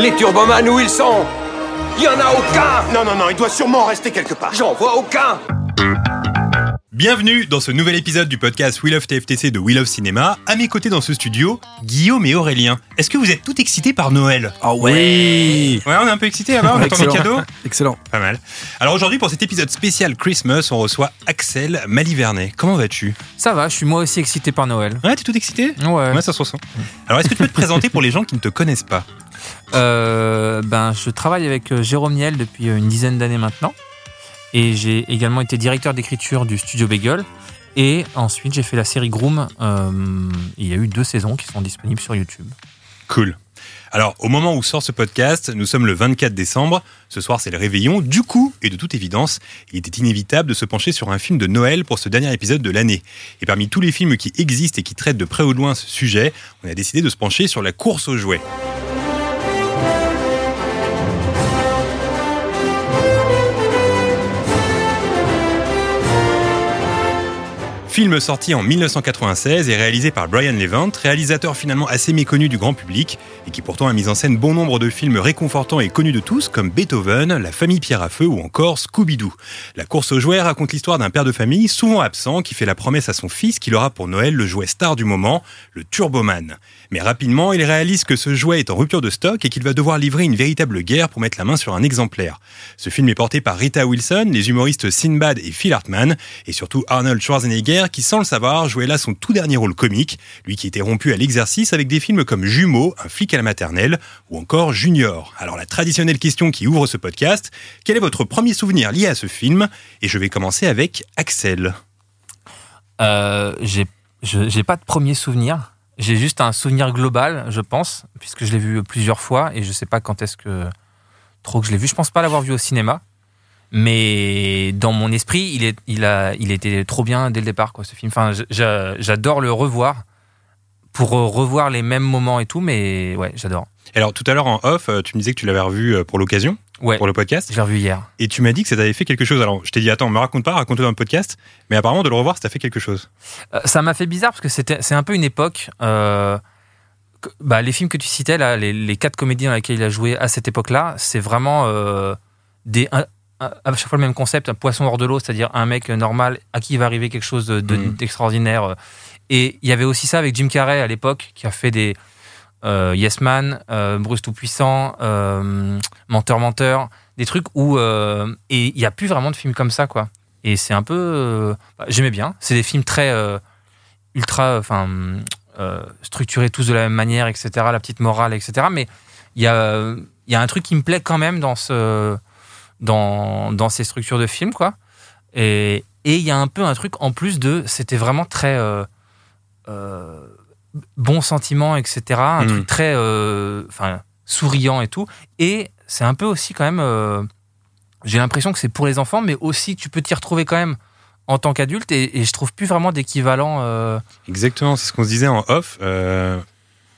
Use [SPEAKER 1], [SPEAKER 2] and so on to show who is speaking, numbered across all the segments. [SPEAKER 1] Les turbomanes, où ils sont Il y en a aucun
[SPEAKER 2] Non, non, non, il doit sûrement rester quelque part.
[SPEAKER 1] J'en vois aucun
[SPEAKER 3] Bienvenue dans ce nouvel épisode du podcast We Love TFTC de We Love Cinéma. À mes côtés dans ce studio, Guillaume et Aurélien. Est-ce que vous êtes tout excités par Noël
[SPEAKER 4] Ah ouais
[SPEAKER 3] Ouais, on est un peu excités avant, on attend les cadeaux
[SPEAKER 4] Excellent.
[SPEAKER 3] Pas mal. Alors aujourd'hui, pour cet épisode spécial Christmas, on reçoit Axel Malivernet. Comment vas-tu
[SPEAKER 5] Ça va, je suis moi aussi excité par Noël.
[SPEAKER 3] Ouais, t'es tout excité
[SPEAKER 5] Ouais.
[SPEAKER 3] Ouais, ça se ressent. Alors est-ce que tu peux te présenter pour les gens qui ne te connaissent pas
[SPEAKER 5] Euh, ben, je travaille avec euh, Jérôme Niel depuis euh, une dizaine d'années maintenant. Et j'ai également été directeur d'écriture du studio Bagel. Et ensuite, j'ai fait la série Groom. Euh, il y a eu deux saisons qui sont disponibles sur YouTube.
[SPEAKER 3] Cool. Alors, au moment où sort ce podcast, nous sommes le 24 décembre. Ce soir, c'est le réveillon. Du coup, et de toute évidence, il était inévitable de se pencher sur un film de Noël pour ce dernier épisode de l'année. Et parmi tous les films qui existent et qui traitent de près ou de loin ce sujet, on a décidé de se pencher sur la course aux jouets. Film sorti en 1996 et réalisé par Brian Levant, réalisateur finalement assez méconnu du grand public et qui pourtant a mis en scène bon nombre de films réconfortants et connus de tous comme Beethoven, La famille Pierre à feu ou encore Scooby-Doo. La course aux jouets raconte l'histoire d'un père de famille souvent absent qui fait la promesse à son fils qu'il aura pour Noël le jouet star du moment, le Turboman. Mais rapidement, il réalise que ce jouet est en rupture de stock et qu'il va devoir livrer une véritable guerre pour mettre la main sur un exemplaire. Ce film est porté par Rita Wilson, les humoristes Sinbad et Phil Hartman, et surtout Arnold Schwarzenegger qui, sans le savoir, jouait là son tout dernier rôle comique, lui qui était rompu à l'exercice avec des films comme Jumeaux, Un flic à la maternelle, ou encore Junior. Alors la traditionnelle question qui ouvre ce podcast, quel est votre premier souvenir lié à ce film Et je vais commencer avec Axel.
[SPEAKER 5] Euh, j'ai je- j'ai pas de premier souvenir. J'ai juste un souvenir global, je pense, puisque je l'ai vu plusieurs fois et je sais pas quand est-ce que trop que je l'ai vu. Je pense pas l'avoir vu au cinéma, mais dans mon esprit, il est, il a, il était trop bien dès le départ, quoi, ce film. Enfin, je- je- j'adore le revoir pour euh, revoir les mêmes moments et tout, mais ouais, j'adore.
[SPEAKER 3] Alors tout à l'heure en off, euh, tu me disais que tu l'avais revu euh, pour l'occasion,
[SPEAKER 5] Ouais,
[SPEAKER 3] pour le podcast,
[SPEAKER 5] je l'ai revu hier.
[SPEAKER 3] et tu m'as dit que ça t'avait fait quelque chose. Alors je t'ai dit, attends, me raconte pas, raconte-le dans le podcast, mais apparemment de le revoir, ça t'a fait quelque chose.
[SPEAKER 5] Euh, ça m'a fait bizarre parce que c'était- c'est un peu une époque. euh, que- bah, les films que tu citais, là, les, les quatre comédies dans lesquelles il a joué à cette époque-là, c'est vraiment euh, des, un- un- à chaque fois le même concept, un poisson hors de l'eau, c'est-à-dire un mec normal à qui il va arriver quelque chose de- de-
[SPEAKER 3] Mhm.
[SPEAKER 5] d'extraordinaire. euh. Et il y avait aussi ça avec Jim Carrey à l'époque, qui a fait des euh, Yes Man, euh, Bruce Tout-Puissant, euh, Menteur Menteur, des trucs où... euh, et il n'y a plus vraiment de films comme ça, quoi. Et c'est un peu... euh, bah, J'aimais bien. C'est des films très... euh, ultra... Enfin... euh, structurés tous de la même manière, etc. La petite morale, etc. Mais il y a, euh, il y a un truc qui me plaît quand même dans, ce, dans, dans ces structures de films, quoi. Et et il y a un peu un truc en plus de. C'était vraiment très. euh, euh, bon sentiment, etc. Un
[SPEAKER 3] Mhm.
[SPEAKER 5] truc très. euh, Enfin, souriant et tout. Et c'est un peu aussi quand même. euh, J'ai l'impression que c'est pour les enfants, mais aussi tu peux t'y retrouver quand même en tant qu'adulte. Et, et je trouve plus vraiment d'équivalent. euh,
[SPEAKER 3] Exactement, c'est ce qu'on se disait en off. Euh,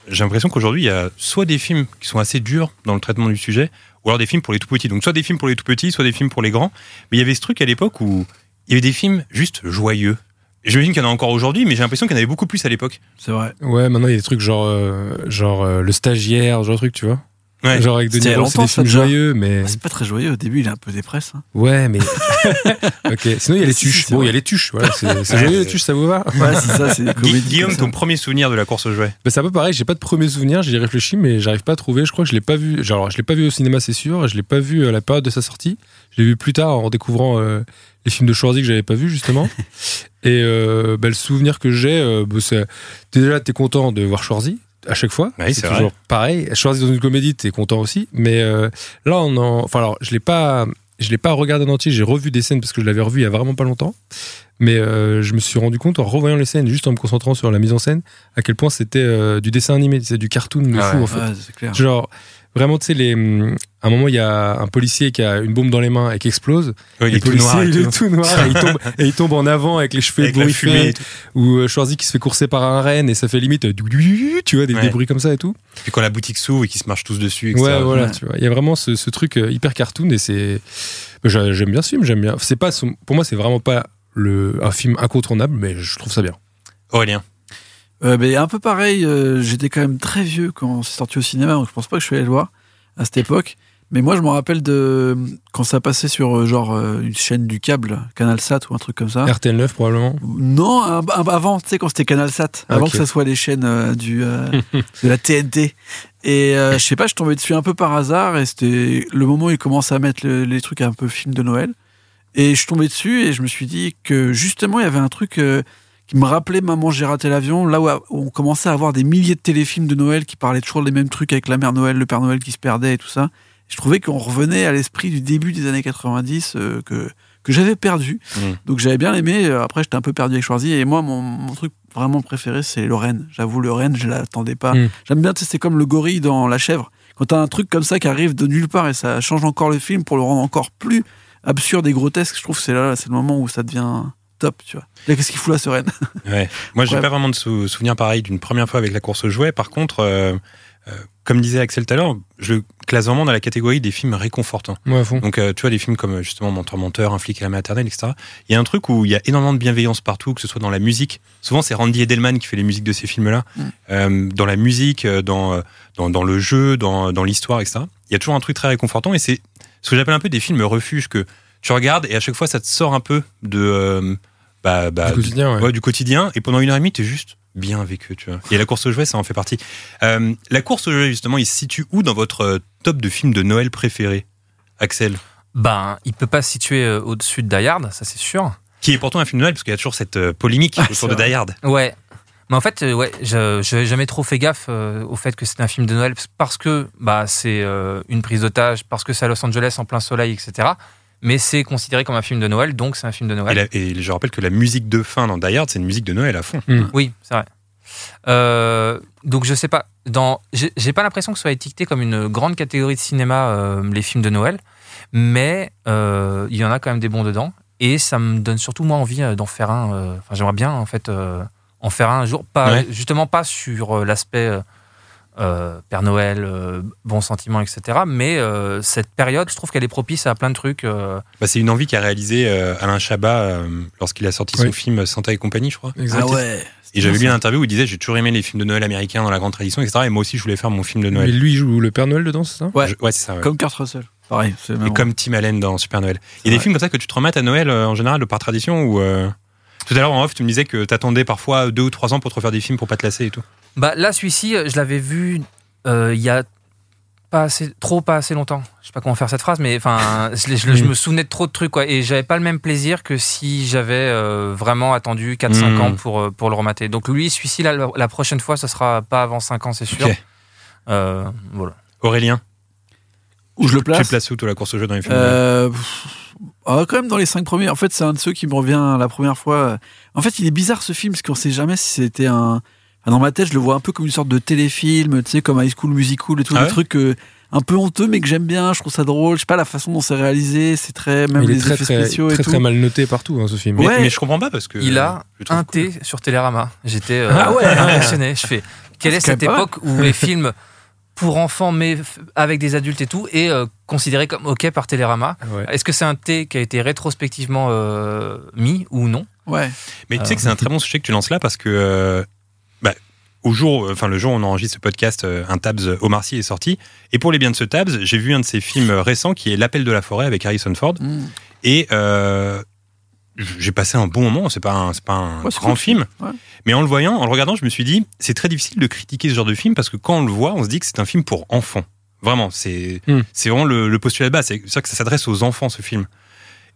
[SPEAKER 3] J'ai l'impression qu'aujourd'hui, il y a soit des films qui sont assez durs dans le traitement du sujet, ou alors des films pour les tout petits. Donc soit des films pour les tout petits, soit des films pour les grands. Mais il y avait ce truc à l'époque où il y avait des films juste joyeux. J'imagine qu'il y en a encore aujourd'hui, mais j'ai l'impression qu'il y en avait beaucoup plus à l'époque.
[SPEAKER 4] C'est vrai.
[SPEAKER 6] Ouais, maintenant il y a des trucs genre, euh, genre euh, le stagiaire, genre truc, tu vois.
[SPEAKER 3] Ouais.
[SPEAKER 6] Genre avec De
[SPEAKER 4] C'était il y a
[SPEAKER 6] Niro, c'est
[SPEAKER 4] longtemps,
[SPEAKER 6] des
[SPEAKER 4] ça,
[SPEAKER 6] films
[SPEAKER 4] déjà.
[SPEAKER 6] joyeux, mais
[SPEAKER 4] C'est pas très joyeux au début, il est un peu dépresse. hein.
[SPEAKER 6] ouais, mais ok. Sinon il y a les
[SPEAKER 4] Si, si,
[SPEAKER 6] tuches.
[SPEAKER 4] c'est
[SPEAKER 6] Bon, il
[SPEAKER 4] vrai.
[SPEAKER 6] y a les tuches. Voilà, c'est c'est
[SPEAKER 3] Ouais,
[SPEAKER 6] joyeux
[SPEAKER 3] c'est-
[SPEAKER 6] les tuches, ça vous va
[SPEAKER 4] Ouais, c'est ça, c'est des
[SPEAKER 3] Gui-
[SPEAKER 4] comédies comme
[SPEAKER 3] Guillaume,
[SPEAKER 4] ça.
[SPEAKER 3] ton premier souvenir de la course aux jouets
[SPEAKER 6] Mais c'est un peu pareil. J'ai pas de premier souvenir. J'y ai réfléchi, mais j'arrive pas à trouver. Je crois que je l'ai pas vu. Genre, alors, je l'ai pas vu au cinéma, c'est sûr. Je l'ai pas vu à la période de sa sortie. Je l'ai vu plus tard en découvrant euh, les films de Schwarzy que j'avais pas vu justement. Et euh, bah, le souvenir que j'ai, euh, bah, c'est- déjà t'es content de voir Schwarzy à chaque fois.
[SPEAKER 3] Oui, c'est
[SPEAKER 6] c'est toujours pareil. Schwarzy dans une comédie, t'es content aussi. Mais euh, là, on en... enfin alors, je l'ai pas, je l'ai pas regardé en entier. J'ai revu des scènes parce que je l'avais revu il y a vraiment pas longtemps. Mais euh, je me suis rendu compte en revoyant les scènes, juste en me concentrant sur la mise en scène, à quel point c'était euh, du dessin animé, c'est du cartoon de
[SPEAKER 5] Ah
[SPEAKER 6] fou
[SPEAKER 5] ouais.
[SPEAKER 6] en fait.
[SPEAKER 4] Ouais, c'est clair.
[SPEAKER 6] Genre, vraiment, tu sais, les, hum, à un moment, il y a un policier qui a une bombe dans les mains et qui explose.
[SPEAKER 3] Ouais, il
[SPEAKER 6] Et
[SPEAKER 3] est
[SPEAKER 6] le
[SPEAKER 3] tout
[SPEAKER 6] policier,
[SPEAKER 3] noir. et
[SPEAKER 6] il est
[SPEAKER 3] tout.
[SPEAKER 6] tout noir et il tombe, et il tombe en avant avec les cheveux
[SPEAKER 3] Avec la
[SPEAKER 6] ébouriffés
[SPEAKER 3] fumée et tout.
[SPEAKER 6] Ou euh, Schwarzy qui se fait courser par un renne et ça fait limite, euh, dou- dou- dou- tu vois, des,
[SPEAKER 3] Ouais.
[SPEAKER 6] des bruits comme ça et tout.
[SPEAKER 3] Puis quand la boutique s'ouvre et qu'ils se marchent tous dessus, etc.
[SPEAKER 6] Ouais, voilà,
[SPEAKER 4] Ouais.
[SPEAKER 6] tu vois. Il y a vraiment ce, ce truc euh, hyper cartoon et c'est. Ben, j'a- J'aime bien ce film, j'aime bien. C'est pas son- Pour moi, c'est vraiment pas le, un film incontournable, mais je trouve ça bien.
[SPEAKER 3] Aurélien.
[SPEAKER 4] Euh, ben, un peu pareil, euh, j'étais quand même très vieux quand c'est sorti au cinéma, donc je pense pas que je suis allé le voir à cette époque. Mais moi, je me rappelle de euh, quand ça passait sur euh, genre euh, une chaîne du câble, Canal Sat ou un truc comme ça.
[SPEAKER 6] RTL 9, probablement.
[SPEAKER 4] Non, un- un- avant, tu sais, quand c'était Canal Sat,
[SPEAKER 6] Ah,
[SPEAKER 4] avant
[SPEAKER 6] ok.
[SPEAKER 4] que ça soit les chaînes euh, du, euh, de la TNT. Et euh, je sais pas, je tombais dessus un peu par hasard, et c'était le moment où ils commencent à mettre le- les trucs un peu films de Noël. Et je tombais dessus, et je me suis dit que justement, il y avait un truc euh, qui me rappelait Maman, j'ai raté l'avion, là où où on commençait à avoir des milliers de téléfilms de Noël qui parlaient toujours des mêmes trucs avec la mère Noël, le père Noël qui se perdait et tout ça. Je trouvais qu'on revenait à l'esprit du début des années 90 euh, que, que j'avais perdu. Donc j'avais bien aimé. euh, Après, j'étais un peu perdu avec Schwarzy. Et moi, mon, mon truc vraiment préféré, c'est Lorraine. J'avoue, Lorraine, je l'attendais pas.
[SPEAKER 3] Hmm.
[SPEAKER 6] Mm.
[SPEAKER 4] J'aime bien, tu sais, c'est comme le gorille dans La chèvre. Quand t'as un truc comme ça qui arrive de nulle part et ça change encore le film pour le rendre encore plus absurde et grotesque, je trouve que c'est là, c'est le moment où ça devient top, tu vois. Là, qu'est-ce qu'il fout là, ce Rennes
[SPEAKER 3] Ouais. Moi, j'ai
[SPEAKER 4] Ouais.
[SPEAKER 3] pas vraiment de sou- souvenir pareil d'une première fois avec la course aux jouets. Par contre, euh, euh, comme disait Axel tout à l'heure, je le classe vraiment dans la catégorie des films réconfortants.
[SPEAKER 6] Moi, à fond.
[SPEAKER 3] Donc, euh, tu vois, des films comme euh, justement Mon Menteur, Un flic à la maternelle, etc. Il y a un truc où il y a énormément de bienveillance partout, que ce soit dans la musique. Souvent, c'est Randy Edelman qui fait les musiques de ces films-là.
[SPEAKER 4] Mm.
[SPEAKER 3] Euh, dans la musique, euh, dans, euh, dans, dans le jeu, dans, dans l'histoire, etc. Il y a toujours un truc très réconfortant et c'est ce que j'appelle un peu des films refuges que tu regardes et à chaque fois, ça te sort un peu de. euh, bah, bah,
[SPEAKER 6] du quotidien, ouais.
[SPEAKER 3] Ouais, du quotidien. Et pendant une heure et demie, t'es juste bien avec eux, tu vois. Et la course aux jouets, ça en fait partie. Euh, la course aux jouets, justement, il se situe où dans votre euh, top de films de Noël préféré Axel
[SPEAKER 5] Ben, il peut pas se situer euh, au-dessus de Die Hard, ça c'est sûr.
[SPEAKER 3] Qui est pourtant un film de Noël, parce qu'il y a toujours cette euh, polémique
[SPEAKER 4] Ah,
[SPEAKER 3] autour de
[SPEAKER 4] c'est vrai.
[SPEAKER 3] Die Hard.
[SPEAKER 5] Ouais. Mais en fait, euh, ouais, je n'avais jamais trop fait gaffe euh, au fait que c'était un film de Noël parce que bah, c'est euh, une prise d'otage, parce que c'est à Los Angeles en plein soleil, etc. Mais c'est considéré comme un film de Noël, donc c'est un film de Noël.
[SPEAKER 3] Et, la- et je rappelle que la musique de fin dans Die Hard, c'est une musique de Noël à fond.
[SPEAKER 5] Oui, c'est vrai. Euh, donc je sais pas. Dans, j'ai j'ai pas l'impression que ce soit étiqueté comme une grande catégorie de cinéma euh, les films de Noël, mais euh, il y en a quand même des bons dedans et ça me donne surtout moi envie euh, d'en faire un. euh, Enfin, j'aimerais bien en fait euh, en faire un un jour, pas
[SPEAKER 3] Ouais.
[SPEAKER 5] justement pas sur euh, l'aspect euh, euh, Père Noël, euh, bon sentiment, etc. Mais euh, cette période, je trouve qu'elle est propice à plein de trucs. euh,
[SPEAKER 3] Bah, c'est une envie qu'a réalisé euh, Alain Chabat euh, lorsqu'il a sorti son
[SPEAKER 6] Oui.
[SPEAKER 3] film euh, Santa et compagnie, je crois.
[SPEAKER 4] Ah ouais.
[SPEAKER 3] Et j'avais lu une interview où il disait J'ai toujours aimé les films de Noël américains dans la grande tradition, etc. Et moi aussi, je voulais faire mon film de
[SPEAKER 6] Mais
[SPEAKER 3] Noël.
[SPEAKER 6] lui, il joue le Père Noël dedans, c'est ça
[SPEAKER 4] Ouais.
[SPEAKER 3] Je- ouais c'est ça. ouais.
[SPEAKER 4] Comme Kurt Russell. Pareil. c'est
[SPEAKER 3] Et
[SPEAKER 4] marrant.
[SPEAKER 3] comme Tim Allen dans Super Noël. Il y a des
[SPEAKER 4] vrai.
[SPEAKER 3] films comme ça que tu te remates à Noël euh, en général par tradition ou. euh, Tout à l'heure en off, tu me disais que t'attendais parfois deux ou trois ans pour te refaire des films pour pas te lasser et tout.
[SPEAKER 5] Bah là, celui-ci, euh, je l'avais vu euh, il y a pas assez, trop pas assez longtemps. Je sais pas comment faire cette phrase, mais enfin, je, l'ai- je le- je me souvenais de trop de trucs, quoi. Et j'avais pas le même plaisir que si j'avais euh, vraiment attendu 4-5
[SPEAKER 4] Hmm.
[SPEAKER 3] Mm.
[SPEAKER 5] ans pour, euh, pour le remater. Donc lui, celui-ci, là, la, la prochaine fois, ça sera pas avant 5 ans, c'est sûr.
[SPEAKER 3] Ok.
[SPEAKER 5] Euh, voilà.
[SPEAKER 3] Aurélien,
[SPEAKER 4] Où je le
[SPEAKER 3] tu es
[SPEAKER 4] place
[SPEAKER 3] placé où toi la course au jeu dans les films
[SPEAKER 4] Euh, pff, ah, quand même dans les cinq premiers. En fait, c'est un de ceux qui me revient la première fois. En fait, il est bizarre ce film parce qu'on sait jamais si c'était un. enfin, dans ma tête, je le vois un peu comme une sorte de téléfilm, tu sais, comme High School Musical et tout,
[SPEAKER 3] Ah
[SPEAKER 4] le
[SPEAKER 3] ouais
[SPEAKER 4] truc euh, un peu honteux mais que j'aime bien. Je trouve ça drôle. Je sais pas la façon dont c'est réalisé. C'est très même
[SPEAKER 6] Il
[SPEAKER 4] les
[SPEAKER 6] est très
[SPEAKER 4] effets
[SPEAKER 6] très,
[SPEAKER 4] spéciaux
[SPEAKER 6] très,
[SPEAKER 4] et tout.
[SPEAKER 6] très mal noté partout, hein, ce film.
[SPEAKER 3] mais,
[SPEAKER 4] ouais.
[SPEAKER 3] mais je comprends pas parce que.
[SPEAKER 5] Il a
[SPEAKER 3] euh, je le trouve
[SPEAKER 5] un
[SPEAKER 3] cool.
[SPEAKER 5] T sur Télérama. J'étais euh,
[SPEAKER 4] Ah ouais. Ah,
[SPEAKER 5] impressionné. Je fais quelle est,
[SPEAKER 4] C'est quand
[SPEAKER 5] cette
[SPEAKER 4] même pas mal.
[SPEAKER 5] époque où les films pour enfants mais f- avec des adultes et tout est euh, considéré comme ok par Télérama.
[SPEAKER 6] Ah, Ouais.
[SPEAKER 5] Est-ce que c'est un T qui a été rétrospectivement euh, mis ou non
[SPEAKER 4] Ouais.
[SPEAKER 3] Mais tu sais
[SPEAKER 5] Euh.
[SPEAKER 3] que c'est un très bon sujet que tu lances là parce que euh, bah, au jour, enfin le jour où on enregistre ce podcast, euh, un Tabs Omar Sy est sorti. Et pour les biens de ce Tabs, j'ai vu un de ses films récents qui est L'appel de la forêt avec Harrison Ford.
[SPEAKER 4] Mm.
[SPEAKER 3] Et euh, j'ai passé un bon moment. C'est pas un, c'est pas un
[SPEAKER 4] Ouais, c'est
[SPEAKER 3] grand
[SPEAKER 4] cool.
[SPEAKER 3] film,
[SPEAKER 4] Ouais.
[SPEAKER 3] mais en le voyant, en le regardant, je me suis dit, c'est très difficile de critiquer ce genre de film parce que quand on le voit, on se dit que c'est un film pour enfants. Vraiment, c'est
[SPEAKER 6] Hmm.
[SPEAKER 3] c'est vraiment le, le postulat de base. C'est c'est vrai que ça s'adresse aux enfants ce film.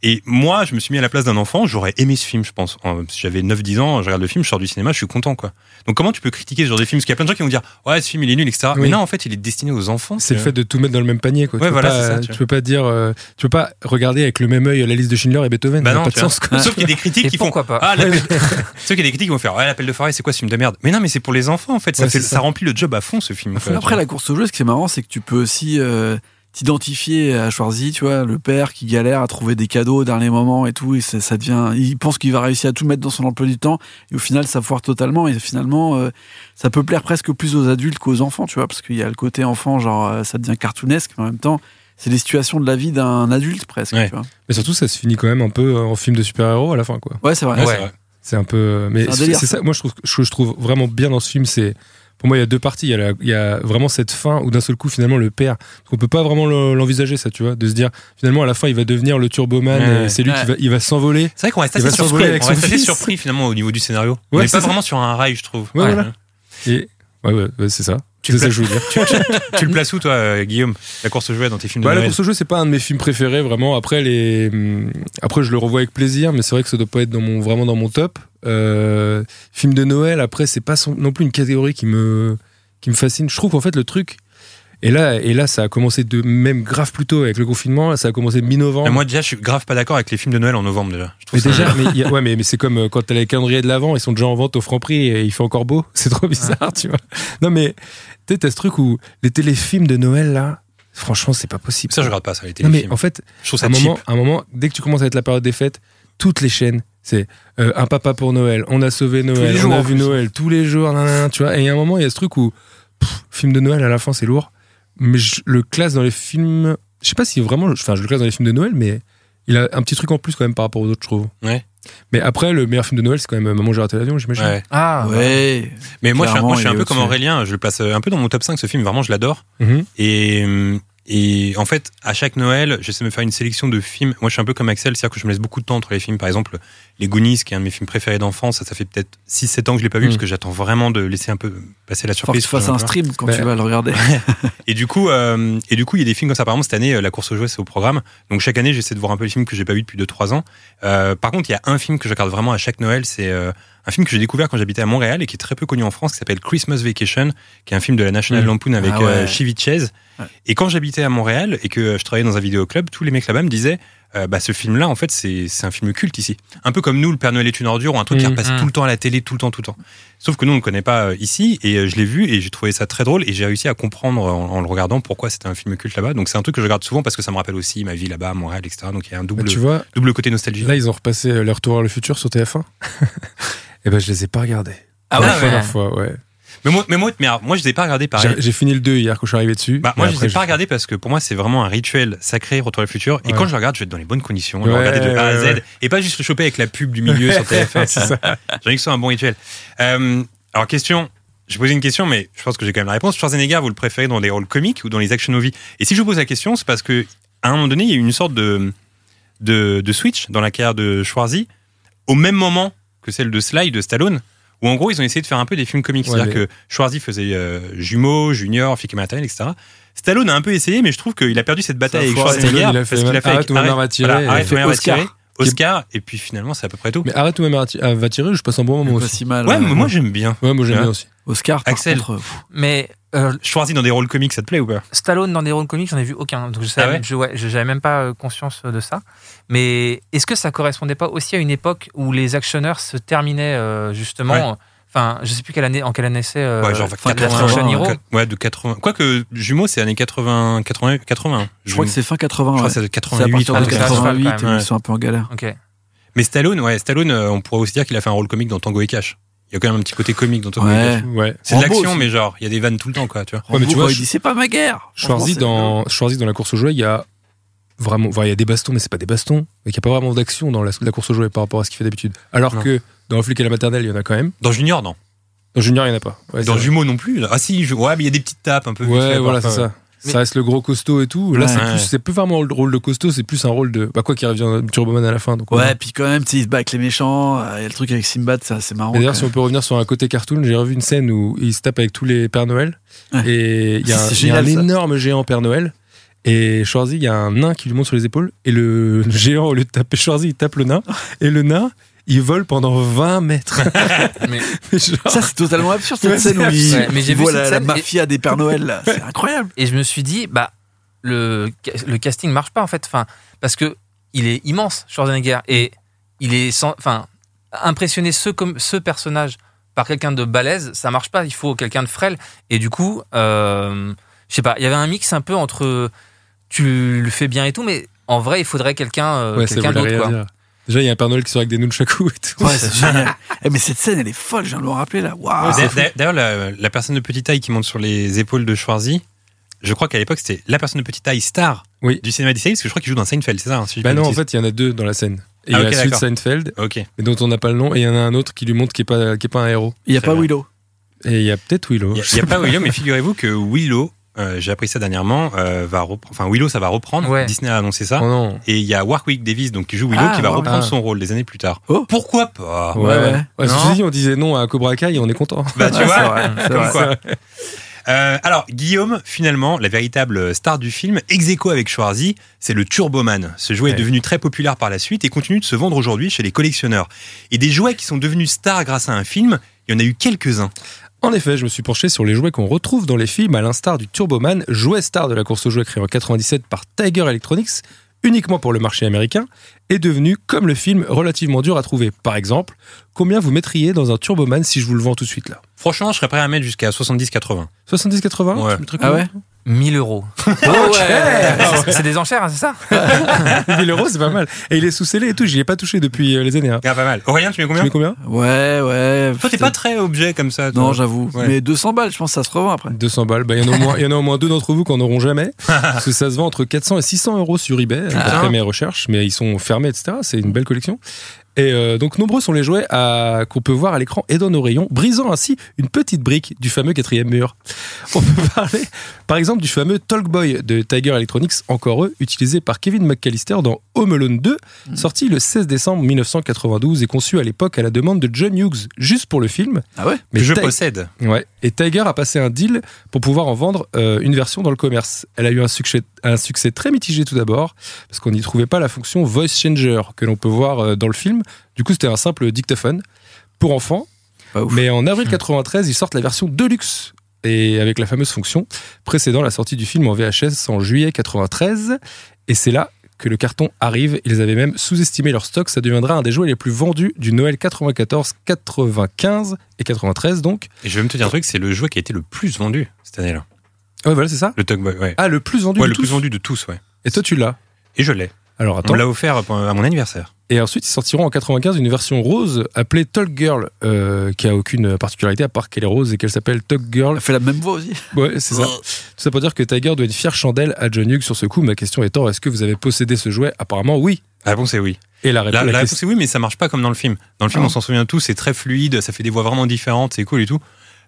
[SPEAKER 3] Et moi, je me suis mis à la place d'un enfant, j'aurais aimé ce film, je pense. En- Si j'avais 9-10 ans, je regarde le film, je sors du cinéma, je suis content, quoi. Donc comment tu peux critiquer ce genre de film Parce qu'il y a plein de gens qui vont dire, ouais, ce film, il est nul, etc. Mais
[SPEAKER 6] Oui.
[SPEAKER 3] non, en fait, il est destiné aux enfants. Euh,
[SPEAKER 6] C'est le fait de tout mettre dans le même panier. Quoi.
[SPEAKER 3] Ouais,
[SPEAKER 6] tu, peux
[SPEAKER 3] voilà,
[SPEAKER 6] pas,
[SPEAKER 3] c'est ça, tu
[SPEAKER 6] tu
[SPEAKER 3] vois.
[SPEAKER 6] peux pas dire. euh, tu peux pas regarder avec le même œil la liste de Schindler et Beethoven.
[SPEAKER 3] Bah
[SPEAKER 6] ça n'a
[SPEAKER 3] non,
[SPEAKER 6] pas
[SPEAKER 3] tu
[SPEAKER 6] de sens.
[SPEAKER 3] vois. Sauf qu'il y a des critiques
[SPEAKER 5] Et
[SPEAKER 3] qui font.
[SPEAKER 5] pourquoi pas
[SPEAKER 3] Ah, l'appel- Sauf qu'il y a des critiques qui vont faire, ouais, l'appel de forêt, c'est quoi ce film de merde Mais non, mais c'est pour les enfants, en fait. Ça,
[SPEAKER 6] Ouais,
[SPEAKER 3] fait-
[SPEAKER 6] c'est
[SPEAKER 3] ça.
[SPEAKER 6] ça.
[SPEAKER 3] remplit le job à fond, ce film. quoi, tu
[SPEAKER 4] Après
[SPEAKER 3] vois.
[SPEAKER 4] la course au jeu, ce qui est marrant, c'est que tu peux aussi euh, t'identifier à Schwarzy, tu vois, le père qui galère à trouver des cadeaux au dernier moment et tout, et ça, ça devient, il pense qu'il va réussir à tout mettre dans son emploi du temps, et au final ça foire totalement, et finalement euh, ça peut plaire presque plus aux adultes qu'aux enfants, tu vois, parce qu'il y a le côté enfant, genre euh, ça devient cartoonesque, mais en même temps c'est les situations de la vie d'un adulte presque,
[SPEAKER 3] Ouais.
[SPEAKER 4] tu vois.
[SPEAKER 6] Mais surtout, ça se finit quand même un peu en film de super-héros à la fin, quoi.
[SPEAKER 4] Ouais, c'est vrai.
[SPEAKER 5] Ouais.
[SPEAKER 6] C'est un peu. Mais
[SPEAKER 4] C'est un
[SPEAKER 6] c'est
[SPEAKER 4] délire,
[SPEAKER 6] c'est ça, moi, je trouve, ce que je trouve vraiment bien dans ce film, c'est. Pour moi, il y a deux parties. Il y a, la- il y a vraiment cette fin où d'un seul coup, finalement, le père. Parce qu'on peut pas vraiment le- l'envisager, ça, tu vois. De se dire, finalement, à la fin, il va devenir le Turboman
[SPEAKER 3] Ouais.
[SPEAKER 6] et c'est lui
[SPEAKER 4] Ouais.
[SPEAKER 6] qui va, il va s'envoler.
[SPEAKER 3] C'est vrai qu'on reste
[SPEAKER 6] Il
[SPEAKER 3] assez
[SPEAKER 6] va
[SPEAKER 3] surpris.
[SPEAKER 6] s'envoler avec
[SPEAKER 3] On reste
[SPEAKER 6] son
[SPEAKER 3] assez
[SPEAKER 6] fils.
[SPEAKER 3] surpris, finalement, au niveau du scénario.
[SPEAKER 6] Ouais,
[SPEAKER 3] on n'est
[SPEAKER 6] c'est
[SPEAKER 3] pas
[SPEAKER 6] ça.
[SPEAKER 3] vraiment sur un rail, je trouve.
[SPEAKER 6] Ouais,
[SPEAKER 3] Ouais.
[SPEAKER 6] voilà. Et. Ouais, ouais, ouais, c'est ça.
[SPEAKER 3] Tu
[SPEAKER 6] C'est ça
[SPEAKER 3] pla-
[SPEAKER 6] que je veux dire.
[SPEAKER 3] Tu le places où, toi, euh, Guillaume La course au jouet dans tes films de
[SPEAKER 6] Bah, la
[SPEAKER 3] Noël
[SPEAKER 6] course au jeu, c'est pas un de mes films préférés, vraiment. Après, les... hum, après je le revois avec plaisir, mais c'est vrai que ça doit pas être dans mon... vraiment dans mon top. Euh, Film de Noël, après, c'est pas son- non plus une catégorie qui me, qui me fascine. Je trouve qu'en fait, le truc. Et là, et là, ça a commencé de même grave plus tôt avec le confinement. Là, ça a commencé mi-novembre.
[SPEAKER 3] Mais Moi, déjà, je suis grave pas d'accord avec les films de Noël en novembre, déjà. Je trouve
[SPEAKER 6] Mais
[SPEAKER 3] ça-
[SPEAKER 6] déjà, mais, il y a- ouais, mais, mais c'est comme euh, quand t'as les calendriers de l'avant, ils sont déjà en vente au franc prix et il fait encore beau. C'est trop bizarre, tu vois. Non, mais tu sais, t'as ce truc où les téléfilms de Noël, là, franchement, c'est pas possible.
[SPEAKER 3] Ça, je regarde pas ça, les
[SPEAKER 6] non, mais
[SPEAKER 3] téléfilms.
[SPEAKER 6] en fait,
[SPEAKER 3] Je trouve
[SPEAKER 6] à
[SPEAKER 3] ça
[SPEAKER 6] un
[SPEAKER 3] cheap.
[SPEAKER 6] moment, à un moment, dès que tu commences à être la période des fêtes, toutes les chaînes, c'est euh, un papa pour Noël, on a sauvé Noël,
[SPEAKER 4] les jours,
[SPEAKER 6] on a
[SPEAKER 4] en
[SPEAKER 6] vu
[SPEAKER 4] plus.
[SPEAKER 6] Noël tous les jours, nan, nan, nan, tu vois. Et à un moment, il y a ce truc où pff, film de Noël à la fin, c'est lourd, mais je le classe dans les films. Je sais pas si vraiment, enfin, je le classe dans les films de Noël, mais il a un petit truc en plus quand même par rapport aux autres, je trouve.
[SPEAKER 3] Ouais.
[SPEAKER 6] Mais après, le meilleur film de Noël, c'est quand même euh, Maman j'ai raté l'avion, j'imagine.
[SPEAKER 3] Ouais.
[SPEAKER 5] Ah,
[SPEAKER 4] Ouais.
[SPEAKER 3] Mais moi, je suis, un- moi, je suis un peu
[SPEAKER 4] Clairement, il est
[SPEAKER 3] comme
[SPEAKER 4] au-dessus.
[SPEAKER 3] Aurélien. Je le place euh, un peu dans mon top 5, ce film. Vraiment, je l'adore.
[SPEAKER 6] Mhm.
[SPEAKER 3] Et, euh, et en fait, à chaque Noël, j'essaie de me faire une sélection de films. Moi, je suis un peu comme Axel, c'est-à-dire que je me laisse beaucoup de temps entre les films. Par exemple, Les Goonies, qui est un de mes films préférés d'enfance, ça, ça fait peut-être 6-7 ans que je l'ai pas vu,
[SPEAKER 6] Mm.
[SPEAKER 3] parce que j'attends vraiment de laisser un peu passer la
[SPEAKER 4] Hmm. Faut que
[SPEAKER 3] surprise.
[SPEAKER 4] tu fasses un stream quand
[SPEAKER 3] Bah,
[SPEAKER 6] Ouais.
[SPEAKER 4] tu vas le regarder.
[SPEAKER 3] Et du coup, euh, et du coup, il y a des films comme ça. Par exemple, cette année, euh, La course aux jouets, c'est au programme. Donc chaque année, j'essaie de voir un peu les films que j'ai pas vu depuis 2-3 ans. Euh, par contre, il y a un film que je regarde vraiment à chaque Noël. C'est euh, un film que j'ai découvert quand j'habitais à Montréal et qui est très peu connu en France, qui s'appelle Christmas Vacation, qui est un film de la National
[SPEAKER 6] Mm.
[SPEAKER 3] Lampoon avec
[SPEAKER 4] Ah ouais.
[SPEAKER 3] euh, Chevy Chase.
[SPEAKER 4] Ouais.
[SPEAKER 3] Et quand j'habitais à Montréal et que euh, je travaillais dans un vidéoclub, tous les mecs là-bas me disaient. euh, bah, ce film-là, en fait, c'est c'est un film culte ici. Un peu comme nous, Le Père Noël est une ordure, ou un truc qui
[SPEAKER 6] Mm.
[SPEAKER 3] repasse
[SPEAKER 5] Mm.
[SPEAKER 3] tout le temps à la télé, tout le temps, tout le temps. Sauf que nous, on ne le connaît pas euh, ici, et euh, je l'ai vu, et j'ai trouvé ça très drôle, et j'ai réussi à comprendre euh, en, en le regardant pourquoi c'était un film culte là-bas. Donc c'est un truc que je regarde souvent parce que ça me rappelle aussi ma vie là-bas, à Montréal, etc. Donc il y a un
[SPEAKER 6] Bah,
[SPEAKER 3] double,
[SPEAKER 6] tu vois,
[SPEAKER 3] double côté nostalgie.
[SPEAKER 6] là, ils ont repassé euh, Leur Tour vers le futur sur TF1. et ben, je les ai pas regardés.
[SPEAKER 5] Ah
[SPEAKER 6] la
[SPEAKER 5] ouais,
[SPEAKER 6] première
[SPEAKER 5] ouais.
[SPEAKER 6] fois, ouais.
[SPEAKER 3] Mais moi, mais moi, mais alors, moi je ne les ai pas regardés pareil.
[SPEAKER 6] J'ai- J'ai fini le 2 hier quand je suis arrivé dessus.
[SPEAKER 3] Bah, moi,
[SPEAKER 6] Mais
[SPEAKER 3] je ne les
[SPEAKER 6] après,
[SPEAKER 3] ai pas regardés parce que pour moi, c'est vraiment un rituel sacré, Retour vers le futur. Et
[SPEAKER 6] Ouais.
[SPEAKER 3] quand je le regarde, je vais être dans les bonnes conditions,
[SPEAKER 6] Ouais,
[SPEAKER 3] le regarder de A à Z,
[SPEAKER 6] ouais, ouais.
[SPEAKER 3] et pas juste le choper avec la pub du milieu sur TF1.
[SPEAKER 6] C'est
[SPEAKER 3] tu vois. J'ai envie que ce soit un bon rituel. Euh, alors, question. J'ai posé une question, mais je pense que j'ai quand même la réponse. Schwarzenegger, vous le préférez dans des rôles comiques ou dans les action movies Et si je vous pose la question, c'est parce que à un moment donné, il y a eu une sorte de, de, de switch dans la carrière de Schwarzy, au même moment que celle de Sly, de Stallone, où en gros, ils ont essayé de faire un peu des films comiques.
[SPEAKER 6] Ouais,
[SPEAKER 3] C'est-à-dire
[SPEAKER 6] mais-
[SPEAKER 3] que Schwarzy faisait euh, Jumeaux, Junior, Fick et Mattel, etc. Stallone a un peu essayé, mais je trouve qu'il a perdu cette bataille avec
[SPEAKER 6] foiré.
[SPEAKER 3] Schwarzenegger.
[SPEAKER 6] Stallone, il a fait
[SPEAKER 3] parce qu'il a fait
[SPEAKER 6] Arrête
[SPEAKER 3] avec-
[SPEAKER 6] ou ma mère va tirer,
[SPEAKER 3] voilà,
[SPEAKER 6] et-
[SPEAKER 3] Arrête ou ma mère va
[SPEAKER 4] Oscar.
[SPEAKER 3] tirer, Oscar, et puis finalement, c'est à peu près tout.
[SPEAKER 6] Mais arrête tout même à à- euh, va tirer, je passe un bon moment
[SPEAKER 4] Pas
[SPEAKER 6] aussi.
[SPEAKER 4] si mal.
[SPEAKER 3] ouais,
[SPEAKER 4] euh,
[SPEAKER 3] mais moi, j'aime bien.
[SPEAKER 6] Ouais, moi j'aime
[SPEAKER 3] Ouais.
[SPEAKER 6] bien aussi.
[SPEAKER 4] Oscar, par
[SPEAKER 3] Axel.
[SPEAKER 4] contre, pff,
[SPEAKER 5] mais euh,
[SPEAKER 3] Schwarzy dans des rôles comiques, ça te plaît ou pas
[SPEAKER 5] Stallone dans des rôles comiques, j'en ai vu aucun. Donc je savais,
[SPEAKER 3] Ah ouais
[SPEAKER 5] je- ouais, je- j'avais même pas euh, conscience de ça. Mais est-ce que ça correspondait pas aussi à une époque où les actionneurs se terminaient euh, justement
[SPEAKER 3] Ouais.
[SPEAKER 5] euh, Enfin, je sais plus quelle année, en quelle année c'est. euh,
[SPEAKER 3] Ouais, genre
[SPEAKER 4] fin
[SPEAKER 3] 80,
[SPEAKER 4] 80,
[SPEAKER 3] ouais, ouais, de 80. Quoique, Jumeaux, c'est années 80, 80, 80.
[SPEAKER 4] je crois que c'est fin 80.
[SPEAKER 3] Je crois
[SPEAKER 4] ouais.
[SPEAKER 3] que c'est de
[SPEAKER 4] C'est à
[SPEAKER 3] 88.
[SPEAKER 4] partir de
[SPEAKER 5] donc c'est un cheval,
[SPEAKER 4] 88,
[SPEAKER 5] quand
[SPEAKER 3] même,
[SPEAKER 4] où
[SPEAKER 3] ouais.
[SPEAKER 4] ils sont un peu en galère.
[SPEAKER 5] Ok.
[SPEAKER 3] Mais Stallone, ouais, Stallone, euh, on pourrait aussi dire qu'il a fait un rôle comique dans Tango et Cash. Il y a quand même un petit côté comique dans Tango et Cash.
[SPEAKER 4] Ouais.
[SPEAKER 6] Ouais.
[SPEAKER 3] C'est de
[SPEAKER 4] Rambo
[SPEAKER 3] l'action,
[SPEAKER 4] aussi.
[SPEAKER 3] mais genre, il y a des vannes tout le temps, quoi, tu vois.
[SPEAKER 6] Ouais, mais tu
[SPEAKER 4] Rambo,
[SPEAKER 6] vois,
[SPEAKER 4] quand il
[SPEAKER 6] Sch-
[SPEAKER 4] dit c'est pas ma guerre.
[SPEAKER 6] Schwarzy
[SPEAKER 4] Franchement,
[SPEAKER 6] dans, Schwarzy dans la course au jouet, il y a vraiment. enfin, il y a des bastons, mais c'est pas des bastons. Il n'y a pas vraiment d'action dans la, la course au jouet par rapport à ce qu'il fait d'habitude. Alors
[SPEAKER 3] Non.
[SPEAKER 6] que dans Flic et la maternelle, il y en a quand même.
[SPEAKER 3] Dans Junior, non.
[SPEAKER 6] Dans Junior, il n'y en a pas. Ouais,
[SPEAKER 3] Dans
[SPEAKER 6] c'est
[SPEAKER 3] Jumeaux non plus. Ah si, je- ouais, mais il y a des petites tapes un peu.
[SPEAKER 6] vrai.
[SPEAKER 3] vite fait,
[SPEAKER 6] Ouais, voilà, c'est
[SPEAKER 3] parfois.
[SPEAKER 6] ça.
[SPEAKER 5] Mais-
[SPEAKER 6] Ça reste le gros costaud et tout. Là,
[SPEAKER 4] Ouais.
[SPEAKER 6] c'est
[SPEAKER 3] Ouais.
[SPEAKER 6] plus, c'est plus vraiment le rôle de costaud, c'est plus un rôle de. Bah, quoi qu'il revient euh, Turboman à la fin. Donc,
[SPEAKER 4] Ouais,
[SPEAKER 6] ouais.
[SPEAKER 4] puis quand même, tu sais, il se bat avec les méchants. euh, Il y a le truc avec Simbad, ça, c'est marrant.
[SPEAKER 6] Mais D'ailleurs,
[SPEAKER 4] quand
[SPEAKER 6] si on peut revenir sur un côté cartoon, j'ai revu une scène où il se tape avec tous les Pères Noël.
[SPEAKER 4] Ouais.
[SPEAKER 6] Et il y a un,
[SPEAKER 4] C'est
[SPEAKER 6] il y a un
[SPEAKER 4] génial, ça.
[SPEAKER 6] énorme géant Père Noël. Et Schwarzy, il y a un nain qui lui monte sur les épaules. Et le géant, au lieu de taper Schwarzy, il tape le nain. Et le nain, il vole pendant 20 mètres.
[SPEAKER 5] Mais-
[SPEAKER 6] Mais genre-
[SPEAKER 4] Ça, c'est totalement absurde
[SPEAKER 6] Ouais,
[SPEAKER 4] cette scène où il,
[SPEAKER 5] Ouais, mais j'ai
[SPEAKER 4] il
[SPEAKER 5] vu
[SPEAKER 4] voit
[SPEAKER 5] cette
[SPEAKER 4] la, la
[SPEAKER 5] scène et-
[SPEAKER 4] mafia des Pères Noël. là. C'est incroyable.
[SPEAKER 5] Et je me suis dit, bah, le, ca- le casting marche pas, en fait. Enfin, parce que il est immense, Schwarzenegger. Et il est sans. Enfin, impressionner ce, comme, ce personnage par quelqu'un de balèze, ça marche pas. Il faut quelqu'un de frêle. Et du coup, euh, je sais pas, il y avait un mix un peu entre tu le fais bien et tout, mais en vrai, il faudrait quelqu'un euh,
[SPEAKER 6] Ouais, ça
[SPEAKER 5] quelqu'un
[SPEAKER 6] voulait
[SPEAKER 5] d'autre,
[SPEAKER 6] rien
[SPEAKER 5] quoi.
[SPEAKER 6] dire. Déjà, il y a un Père Noël qui sort avec des nunchakus et tout.
[SPEAKER 4] Ouais, c'est génial. Eh, mais cette scène, elle est folle, je viens de le rappeler là. Waouh.
[SPEAKER 3] D'a- d'a- D'ailleurs, la, la personne de petite taille qui monte sur les épaules de Schwarzy, je crois qu'à l'époque, c'était la personne de petite taille star
[SPEAKER 6] Oui.
[SPEAKER 3] du cinéma d'Israël, parce que je crois qu'il joue dans Seinfeld, c'est ça hein, si je dis
[SPEAKER 6] Bah
[SPEAKER 3] pas de
[SPEAKER 6] non, en
[SPEAKER 3] bêtises.
[SPEAKER 6] fait, il y en a deux dans la scène. Et Il
[SPEAKER 3] Ah,
[SPEAKER 6] y a
[SPEAKER 3] ok,
[SPEAKER 6] celui de
[SPEAKER 3] d'accord.
[SPEAKER 6] Seinfeld,
[SPEAKER 3] Ok.
[SPEAKER 6] mais dont on n'a pas le nom, et il y en a un autre qui lui montre qui est pas, qui est pas un héros.
[SPEAKER 4] Il n'y a
[SPEAKER 3] Très
[SPEAKER 4] pas
[SPEAKER 3] bien.
[SPEAKER 4] Willow.
[SPEAKER 6] Et il y a peut-être Willow.
[SPEAKER 3] Il n'y a, y a pas Willow, mais figurez-vous que Willow, euh, j'ai appris ça dernièrement, euh, va repre- enfin Willow, ça va reprendre.
[SPEAKER 5] Ouais.
[SPEAKER 3] Disney a annoncé
[SPEAKER 6] Oh
[SPEAKER 3] ça.
[SPEAKER 6] non.
[SPEAKER 3] Et il y a Warwick Davis, donc qui joue Willow,
[SPEAKER 4] Ah,
[SPEAKER 3] qui va
[SPEAKER 4] Warwick.
[SPEAKER 3] reprendre son rôle des années plus tard.
[SPEAKER 4] Oh.
[SPEAKER 3] Pourquoi pas
[SPEAKER 4] Ouais, ouais.
[SPEAKER 6] Ouais,
[SPEAKER 3] Non.
[SPEAKER 6] ceci dit, on disait non à Cobra Kai et on est content.
[SPEAKER 3] Bah tu
[SPEAKER 4] Ouais, c'est
[SPEAKER 3] vois,
[SPEAKER 4] vrai, c'est
[SPEAKER 3] comme
[SPEAKER 4] vrai.
[SPEAKER 3] quoi. Euh, alors, Guillaume, finalement, la véritable star du film, ex aequo avec Schwarzy, c'est le Turboman. Ce jouet est
[SPEAKER 6] Ouais.
[SPEAKER 3] devenu très populaire par la suite et continue de se vendre aujourd'hui chez les collectionneurs. Et des jouets qui sont devenus stars grâce à un film, il y en a eu quelques-uns.
[SPEAKER 6] En effet, je me suis penché sur les jouets qu'on retrouve dans les films, à l'instar du Turboman, jouet star de la course aux jouets créé en 97 par Tiger Electronics, uniquement pour le marché américain, et devenu, comme le film, relativement dur à trouver. Par exemple, combien vous mettriez dans un Turboman si je vous le vends tout de suite là
[SPEAKER 3] Franchement, je serais prêt à mettre jusqu'à 70-80.
[SPEAKER 6] 70-80
[SPEAKER 3] Ouais.
[SPEAKER 6] tu me trucs
[SPEAKER 4] Ah ouais
[SPEAKER 5] 1000 euros.
[SPEAKER 6] Ah
[SPEAKER 5] C'est- C'est des enchères, hein, c'est ça
[SPEAKER 6] 1000 euros, c'est pas mal. Et il est sous-scellé et tout, j'y ai pas touché depuis euh, les années. hein.
[SPEAKER 3] Ah, pas mal. Aurélien, tu mets
[SPEAKER 6] Tu
[SPEAKER 3] combien
[SPEAKER 6] mets combien
[SPEAKER 4] Ouais, ouais.
[SPEAKER 3] Toi, t'es pas très objet comme ça. toi.
[SPEAKER 4] Non, j'avoue.
[SPEAKER 3] Ouais.
[SPEAKER 4] Mais 200 balles, je pense que ça se revend après.
[SPEAKER 6] 200 balles. Bah, Il y en a au moins- il y en a au moins deux d'entre vous qui n'en auront jamais. parce que ça se vend entre 400 et 600 euros sur eBay,
[SPEAKER 3] Putain.
[SPEAKER 6] après mes recherches, mais ils sont fermés, etc. C'est une belle collection. Et euh, donc, nombreux sont les jouets à- qu'on peut voir à l'écran et dans nos rayons, brisant ainsi une petite brique du fameux quatrième mur. On peut parler, par exemple, du fameux Talkboy de Tiger Electronics, encore eux, utilisé par Kevin McAllister dans Home Alone 2,
[SPEAKER 3] Mm.
[SPEAKER 6] sorti le 16 décembre 1992 et conçu à l'époque à la demande de John Hughes, juste pour le film.
[SPEAKER 4] Ah ouais
[SPEAKER 3] Que je
[SPEAKER 6] Ti-
[SPEAKER 3] possède.
[SPEAKER 6] Ouais. Et Tiger a passé un deal pour pouvoir en vendre euh, une version dans le commerce. Elle a eu un succès, un succès très mitigé tout d'abord, parce qu'on n'y trouvait pas la fonction voice changer que l'on peut voir euh, dans le film. Du coup, c'était un simple dictaphone pour enfants.
[SPEAKER 4] Pas ouf. Hmm.
[SPEAKER 6] Mais en avril 93, ils sortent la version Deluxe. Et avec la fameuse fonction précédant la sortie du film en VHS en juillet 93. Et c'est là que le carton arrive. Ils avaient même sous-estimé leur stock. Ça deviendra un des jouets les plus vendus du Noël 94, 95 et 93 donc.
[SPEAKER 3] Et je vais même te dire un truc, c'est le jouet qui a été le plus vendu cette année-là.
[SPEAKER 6] Ouais, voilà, c'est ça.
[SPEAKER 3] Le Tugboy, ouais.
[SPEAKER 6] Ah, le plus vendu
[SPEAKER 3] Ouais,
[SPEAKER 6] de
[SPEAKER 3] le
[SPEAKER 6] tous.
[SPEAKER 3] plus vendu de tous, ouais.
[SPEAKER 6] Et toi, tu l'as.
[SPEAKER 3] Et je l'ai.
[SPEAKER 6] Alors,
[SPEAKER 3] On
[SPEAKER 6] attends.
[SPEAKER 3] me l'a offert pour- à mon anniversaire.
[SPEAKER 6] Et ensuite, ils sortiront en 95 une version rose appelée Talk Girl, euh, qui a aucune particularité à part qu'elle est rose et qu'elle s'appelle Talk Girl.
[SPEAKER 4] Elle fait la même voix aussi.
[SPEAKER 6] Ouais, c'est ça.
[SPEAKER 3] Oh.
[SPEAKER 6] Tout ça pour dire que Tiger doit une fière chandelle à John Hughes sur ce coup. Ma question étant, est-ce que vous avez possédé ce jouet Apparemment, oui.
[SPEAKER 3] La réponse est Ah oui.
[SPEAKER 6] Et la,
[SPEAKER 3] La,
[SPEAKER 6] la
[SPEAKER 3] la
[SPEAKER 6] question-
[SPEAKER 3] réponse est oui, mais ça marche pas comme dans le film. Dans le film,
[SPEAKER 4] Ah.
[SPEAKER 3] on s'en souvient tous, c'est très fluide, ça fait des voix vraiment différentes, c'est cool et tout.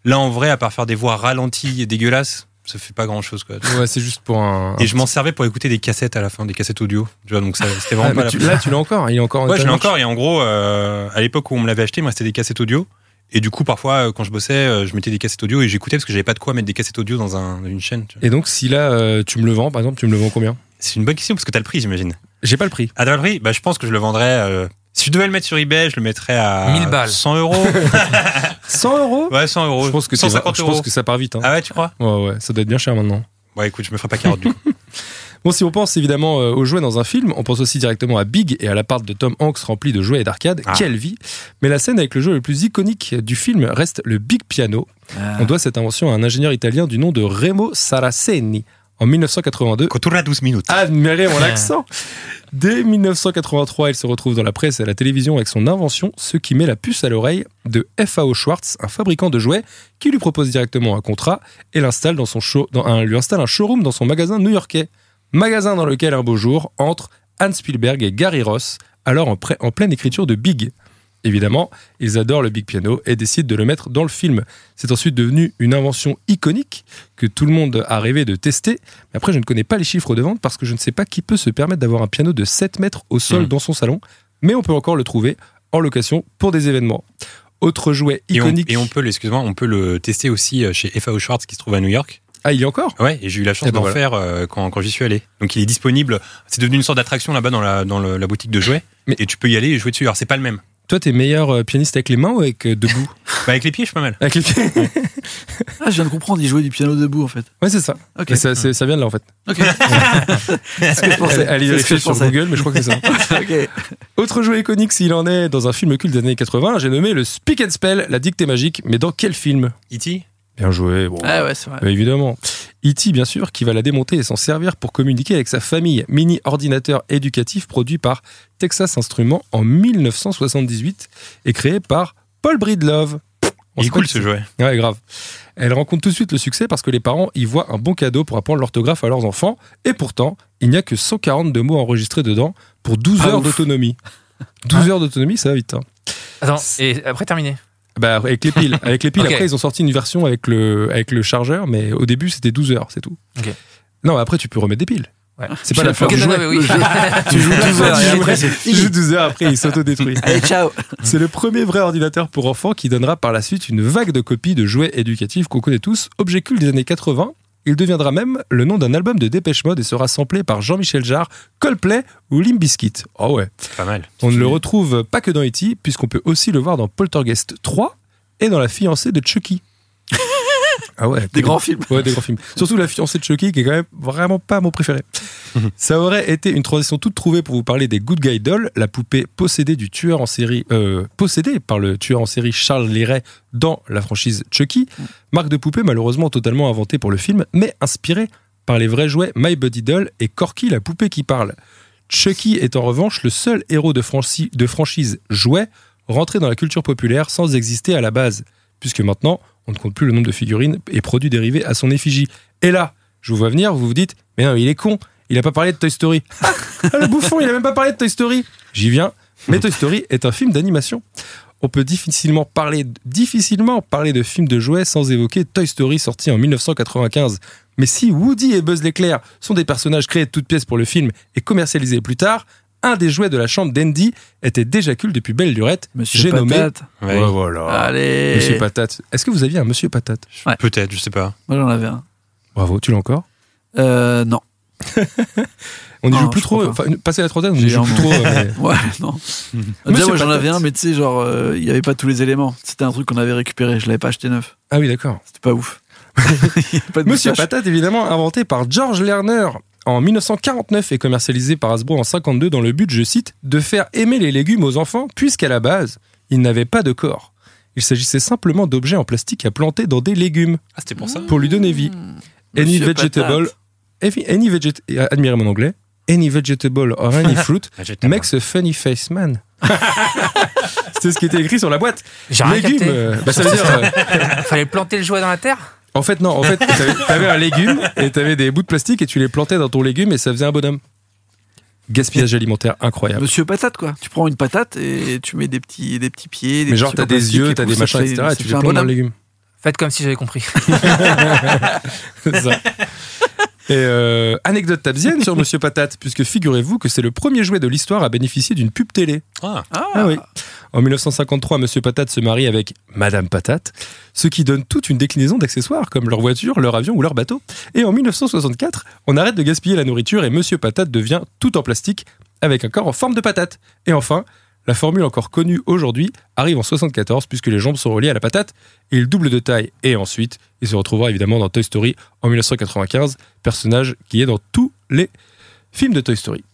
[SPEAKER 3] Là, en vrai, à part faire des voix ralenties et dégueulasses, ça fait pas grand chose, quoi.
[SPEAKER 6] Ouais, c'est juste pour un.
[SPEAKER 3] Et je m'en servais pour écouter des cassettes à la fin, des cassettes audio. Tu vois, donc ça- c'était
[SPEAKER 6] Ah,
[SPEAKER 3] vraiment
[SPEAKER 6] mais
[SPEAKER 3] pas
[SPEAKER 6] tu-
[SPEAKER 3] la
[SPEAKER 6] là, tu l'as encore. hein, Il est encore. en
[SPEAKER 3] Ouais, je l'ai
[SPEAKER 6] Internet.
[SPEAKER 3] encore, et en gros, euh, à l'époque où on me l'avait acheté, moi, c'était des cassettes audio. Et du coup, parfois, euh, quand je bossais, euh, je mettais des cassettes audio et j'écoutais parce que j'avais pas de quoi mettre des cassettes audio dans un- une chaîne. tu vois.
[SPEAKER 6] Et donc, si là, euh, tu me le vends, par exemple, tu me le vends combien
[SPEAKER 3] C'est une bonne question parce que t'as le prix, j'imagine.
[SPEAKER 6] J'ai pas le prix.
[SPEAKER 3] Ah, t'as le prix Bah, je pense que je le vendrais. euh, si je devais le mettre sur eBay, je le mettrais à
[SPEAKER 5] 1000 balles.
[SPEAKER 3] 100 euros.
[SPEAKER 6] 100 euros.
[SPEAKER 3] Ouais, 100 euros.
[SPEAKER 6] Je pense que t'es-
[SPEAKER 3] 150
[SPEAKER 6] je
[SPEAKER 3] euros.
[SPEAKER 6] pense que ça part vite. hein.
[SPEAKER 3] Ah ouais, tu crois
[SPEAKER 6] Ouais, ouais, ça doit être bien cher maintenant.
[SPEAKER 3] Ouais, écoute, je me ferai pas carotte du coup.
[SPEAKER 6] Bon, si on pense évidemment euh, aux jouets dans un film, on pense aussi directement à Big et à l'appart de Tom Hanks rempli de jouets et d'arcades.
[SPEAKER 3] Ah.
[SPEAKER 6] Quelle vie Mais la scène avec le jeu le plus iconique du film reste le Big Piano. On doit cette invention à un ingénieur italien du nom de Remo Saraceni en 1982.
[SPEAKER 3] Cotura 12 minutes.
[SPEAKER 6] Admirez mon accent Dès 1983, il se retrouve dans la presse et à la télévision avec son invention, ce qui met la puce à l'oreille de FAO Schwartz, un fabricant de jouets, qui lui propose directement un contrat et l'installe dans son show, dans un, lui installe un showroom dans son magasin new-yorkais. Magasin dans lequel un beau jour entrent Hans Spielberg et Gary Ross, alors en, pré- en pleine écriture de Big. Évidemment, ils adorent le big piano et décident de le mettre dans le film. C'est ensuite devenu une invention iconique que tout le monde a rêvé de tester mais Après, je ne connais pas les chiffres de vente parce que je ne sais pas qui peut se permettre d'avoir un piano de 7 mètres au sol
[SPEAKER 3] Mhm.
[SPEAKER 6] dans son salon, mais on peut encore le trouver en location pour des événements. Autre jouet
[SPEAKER 3] Et on,
[SPEAKER 6] iconique.
[SPEAKER 3] et on peut, le- excuse-moi, on peut le tester aussi euh, chez FAO Schwartz qui se trouve à New York.
[SPEAKER 6] Ah, il y a encore
[SPEAKER 3] Ouais, et j'ai eu la chance
[SPEAKER 6] Eh ben
[SPEAKER 3] d'en
[SPEAKER 6] voilà.
[SPEAKER 3] faire euh, quand, quand j'y suis allé. Donc il est disponible. C'est devenu une sorte d'attraction là-bas dans la, dans le- la boutique de jouets.
[SPEAKER 6] Mais-
[SPEAKER 3] Et tu peux y aller et jouer dessus. Alors c'est pas le même.
[SPEAKER 6] Toi, t'es meilleur euh, pianiste avec les mains ou avec euh, debout
[SPEAKER 3] Bah, avec les pieds, je suis pas mal.
[SPEAKER 6] Avec les pieds
[SPEAKER 4] Ah, je viens de comprendre, il jouait du piano debout en fait.
[SPEAKER 6] Ouais, c'est ça.
[SPEAKER 4] Ok.
[SPEAKER 6] Et ça, c'est- ça vient de là en fait.
[SPEAKER 4] Ok. C'est ce que je pensais.
[SPEAKER 6] Allez
[SPEAKER 4] C'est ce que
[SPEAKER 6] vérifier
[SPEAKER 4] je
[SPEAKER 6] sur
[SPEAKER 4] pensais.
[SPEAKER 6] Google, mais je crois que c'est ça.
[SPEAKER 4] Ok.
[SPEAKER 6] Autre jeu iconique, s'il en est, dans un film culte des années 80, j'ai nommé le Speak and Spell, la dictée magique. Mais dans quel film
[SPEAKER 3] E.T.
[SPEAKER 6] Bien joué. Bon,
[SPEAKER 4] Ah ouais, c'est vrai.
[SPEAKER 6] Bah, évidemment. E.T., bien sûr, qui va la démonter et s'en servir pour communiquer avec sa famille. Mini ordinateur éducatif produit par Texas Instruments en 1978 et créé par Paul Breedlove. On
[SPEAKER 3] Il est
[SPEAKER 6] sait
[SPEAKER 3] cool
[SPEAKER 6] pas qui
[SPEAKER 3] ce jouet.
[SPEAKER 6] c'est. Ouais, grave. Elle rencontre tout de suite le succès parce que les parents y voient un bon cadeau pour apprendre l'orthographe à leurs enfants. Et pourtant, il n'y a que 142 mots enregistrés dedans pour 12
[SPEAKER 4] Ah,
[SPEAKER 6] heures
[SPEAKER 4] ouf.
[SPEAKER 6] d'autonomie. 12 heures d'autonomie, ça va vite. hein.
[SPEAKER 5] Attends, et après terminé.
[SPEAKER 6] Bah, avec les piles. Avec les piles,
[SPEAKER 5] Ok.
[SPEAKER 6] après, ils ont sorti une version avec le, avec le chargeur, mais au début, c'était 12 heures, c'est tout.
[SPEAKER 5] Ok.
[SPEAKER 6] Non, après, tu peux remettre des piles.
[SPEAKER 5] Ouais.
[SPEAKER 6] C'est pas la fin
[SPEAKER 5] Ok,
[SPEAKER 6] du
[SPEAKER 5] non,
[SPEAKER 6] jeu.
[SPEAKER 5] non, mais oui.
[SPEAKER 4] Tu joues
[SPEAKER 6] Tu
[SPEAKER 4] 12 heures et
[SPEAKER 6] joues-
[SPEAKER 4] après, c'est
[SPEAKER 6] tu joues
[SPEAKER 4] fini.
[SPEAKER 6] 12 heures après, il s'autodétruit.
[SPEAKER 4] Allez, ciao.
[SPEAKER 6] C'est le premier vrai ordinateur pour enfants qui donnera par la suite une vague de copies de jouets éducatifs qu'on connaît tous, objet culte des années 80. Il deviendra même le nom d'un album de Dépêche Mode et sera samplé par Jean-Michel Jarre, Coldplay ou Limp Bizkit. Oh ouais.
[SPEAKER 3] C'est pas mal.
[SPEAKER 6] On ne le retrouve pas que dans E.T., puisqu'on peut aussi le voir dans Poltergeist 3 et dans La fiancée de Chucky. ah ouais.
[SPEAKER 4] Des grands films.
[SPEAKER 6] Ouais, des grands films. Surtout La fiancée de Chucky, qui est quand même vraiment pas mon préféré. Ça aurait été une transition toute trouvée pour vous parler des Good Guy Doll, la poupée possédée du tueur en série, euh, possédée par le tueur en série Charles Liray dans la franchise Chucky, marque de poupée malheureusement totalement inventée pour le film, mais inspirée par les vrais jouets My Buddy Doll et Corky, la poupée qui parle. Chucky est en revanche le seul héros de, franchi- de franchise jouet rentré dans la culture populaire sans exister à la base, puisque maintenant, on ne compte plus le nombre de figurines et produits dérivés à son effigie. Et là, je vous vois venir, vous vous dites, mais non, il est con, il n'a pas parlé de Toy Story. Ah, le bouffon, il n'a même pas parlé de Toy Story. J'y viens, mais Toy Story est un film d'animation. On peut difficilement parler, difficilement parler de film de jouets sans évoquer Toy Story sorti en 1995. Mais si Woody et Buzz l'éclair sont des personnages créés de toutes pièces pour le film et commercialisés plus tard, un des jouets de la chambre d'Andy était déjà culte depuis belle lurette.
[SPEAKER 4] Monsieur
[SPEAKER 6] J'ai nommé-
[SPEAKER 4] Patate.
[SPEAKER 3] Ouais. Ah,
[SPEAKER 6] Ouais,
[SPEAKER 4] Ah.
[SPEAKER 6] voilà.
[SPEAKER 4] Allez.
[SPEAKER 6] Monsieur Patate. Est-ce que vous aviez un Monsieur Patate
[SPEAKER 3] Peut-être, je sais pas.
[SPEAKER 4] Moi, j'en avais un.
[SPEAKER 6] Bravo, tu l'as encore
[SPEAKER 4] Euh, non.
[SPEAKER 6] On n'y
[SPEAKER 4] Ah,
[SPEAKER 6] joue plus
[SPEAKER 4] je crois
[SPEAKER 6] trop.
[SPEAKER 4] pas.
[SPEAKER 6] Enfin, passé la trentaine, on
[SPEAKER 4] J'ai
[SPEAKER 6] n'y joue
[SPEAKER 4] un
[SPEAKER 6] plus
[SPEAKER 4] mot.
[SPEAKER 6] trop. euh, mais-
[SPEAKER 4] Ouais, non.
[SPEAKER 6] Monsieur
[SPEAKER 4] Déjà, moi, j'en
[SPEAKER 6] Patate.
[SPEAKER 4] avais un, mais tu sais, genre, euh, il n'y avait pas tous les éléments. C'était un truc qu'on avait récupéré. Je l'avais pas acheté neuf.
[SPEAKER 6] Ah oui, d'accord.
[SPEAKER 4] C'était pas ouf. Il y a pas de
[SPEAKER 6] Monsieur
[SPEAKER 4] moustache.
[SPEAKER 6] Patate, évidemment, inventé par George Lerner en 1949 et commercialisé par Hasbro en 52 dans le but, je cite, de faire aimer les légumes aux enfants, puisqu'à la base, ils n'avaient pas de corps. Il s'agissait simplement d'objets en plastique à planter dans des légumes
[SPEAKER 3] Ah, c'était pour ça
[SPEAKER 6] pour lui donner vie. Any
[SPEAKER 4] Monsieur
[SPEAKER 6] vegetable,
[SPEAKER 4] Patate.
[SPEAKER 6] any any veget- eh, admirez mon anglais, any vegetable or any fruit
[SPEAKER 3] Ah, j'ai-
[SPEAKER 6] makes a funny face man. C'était ce qui était écrit sur la boîte.
[SPEAKER 5] J'ai rien
[SPEAKER 6] légumes,
[SPEAKER 5] capté.
[SPEAKER 6] euh, bah, ça veut dire. euh,
[SPEAKER 5] Fallait planter le jouet dans la terre
[SPEAKER 6] en fait, non, en fait, t'avais, t'avais un légume et t'avais des bouts de plastique et tu les plantais dans ton légume et ça faisait un bonhomme. Gaspillage alimentaire incroyable.
[SPEAKER 4] Monsieur patate quoi. Tu prends une patate et tu mets des petits des petits pieds. Des
[SPEAKER 6] Mais genre,
[SPEAKER 4] petits
[SPEAKER 6] t'as des
[SPEAKER 4] plastiques
[SPEAKER 6] yeux,
[SPEAKER 4] et
[SPEAKER 6] t'as
[SPEAKER 4] tout,
[SPEAKER 6] des
[SPEAKER 4] ça
[SPEAKER 6] machins,
[SPEAKER 4] fait-
[SPEAKER 6] etc.
[SPEAKER 4] ça
[SPEAKER 6] Et tu
[SPEAKER 4] fait
[SPEAKER 6] les
[SPEAKER 4] un
[SPEAKER 6] plantes dans
[SPEAKER 4] bonhomme.
[SPEAKER 6] le légume.
[SPEAKER 5] Faites comme si j'avais compris.
[SPEAKER 6] C'est ça. Et euh, anecdote tabzienne sur Monsieur Patate, puisque figurez-vous que c'est le premier jouet de l'histoire à bénéficier d'une pub télé.
[SPEAKER 3] Ah,
[SPEAKER 4] Ah oui.
[SPEAKER 6] En 1953, Monsieur Patate se marie avec Madame Patate, ce qui donne toute une déclinaison d'accessoires comme leur voiture, leur avion ou leur bateau. Et en 1964, on arrête de gaspiller la nourriture et Monsieur Patate devient tout en plastique avec un corps en forme de patate. Et enfin, la formule encore connue aujourd'hui arrive en 74 puisque les jambes sont reliées à la patate et il double de taille. Et ensuite, il se retrouvera évidemment dans Toy Story en 1995, personnage qui est dans tous les films de Toy Story.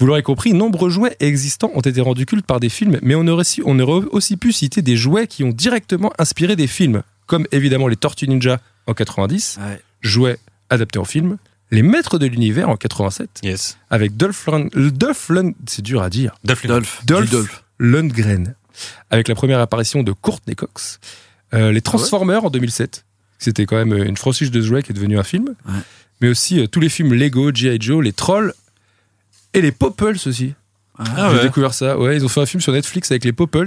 [SPEAKER 6] Vous l'aurez compris, nombreux jouets existants ont été rendus cultes par des films, mais on aurait, si- on aurait aussi pu citer des jouets qui ont directement inspiré des films, comme évidemment les Tortues Ninja en 90,
[SPEAKER 4] Ah Ouais.
[SPEAKER 6] jouets adaptés en film, les Maîtres de l'Univers en 87,
[SPEAKER 3] yes.
[SPEAKER 6] avec Dolph, Lund- Dolph Lund- c'est dur à dire,
[SPEAKER 3] Duff Lundgren.
[SPEAKER 4] Dolph.
[SPEAKER 6] Dolph.
[SPEAKER 4] Du Dolph.
[SPEAKER 6] Lundgren, avec la première apparition de Courtney Cox, Euh, les Transformers en 2007, c'était quand même euh, une franchise de jouets qui est devenue un film,
[SPEAKER 4] Ouais.
[SPEAKER 6] mais aussi euh, tous les films Lego, G.I. Joe, les Trolls, et les Popples aussi.
[SPEAKER 3] Ah
[SPEAKER 6] J'ai
[SPEAKER 3] ouais.
[SPEAKER 6] découvert ça. Ouais, ils ont fait un film sur Netflix avec les Popples,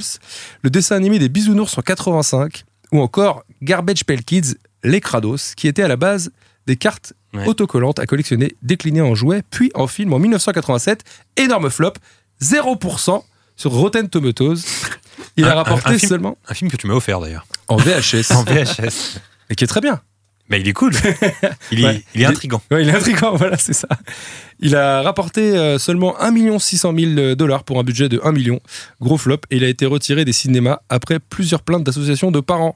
[SPEAKER 6] le dessin animé des Bisounours en 85, ou encore Garbage Pail Kids, les Krados, qui étaient à la base des cartes
[SPEAKER 3] Ouais.
[SPEAKER 6] autocollantes à collectionner, déclinées en jouets, puis en film en 1987. Énorme flop, 0% sur Rotten Tomatoes. Il
[SPEAKER 3] Un-
[SPEAKER 6] a rapporté
[SPEAKER 3] un- un film-
[SPEAKER 6] seulement
[SPEAKER 3] Un film que tu m'as offert d'ailleurs.
[SPEAKER 6] en VHS,
[SPEAKER 3] VHS.
[SPEAKER 6] et qui est très bien.
[SPEAKER 3] Bah, il est cool. Il est,
[SPEAKER 6] Ouais.
[SPEAKER 3] il est intrigant.
[SPEAKER 6] Ouais, il est intriguant, voilà, c'est ça. Il a rapporté euh, seulement 1 600 000 euh, dollars pour un budget de 1 million. Gros flop, et il a été retiré des cinémas après plusieurs plaintes d'associations de parents.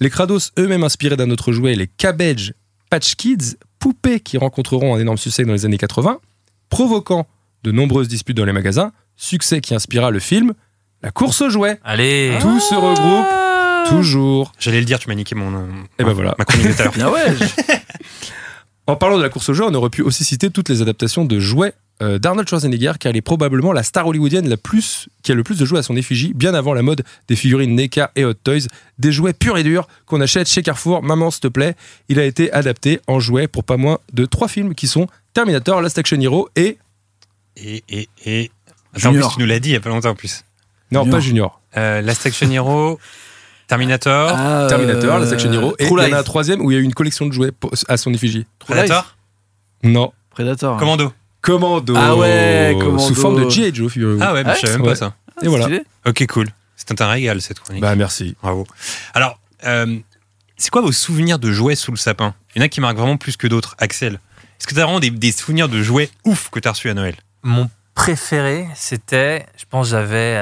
[SPEAKER 6] Les Krados, eux-mêmes inspirés d'un autre jouet, les Cabbage Patch Kids, poupées qui rencontreront un énorme succès dans les années 80, provoquant de nombreuses disputes dans les magasins, succès qui inspira le film La course aux jouets.
[SPEAKER 5] Allez
[SPEAKER 6] Tout se regroupe
[SPEAKER 5] Ah.
[SPEAKER 6] toujours.
[SPEAKER 3] J'allais le dire, tu m'as niqué mon. euh,
[SPEAKER 6] Et ben voilà.
[SPEAKER 3] Ma chronique tout à l'heure.
[SPEAKER 4] Bien ouais. je-
[SPEAKER 6] En parlant de la course au jeu, on aurait pu aussi citer toutes les adaptations de jouets euh, d'Arnold Schwarzenegger, car il est probablement la star hollywoodienne la plus, qui a le plus de jouets à son effigie, bien avant la mode des figurines NECA et Hot Toys, des jouets purs et durs qu'on achète chez Carrefour, maman s'il te plaît. Il a été adapté en jouet pour pas moins de trois films qui sont Terminator, Last Action Hero et...
[SPEAKER 3] Et, et, et. Attends, en plus,
[SPEAKER 4] Junior.
[SPEAKER 3] tu nous l'as dit il y a pas longtemps en plus.
[SPEAKER 6] Non,
[SPEAKER 4] Junior.
[SPEAKER 6] pas Junior.
[SPEAKER 3] Euh, Last Action Hero, Terminator.
[SPEAKER 4] Ah,
[SPEAKER 6] Terminator,
[SPEAKER 4] euh,
[SPEAKER 6] Last Action Hero, et il y
[SPEAKER 4] True
[SPEAKER 6] en
[SPEAKER 4] Life.
[SPEAKER 6] a un troisième où il y a eu une collection de jouets pour- à son effigie.
[SPEAKER 3] Predator,
[SPEAKER 6] Non.
[SPEAKER 4] Predator.
[SPEAKER 3] Commando.
[SPEAKER 6] Commando.
[SPEAKER 4] Ah ouais, Commando.
[SPEAKER 6] Sous forme de G.I. Joe, figurez-vous.
[SPEAKER 3] Ah ouais, bah,
[SPEAKER 4] Ouais.
[SPEAKER 3] je savais même
[SPEAKER 6] Ouais.
[SPEAKER 3] pas ça.
[SPEAKER 4] Ah,
[SPEAKER 6] Et voilà.
[SPEAKER 4] stylé.
[SPEAKER 3] Ok, cool. C'est un régal cette chronique.
[SPEAKER 6] Bah merci.
[SPEAKER 3] Bravo. Alors, euh, c'est quoi vos souvenirs de jouets sous le sapin Il y en a qui marquent vraiment plus que d'autres. Axel, est-ce que tu as vraiment des, des souvenirs de jouets ouf que tu as reçus à Noël
[SPEAKER 5] Mon préféré, c'était, je pense, j'avais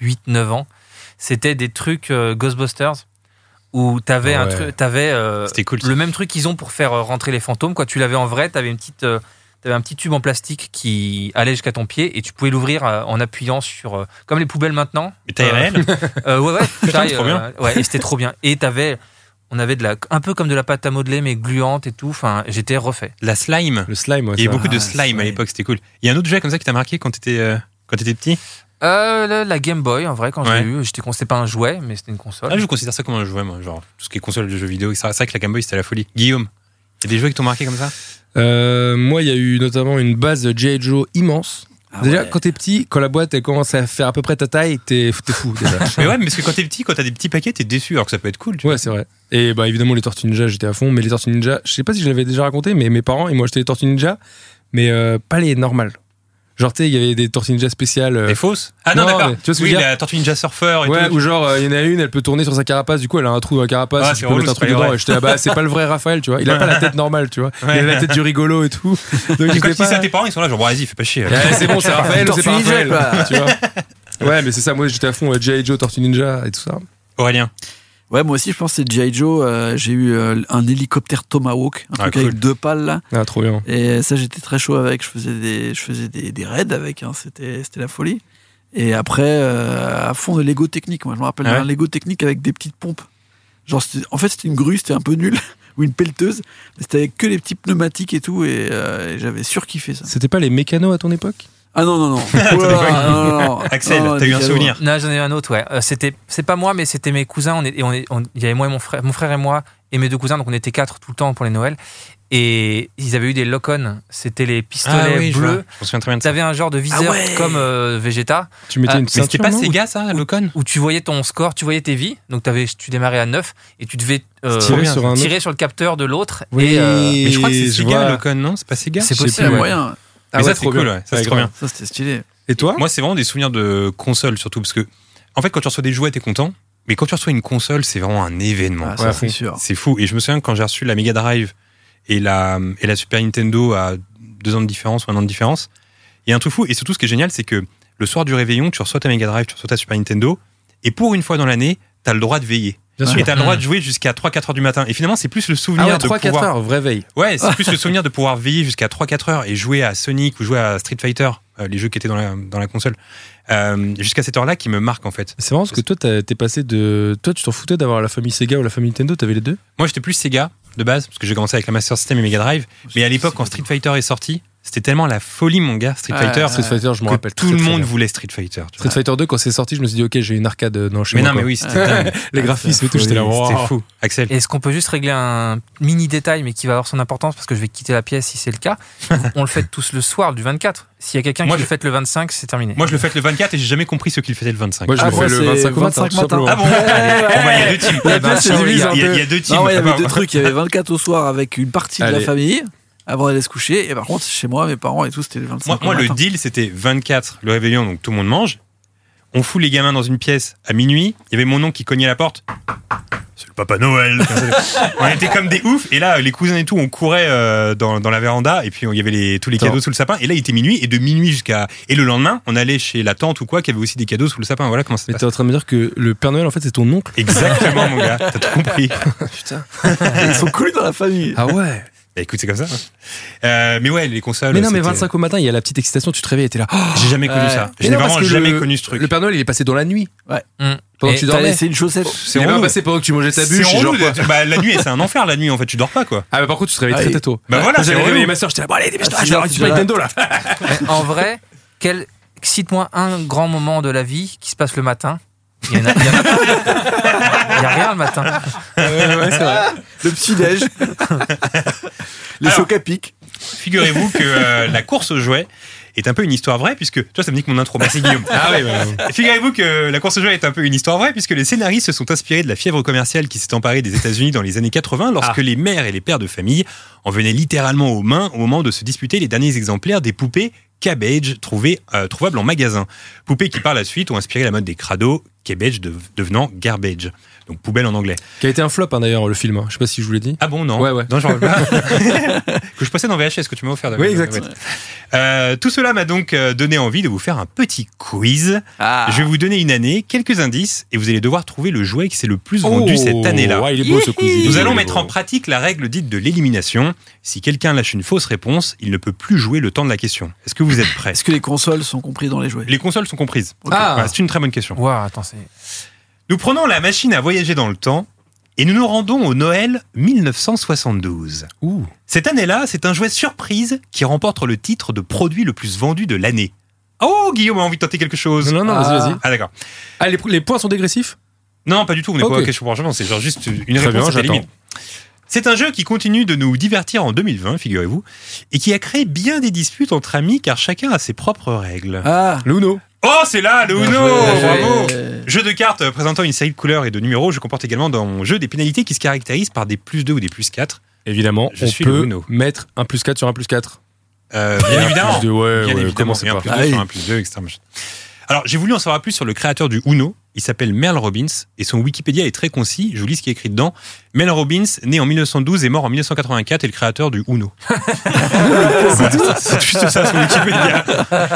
[SPEAKER 5] 8-9 ans. C'était des trucs euh, Ghostbusters où t'avais un
[SPEAKER 6] Ouais.
[SPEAKER 5] truc, t'avais euh,
[SPEAKER 3] C'était cool, ça.
[SPEAKER 5] le même truc qu'ils ont pour faire euh, rentrer les fantômes. Quoi, tu l'avais en vrai, t'avais une petite, euh, t'avais un petit tube en plastique qui allait jusqu'à ton pied et tu pouvais l'ouvrir euh, en appuyant sur, euh, comme les poubelles maintenant.
[SPEAKER 3] Mais t'as
[SPEAKER 5] Euh,
[SPEAKER 3] réel
[SPEAKER 5] Euh, ouais, ouais, pareil,
[SPEAKER 3] trop
[SPEAKER 5] euh, ouais, et c'était trop bien. Et t'avais, on avait de la, un peu comme de la pâte à modeler mais gluante et tout. Enfin, j'étais refait.
[SPEAKER 3] La slime.
[SPEAKER 6] Le slime, ouais,
[SPEAKER 3] Il y
[SPEAKER 6] ça.
[SPEAKER 3] avait beaucoup de
[SPEAKER 4] Ah,
[SPEAKER 3] slime à
[SPEAKER 4] slime.
[SPEAKER 3] l'époque, c'était cool. Il y a un autre jouet comme ça qui t'a marqué quand t'étais euh, quand t'étais petit
[SPEAKER 5] Euh, la, la Game Boy, en vrai, quand
[SPEAKER 3] Ouais.
[SPEAKER 5] j'ai eu, j'étais con- c'était pas un jouet, mais c'était une console.
[SPEAKER 3] Ah, je considère ça comme un jouet, moi, genre tout ce qui est console de jeux vidéo, etc. C'est vrai que la Game Boy c'était la folie. Guillaume, il y a des jouets qui t'ont marqué comme ça
[SPEAKER 6] Euh, moi, il y a eu notamment une base de G.I. Joe immense.
[SPEAKER 4] Ah
[SPEAKER 6] déjà,
[SPEAKER 4] ouais.
[SPEAKER 6] quand t'es petit, quand la boîte elle commence à faire à peu près ta taille, t'es t'es fou déjà.
[SPEAKER 3] Mais ouais, mais parce que quand t'es petit, quand t'as des petits paquets, t'es déçu, alors que ça peut être cool. Tu vois.
[SPEAKER 6] ouais, c'est vrai. Et bah évidemment, les Tortues Ninja, j'étais à fond. Mais les Tortues Ninja, je sais pas si je l'avais déjà raconté, mais mes parents, ils m'ont acheté les Tortues Ninja, mais euh, pas les normales. Genre, tu sais, il y avait des Tortues Ninja spéciales. euh,
[SPEAKER 3] Les fausses Ah non,
[SPEAKER 6] non,
[SPEAKER 3] d'accord.
[SPEAKER 6] mais tu vois ce que
[SPEAKER 3] oui,
[SPEAKER 6] je veux
[SPEAKER 3] la Tortue Ninja Surfer et
[SPEAKER 6] Ouais,
[SPEAKER 3] tout.
[SPEAKER 6] ou genre, euh, il y en a une, elle peut tourner sur sa carapace, du coup, elle a un trou dans la carapace,
[SPEAKER 3] Ah,
[SPEAKER 6] et
[SPEAKER 3] c'est
[SPEAKER 6] tu peux mettre
[SPEAKER 3] relou,
[SPEAKER 6] un
[SPEAKER 3] c'est pas
[SPEAKER 6] truc dedans.
[SPEAKER 3] vrai.
[SPEAKER 6] Et j'étais, ah bah, c'est pas le vrai Raphaël, tu vois. Il a pas la tête normale, tu vois. Il a la tête du rigolo et tout. Donc,
[SPEAKER 3] Et
[SPEAKER 6] j'étais
[SPEAKER 3] quand tu dis ça
[SPEAKER 6] pas-
[SPEAKER 3] à tes parents, ils sont là, genre, bon, vas-y, fais pas chier.
[SPEAKER 6] Ouais, c'est bon, c'est Raphaël ou c'est pas
[SPEAKER 4] Tortue
[SPEAKER 6] Raphaël
[SPEAKER 4] Ninja, quoi.
[SPEAKER 6] tu vois Ouais, mais c'est ça, moi j'étais à fond euh, G.I. Joe, Tortue Ninja et tout ça.
[SPEAKER 3] Aurélien,
[SPEAKER 4] Ouais, moi aussi, je pense que c'est G.I. Joe. euh, j'ai eu euh, un hélicoptère Tomahawk, un
[SPEAKER 3] Ah,
[SPEAKER 4] truc
[SPEAKER 3] cool.
[SPEAKER 4] avec deux pales là.
[SPEAKER 6] Ah, trop bien.
[SPEAKER 4] Et ça, j'étais très chaud avec. Je faisais des, je faisais des, des raids avec. hein. C'était, c'était la folie. Et après, euh, à fond de Lego technique. Moi, je me rappelle
[SPEAKER 3] Ah ouais
[SPEAKER 4] d'un Lego technique avec des petites pompes. Genre, c'était- en fait, c'était une grue, c'était un peu nul, ou une pelleteuse. Mais c'était avec que les petits pneumatiques et tout. Et, euh, et j'avais surkiffé ça.
[SPEAKER 6] C'était pas les mécanos à ton époque
[SPEAKER 4] Ah non, non, non. Oh là là, non, non, non.
[SPEAKER 3] Axel,
[SPEAKER 4] Non,
[SPEAKER 3] t'as eu un
[SPEAKER 4] nickel,
[SPEAKER 3] souvenir
[SPEAKER 5] Non, j'en ai eu un autre, ouais. Euh, c'était, c'est pas moi, mais c'était mes cousins. On est, et on est- on- il y avait moi et mon frère, mon frère et moi et mes deux cousins, donc on était quatre tout le temps pour les Noëls. Et ils avaient eu des Locon, c'était les pistolets
[SPEAKER 3] Ah je vois.
[SPEAKER 5] bleus.
[SPEAKER 3] Je me souviens très bien de ça.
[SPEAKER 5] T'avais un genre de viseur
[SPEAKER 4] Ah ouais.
[SPEAKER 5] comme euh, Vegeta
[SPEAKER 6] Tu mettais
[SPEAKER 5] Ah,
[SPEAKER 6] une
[SPEAKER 3] Mais
[SPEAKER 6] ceinture.
[SPEAKER 3] c'était pas
[SPEAKER 6] non
[SPEAKER 3] Sega, ça, le con
[SPEAKER 5] où tu voyais ton score, tu voyais tes vies. Donc t'avais, tu démarrais à 9 et tu devais euh,
[SPEAKER 6] Tirer sur un
[SPEAKER 5] tirer sur le capteur de l'autre.
[SPEAKER 6] Oui.
[SPEAKER 5] Et, euh,
[SPEAKER 3] Mais je crois que c'est
[SPEAKER 6] Je
[SPEAKER 3] Sega,
[SPEAKER 6] vois.
[SPEAKER 3] le con, non C'est pas Sega
[SPEAKER 5] C'est
[SPEAKER 6] Je
[SPEAKER 4] C'est
[SPEAKER 6] sais
[SPEAKER 5] possible,
[SPEAKER 6] plus, ouais.
[SPEAKER 4] moyen.
[SPEAKER 6] Ah
[SPEAKER 3] Mais ça,
[SPEAKER 6] ouais,
[SPEAKER 3] c'est
[SPEAKER 6] trop
[SPEAKER 3] cool,
[SPEAKER 6] bien.
[SPEAKER 3] ouais, ça, c'est
[SPEAKER 6] Ouais,
[SPEAKER 3] trop bien.
[SPEAKER 6] grave.
[SPEAKER 4] Ça, c'était stylé.
[SPEAKER 6] Et toi
[SPEAKER 3] Moi, c'est vraiment des souvenirs de console, surtout, parce que, en fait, quand tu reçois des jouets, t'es content. Mais quand tu reçois une console, c'est vraiment un événement.
[SPEAKER 4] Ah, ça,
[SPEAKER 6] ouais,
[SPEAKER 4] c'est
[SPEAKER 6] fond.
[SPEAKER 4] sûr.
[SPEAKER 3] C'est fou. Et je me souviens quand j'ai reçu la Mega Drive et la, et la Super Nintendo à deux ans de différence ou un an de différence. Il y a un truc fou. Et surtout, ce qui est génial, c'est que le soir du réveillon, tu reçois ta Mega Drive, tu reçois ta Super Nintendo. Et pour une fois dans l'année, t'as le droit de veiller.
[SPEAKER 6] Bien
[SPEAKER 3] Et
[SPEAKER 6] sûr.
[SPEAKER 3] t'as le droit de jouer jusqu'à 3-4 heures du matin. Et finalement, c'est plus le
[SPEAKER 6] Ah
[SPEAKER 3] souvenir de
[SPEAKER 6] 3-4
[SPEAKER 3] pouvoir...
[SPEAKER 6] heures, vrai veille.
[SPEAKER 3] Ouais, c'est plus le souvenir de pouvoir veiller jusqu'à 3-4 heures et jouer à Sonic ou jouer à Street Fighter, euh, les jeux qui étaient dans la, dans la console, euh, jusqu'à cette heure-là qui me marque en fait.
[SPEAKER 6] C'est marrant parce que toi, t'as- t'es passé de. Toi, tu t'en foutais d'avoir la famille Sega ou la famille Nintendo, t'avais les deux
[SPEAKER 3] Moi j'étais plus Sega de base, parce que j'ai commencé avec la Master System et Mega Drive, mais à l'époque quand Street Fighter est sorti, c'était tellement la folie mon gars, Street
[SPEAKER 4] Ah,
[SPEAKER 3] Fighter,
[SPEAKER 4] Street
[SPEAKER 6] Street Fighter, je
[SPEAKER 3] que
[SPEAKER 6] me rappelle.
[SPEAKER 3] tout
[SPEAKER 6] très,
[SPEAKER 3] le
[SPEAKER 6] très
[SPEAKER 3] monde
[SPEAKER 6] bien.
[SPEAKER 3] voulait Street Fighter. tu vois.
[SPEAKER 6] Street Fighter, quand c'est sorti, je me suis dit, ok, j'ai une arcade euh, dans chez
[SPEAKER 3] mais
[SPEAKER 6] moi,
[SPEAKER 3] non, mais
[SPEAKER 6] quoi.
[SPEAKER 3] oui, c'était dingue. Ah,
[SPEAKER 6] Les graphismes et tout, j'étais là,
[SPEAKER 3] C'était
[SPEAKER 6] waouh.
[SPEAKER 3] fou. Axel,
[SPEAKER 5] Est-ce qu'on peut juste régler un mini détail, mais qui va avoir son importance parce que je vais quitter la pièce si c'est le cas On le fête tous le soir du 24. S'il y a quelqu'un qui
[SPEAKER 3] Moi,
[SPEAKER 5] le
[SPEAKER 3] je-
[SPEAKER 5] fête le 25, c'est terminé.
[SPEAKER 3] moi je le fête le 24 et j'ai jamais compris ce qu'il faisait le 25.
[SPEAKER 6] Moi, je
[SPEAKER 4] Ah,
[SPEAKER 6] le
[SPEAKER 4] moi,
[SPEAKER 6] fais le
[SPEAKER 4] c'est
[SPEAKER 6] 25 au
[SPEAKER 4] 25
[SPEAKER 6] matin, tout
[SPEAKER 4] matin.
[SPEAKER 6] simplement.
[SPEAKER 3] Ah bon Bon, bah, il y a deux teams.
[SPEAKER 4] La
[SPEAKER 3] Eh ben,
[SPEAKER 4] place est
[SPEAKER 3] ciao, les
[SPEAKER 4] divise
[SPEAKER 3] gars.
[SPEAKER 4] en
[SPEAKER 3] Il y a-
[SPEAKER 4] deux.
[SPEAKER 3] il y a deux teams.
[SPEAKER 4] Non, ouais, il y
[SPEAKER 3] Ah,
[SPEAKER 4] avait
[SPEAKER 3] bah,
[SPEAKER 4] deux trucs. Il y avait 24 au soir avec une partie de
[SPEAKER 6] Allez.
[SPEAKER 4] la famille avant d'aller se coucher. Et par contre, chez moi, mes parents et tout, c'était le 25.
[SPEAKER 3] Moi,
[SPEAKER 4] au
[SPEAKER 3] moi, le
[SPEAKER 4] matin.
[SPEAKER 3] deal, c'était 24, le réveillon, donc tout le monde mange. on fout les gamins dans une pièce à minuit. Il y avait mon oncle qui cognait la porte. C'est le Papa Noël. on était comme des oufs. Et là, les cousins et tout, on courait euh, dans, dans la véranda. Et puis, il y avait les- tous les
[SPEAKER 6] Attends.
[SPEAKER 3] cadeaux sous le sapin. Et là, il était minuit. Et de minuit jusqu'à. Et le lendemain, on allait chez la tante ou quoi, qui avait aussi des cadeaux sous le sapin. Voilà comment ça se
[SPEAKER 6] Mais
[SPEAKER 3] passe.
[SPEAKER 6] t'es en train de me dire que le Père Noël, en fait, c'est ton oncle
[SPEAKER 3] Exactement, mon gars. T'as tout compris.
[SPEAKER 6] Putain.
[SPEAKER 4] Ils sont coulés dans la famille.
[SPEAKER 6] Ah ouais
[SPEAKER 3] Bah, écoute, c'est comme ça. hein. Euh, mais ouais, les consoles.
[SPEAKER 6] Mais non, mais
[SPEAKER 3] c'était-
[SPEAKER 6] 25 au matin, il y a la petite excitation, tu te réveilles et t'es là. Oh
[SPEAKER 3] J'ai jamais connu
[SPEAKER 6] Ouais.
[SPEAKER 3] ça.
[SPEAKER 6] Mais
[SPEAKER 3] J'ai
[SPEAKER 6] non,
[SPEAKER 3] vraiment
[SPEAKER 6] parce que
[SPEAKER 3] jamais
[SPEAKER 6] le-
[SPEAKER 3] connu ce truc.
[SPEAKER 6] Le Père Noël, il est passé dans la nuit.
[SPEAKER 5] Hum.
[SPEAKER 6] Pendant
[SPEAKER 5] Et-
[SPEAKER 6] que tu
[SPEAKER 4] T'as
[SPEAKER 6] dormais.
[SPEAKER 4] laissé une chaussette.
[SPEAKER 3] C'est
[SPEAKER 6] Il est
[SPEAKER 3] relou.
[SPEAKER 6] pas passé pendant que tu mangeais ta
[SPEAKER 3] C'est
[SPEAKER 6] bûche. et genre
[SPEAKER 3] relou
[SPEAKER 6] quoi.
[SPEAKER 3] de- bah, la nuit, c'est un enfer la nuit en fait, tu dors pas quoi.
[SPEAKER 6] Ah, mais par contre, tu te réveilles
[SPEAKER 4] Ah,
[SPEAKER 6] très
[SPEAKER 4] et-
[SPEAKER 6] très tôt.
[SPEAKER 3] Bah voilà,
[SPEAKER 6] Moi,
[SPEAKER 3] c'est
[SPEAKER 6] j'avais
[SPEAKER 3] relou.
[SPEAKER 6] réveillé ma soeur, j'étais là, bon, allez, dépêche-toi,
[SPEAKER 4] Ah,
[SPEAKER 6] je vais avoir
[SPEAKER 4] c'est
[SPEAKER 6] une Super
[SPEAKER 4] là.
[SPEAKER 6] Nintendo là.
[SPEAKER 5] Mais en vrai, quel... cite-moi un grand moment de la vie qui se passe le matin. Il y en a, il y en a pas. Il y a rien le matin.
[SPEAKER 4] Le petit-déj. Les
[SPEAKER 3] Alors.
[SPEAKER 4] chocs à pic.
[SPEAKER 3] Figurez-vous que euh, la course aux jouets est un peu une histoire vraie puisque toi ça me dit que mon intro merci Guillaume.
[SPEAKER 6] Ah oui, bah,
[SPEAKER 3] Figurez-vous que la course aux jouets est un peu une histoire vraie puisque les scénaristes se sont inspirés de la fièvre commerciale qui s'est emparée des États-Unis dans les années 80 lorsque
[SPEAKER 6] Ah.
[SPEAKER 3] les mères et les pères de famille en venaient littéralement aux mains au moment de se disputer les derniers exemplaires des poupées Cabbage trouvées, euh, trouvables en magasin. Poupées qui par la suite ont inspiré la mode des crados, Cabbage dev- devenant Garbage, donc poubelle en anglais.
[SPEAKER 6] qui a été un flop hein, d'ailleurs, le film. hein. Je sais pas si je vous l'ai dit.
[SPEAKER 3] Ah bon, non
[SPEAKER 6] Ouais, ouais.
[SPEAKER 3] Non, j'en veux pas. que je possède en VHS, que tu m'as offert. David.
[SPEAKER 6] Oui, exact.
[SPEAKER 3] Ouais. Euh, tout cela m'a donc euh, donné envie de vous faire un petit quiz.
[SPEAKER 4] Ah.
[SPEAKER 3] Je vais vous donner une année, quelques indices, et vous allez devoir trouver le jouet qui s'est le plus vendu cette année-là.
[SPEAKER 6] Oh. Ouais, il est beau ce quiz. il est
[SPEAKER 3] Nous
[SPEAKER 6] beau,
[SPEAKER 3] allons
[SPEAKER 6] il est
[SPEAKER 3] mettre
[SPEAKER 6] beau.
[SPEAKER 3] en pratique la règle dite de l'élimination. Si quelqu'un lâche une fausse réponse, il ne peut plus jouer le temps de la question. Est-ce que vous êtes prêts
[SPEAKER 4] Est-ce que les consoles sont comprises dans les jouets
[SPEAKER 3] Les consoles sont comprises.
[SPEAKER 5] Ah.
[SPEAKER 3] Ouais, C'est une très bonne question.
[SPEAKER 5] Ouah, attends, c'est.
[SPEAKER 3] Nous prenons la machine à voyager dans le temps et nous nous rendons au Noël 1972.
[SPEAKER 6] Ouh.
[SPEAKER 3] Cette année-là, c'est un jouet surprise qui remporte le titre de produit le plus vendu de l'année. Oh, Guillaume a envie de tenter quelque chose.
[SPEAKER 6] Non, non,
[SPEAKER 4] Ah.
[SPEAKER 6] vas-y, vas-y.
[SPEAKER 3] Ah, d'accord.
[SPEAKER 6] Ah, les, les points sont dégressifs
[SPEAKER 3] Non, pas du tout, on n'est
[SPEAKER 6] Ok.
[SPEAKER 3] pas à question pour changement, c'est genre juste une
[SPEAKER 6] Très bien,
[SPEAKER 3] réponse à
[SPEAKER 6] j'attends.
[SPEAKER 3] éliminer. C'est un jeu qui continue de nous divertir en 2020, figurez-vous, et qui a créé bien des disputes entre amis car chacun a ses propres règles.
[SPEAKER 4] Ah.
[SPEAKER 6] Le Uno.
[SPEAKER 3] Oh, c'est là, le
[SPEAKER 6] Bien
[SPEAKER 3] Uno
[SPEAKER 6] joué, bien
[SPEAKER 3] Bravo
[SPEAKER 4] Euh,
[SPEAKER 3] Jeu de cartes euh, présentant une série de couleurs et de numéros, je comporte également dans mon jeu des pénalités qui se caractérisent par des plus 2 ou des plus 4.
[SPEAKER 6] Évidemment,
[SPEAKER 3] Je
[SPEAKER 6] on
[SPEAKER 3] suis le
[SPEAKER 6] peut
[SPEAKER 3] Uno.
[SPEAKER 6] mettre un plus 4 sur un plus 4.
[SPEAKER 3] Euh, bien évidemment
[SPEAKER 6] De, ouais,
[SPEAKER 3] Bien
[SPEAKER 6] ouais,
[SPEAKER 3] évidemment,
[SPEAKER 6] commencez
[SPEAKER 3] et un
[SPEAKER 6] pas.
[SPEAKER 3] plus
[SPEAKER 4] Ah
[SPEAKER 3] deux sur
[SPEAKER 4] oui.
[SPEAKER 3] un plus deux, etc., machin. Alors, j'ai voulu en savoir plus sur le créateur du Uno. Il s'appelle Merle Robbins et son Wikipédia est très concis. Je vous lis ce qui est écrit dedans. Merle Robbins, né en 1912 et mort en 1984, est le créateur du Uno. Voilà, C'est juste ça, son Wikipédia.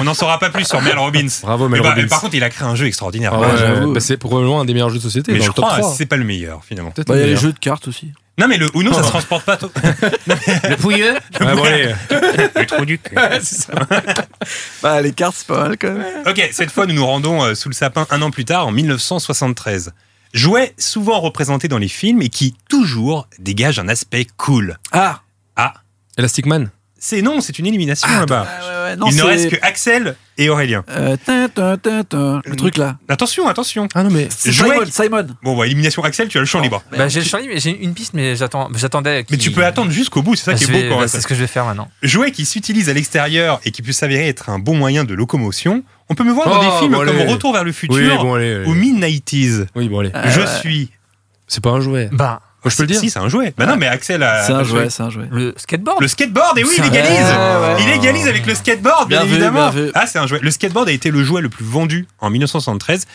[SPEAKER 3] On n'en saura pas plus sur Merle Robbins.
[SPEAKER 6] Bravo,
[SPEAKER 3] Mais
[SPEAKER 6] Mel
[SPEAKER 3] bah,
[SPEAKER 6] Robbins.
[SPEAKER 3] mais par contre, il a créé un jeu extraordinaire.
[SPEAKER 6] Ah
[SPEAKER 4] ouais,
[SPEAKER 6] ouais,
[SPEAKER 4] j'avoue.
[SPEAKER 6] bah, c'est probablement un des meilleurs jeux de société.
[SPEAKER 3] mais
[SPEAKER 6] dans
[SPEAKER 3] je
[SPEAKER 6] le top
[SPEAKER 3] crois que
[SPEAKER 6] 3.
[SPEAKER 3] c'est pas le meilleur, finalement.
[SPEAKER 6] Peut-être
[SPEAKER 4] Bah, il y a
[SPEAKER 6] le
[SPEAKER 4] les
[SPEAKER 6] meilleur.
[SPEAKER 4] jeux de cartes aussi.
[SPEAKER 3] Non, mais le Uno, ça se transporte pas. tôt.
[SPEAKER 5] Le pouilleux
[SPEAKER 6] Ouais, bon, allez.
[SPEAKER 3] Le trou du cul.
[SPEAKER 4] Bah, les cartes, c'est pas mal quand même.
[SPEAKER 3] Ok, cette fois, nous nous rendons euh, sous le sapin un an plus tard, en 1973. Jouet souvent représenté dans les films et qui toujours dégage un aspect cool.
[SPEAKER 4] Ah.
[SPEAKER 6] Elastic Man.
[SPEAKER 3] C'est non, c'est une élimination là-bas.
[SPEAKER 4] Ouais, ouais, ouais. Non,
[SPEAKER 3] Il ne
[SPEAKER 4] c'est-
[SPEAKER 3] reste que Axel et Aurélien.
[SPEAKER 4] Euh, tin, tin, tin, tin. Le truc là.
[SPEAKER 3] Attention, attention.
[SPEAKER 6] Ah non, mais.
[SPEAKER 4] C'est
[SPEAKER 3] Mmh. Jouet
[SPEAKER 4] Simon,
[SPEAKER 3] qui-
[SPEAKER 4] Simon.
[SPEAKER 3] Bon, bah, élimination Axel, tu as le champ libre.
[SPEAKER 5] bah, J'ai le Charlie, mais j'ai une piste, mais j'attends- j'attendais.
[SPEAKER 3] Mais
[SPEAKER 5] qu'il-
[SPEAKER 3] tu peux attendre jusqu'au bout, c'est ça
[SPEAKER 5] Bah,
[SPEAKER 3] qui
[SPEAKER 5] je
[SPEAKER 3] est beau
[SPEAKER 5] vais-
[SPEAKER 3] quand
[SPEAKER 5] bah,
[SPEAKER 3] même.
[SPEAKER 5] C'est ce que je vais faire maintenant.
[SPEAKER 3] Jouet qui s'utilise à l'extérieur et qui peut s'avérer être un bon moyen de locomotion. On peut me voir dans
[SPEAKER 6] Oh,
[SPEAKER 3] des films
[SPEAKER 6] bon,
[SPEAKER 3] comme
[SPEAKER 6] allez.
[SPEAKER 3] Retour vers le
[SPEAKER 6] Oui,
[SPEAKER 3] futur
[SPEAKER 6] bon, allez. allez.
[SPEAKER 3] ou Mid-90s.
[SPEAKER 6] Oui, bon, allez.
[SPEAKER 3] Je suis.
[SPEAKER 6] C'est pas un jouet.
[SPEAKER 5] Bah,
[SPEAKER 6] Oh, je peux le dire
[SPEAKER 3] Si, c'est un jouet. Bah non, mais Axel a.
[SPEAKER 4] C'est
[SPEAKER 3] a
[SPEAKER 4] un
[SPEAKER 3] le
[SPEAKER 4] jouet, c'est un jouet.
[SPEAKER 5] le skateboard
[SPEAKER 3] Le skateboard, et oui, il
[SPEAKER 5] C'est
[SPEAKER 3] égalise
[SPEAKER 4] vrai.
[SPEAKER 3] Il égalise avec le skateboard, bien,
[SPEAKER 4] Bien vu,
[SPEAKER 3] évidemment
[SPEAKER 4] bien vu.
[SPEAKER 3] Ah, c'est un jouet. Le skateboard a été le jouet le plus vendu en 1973.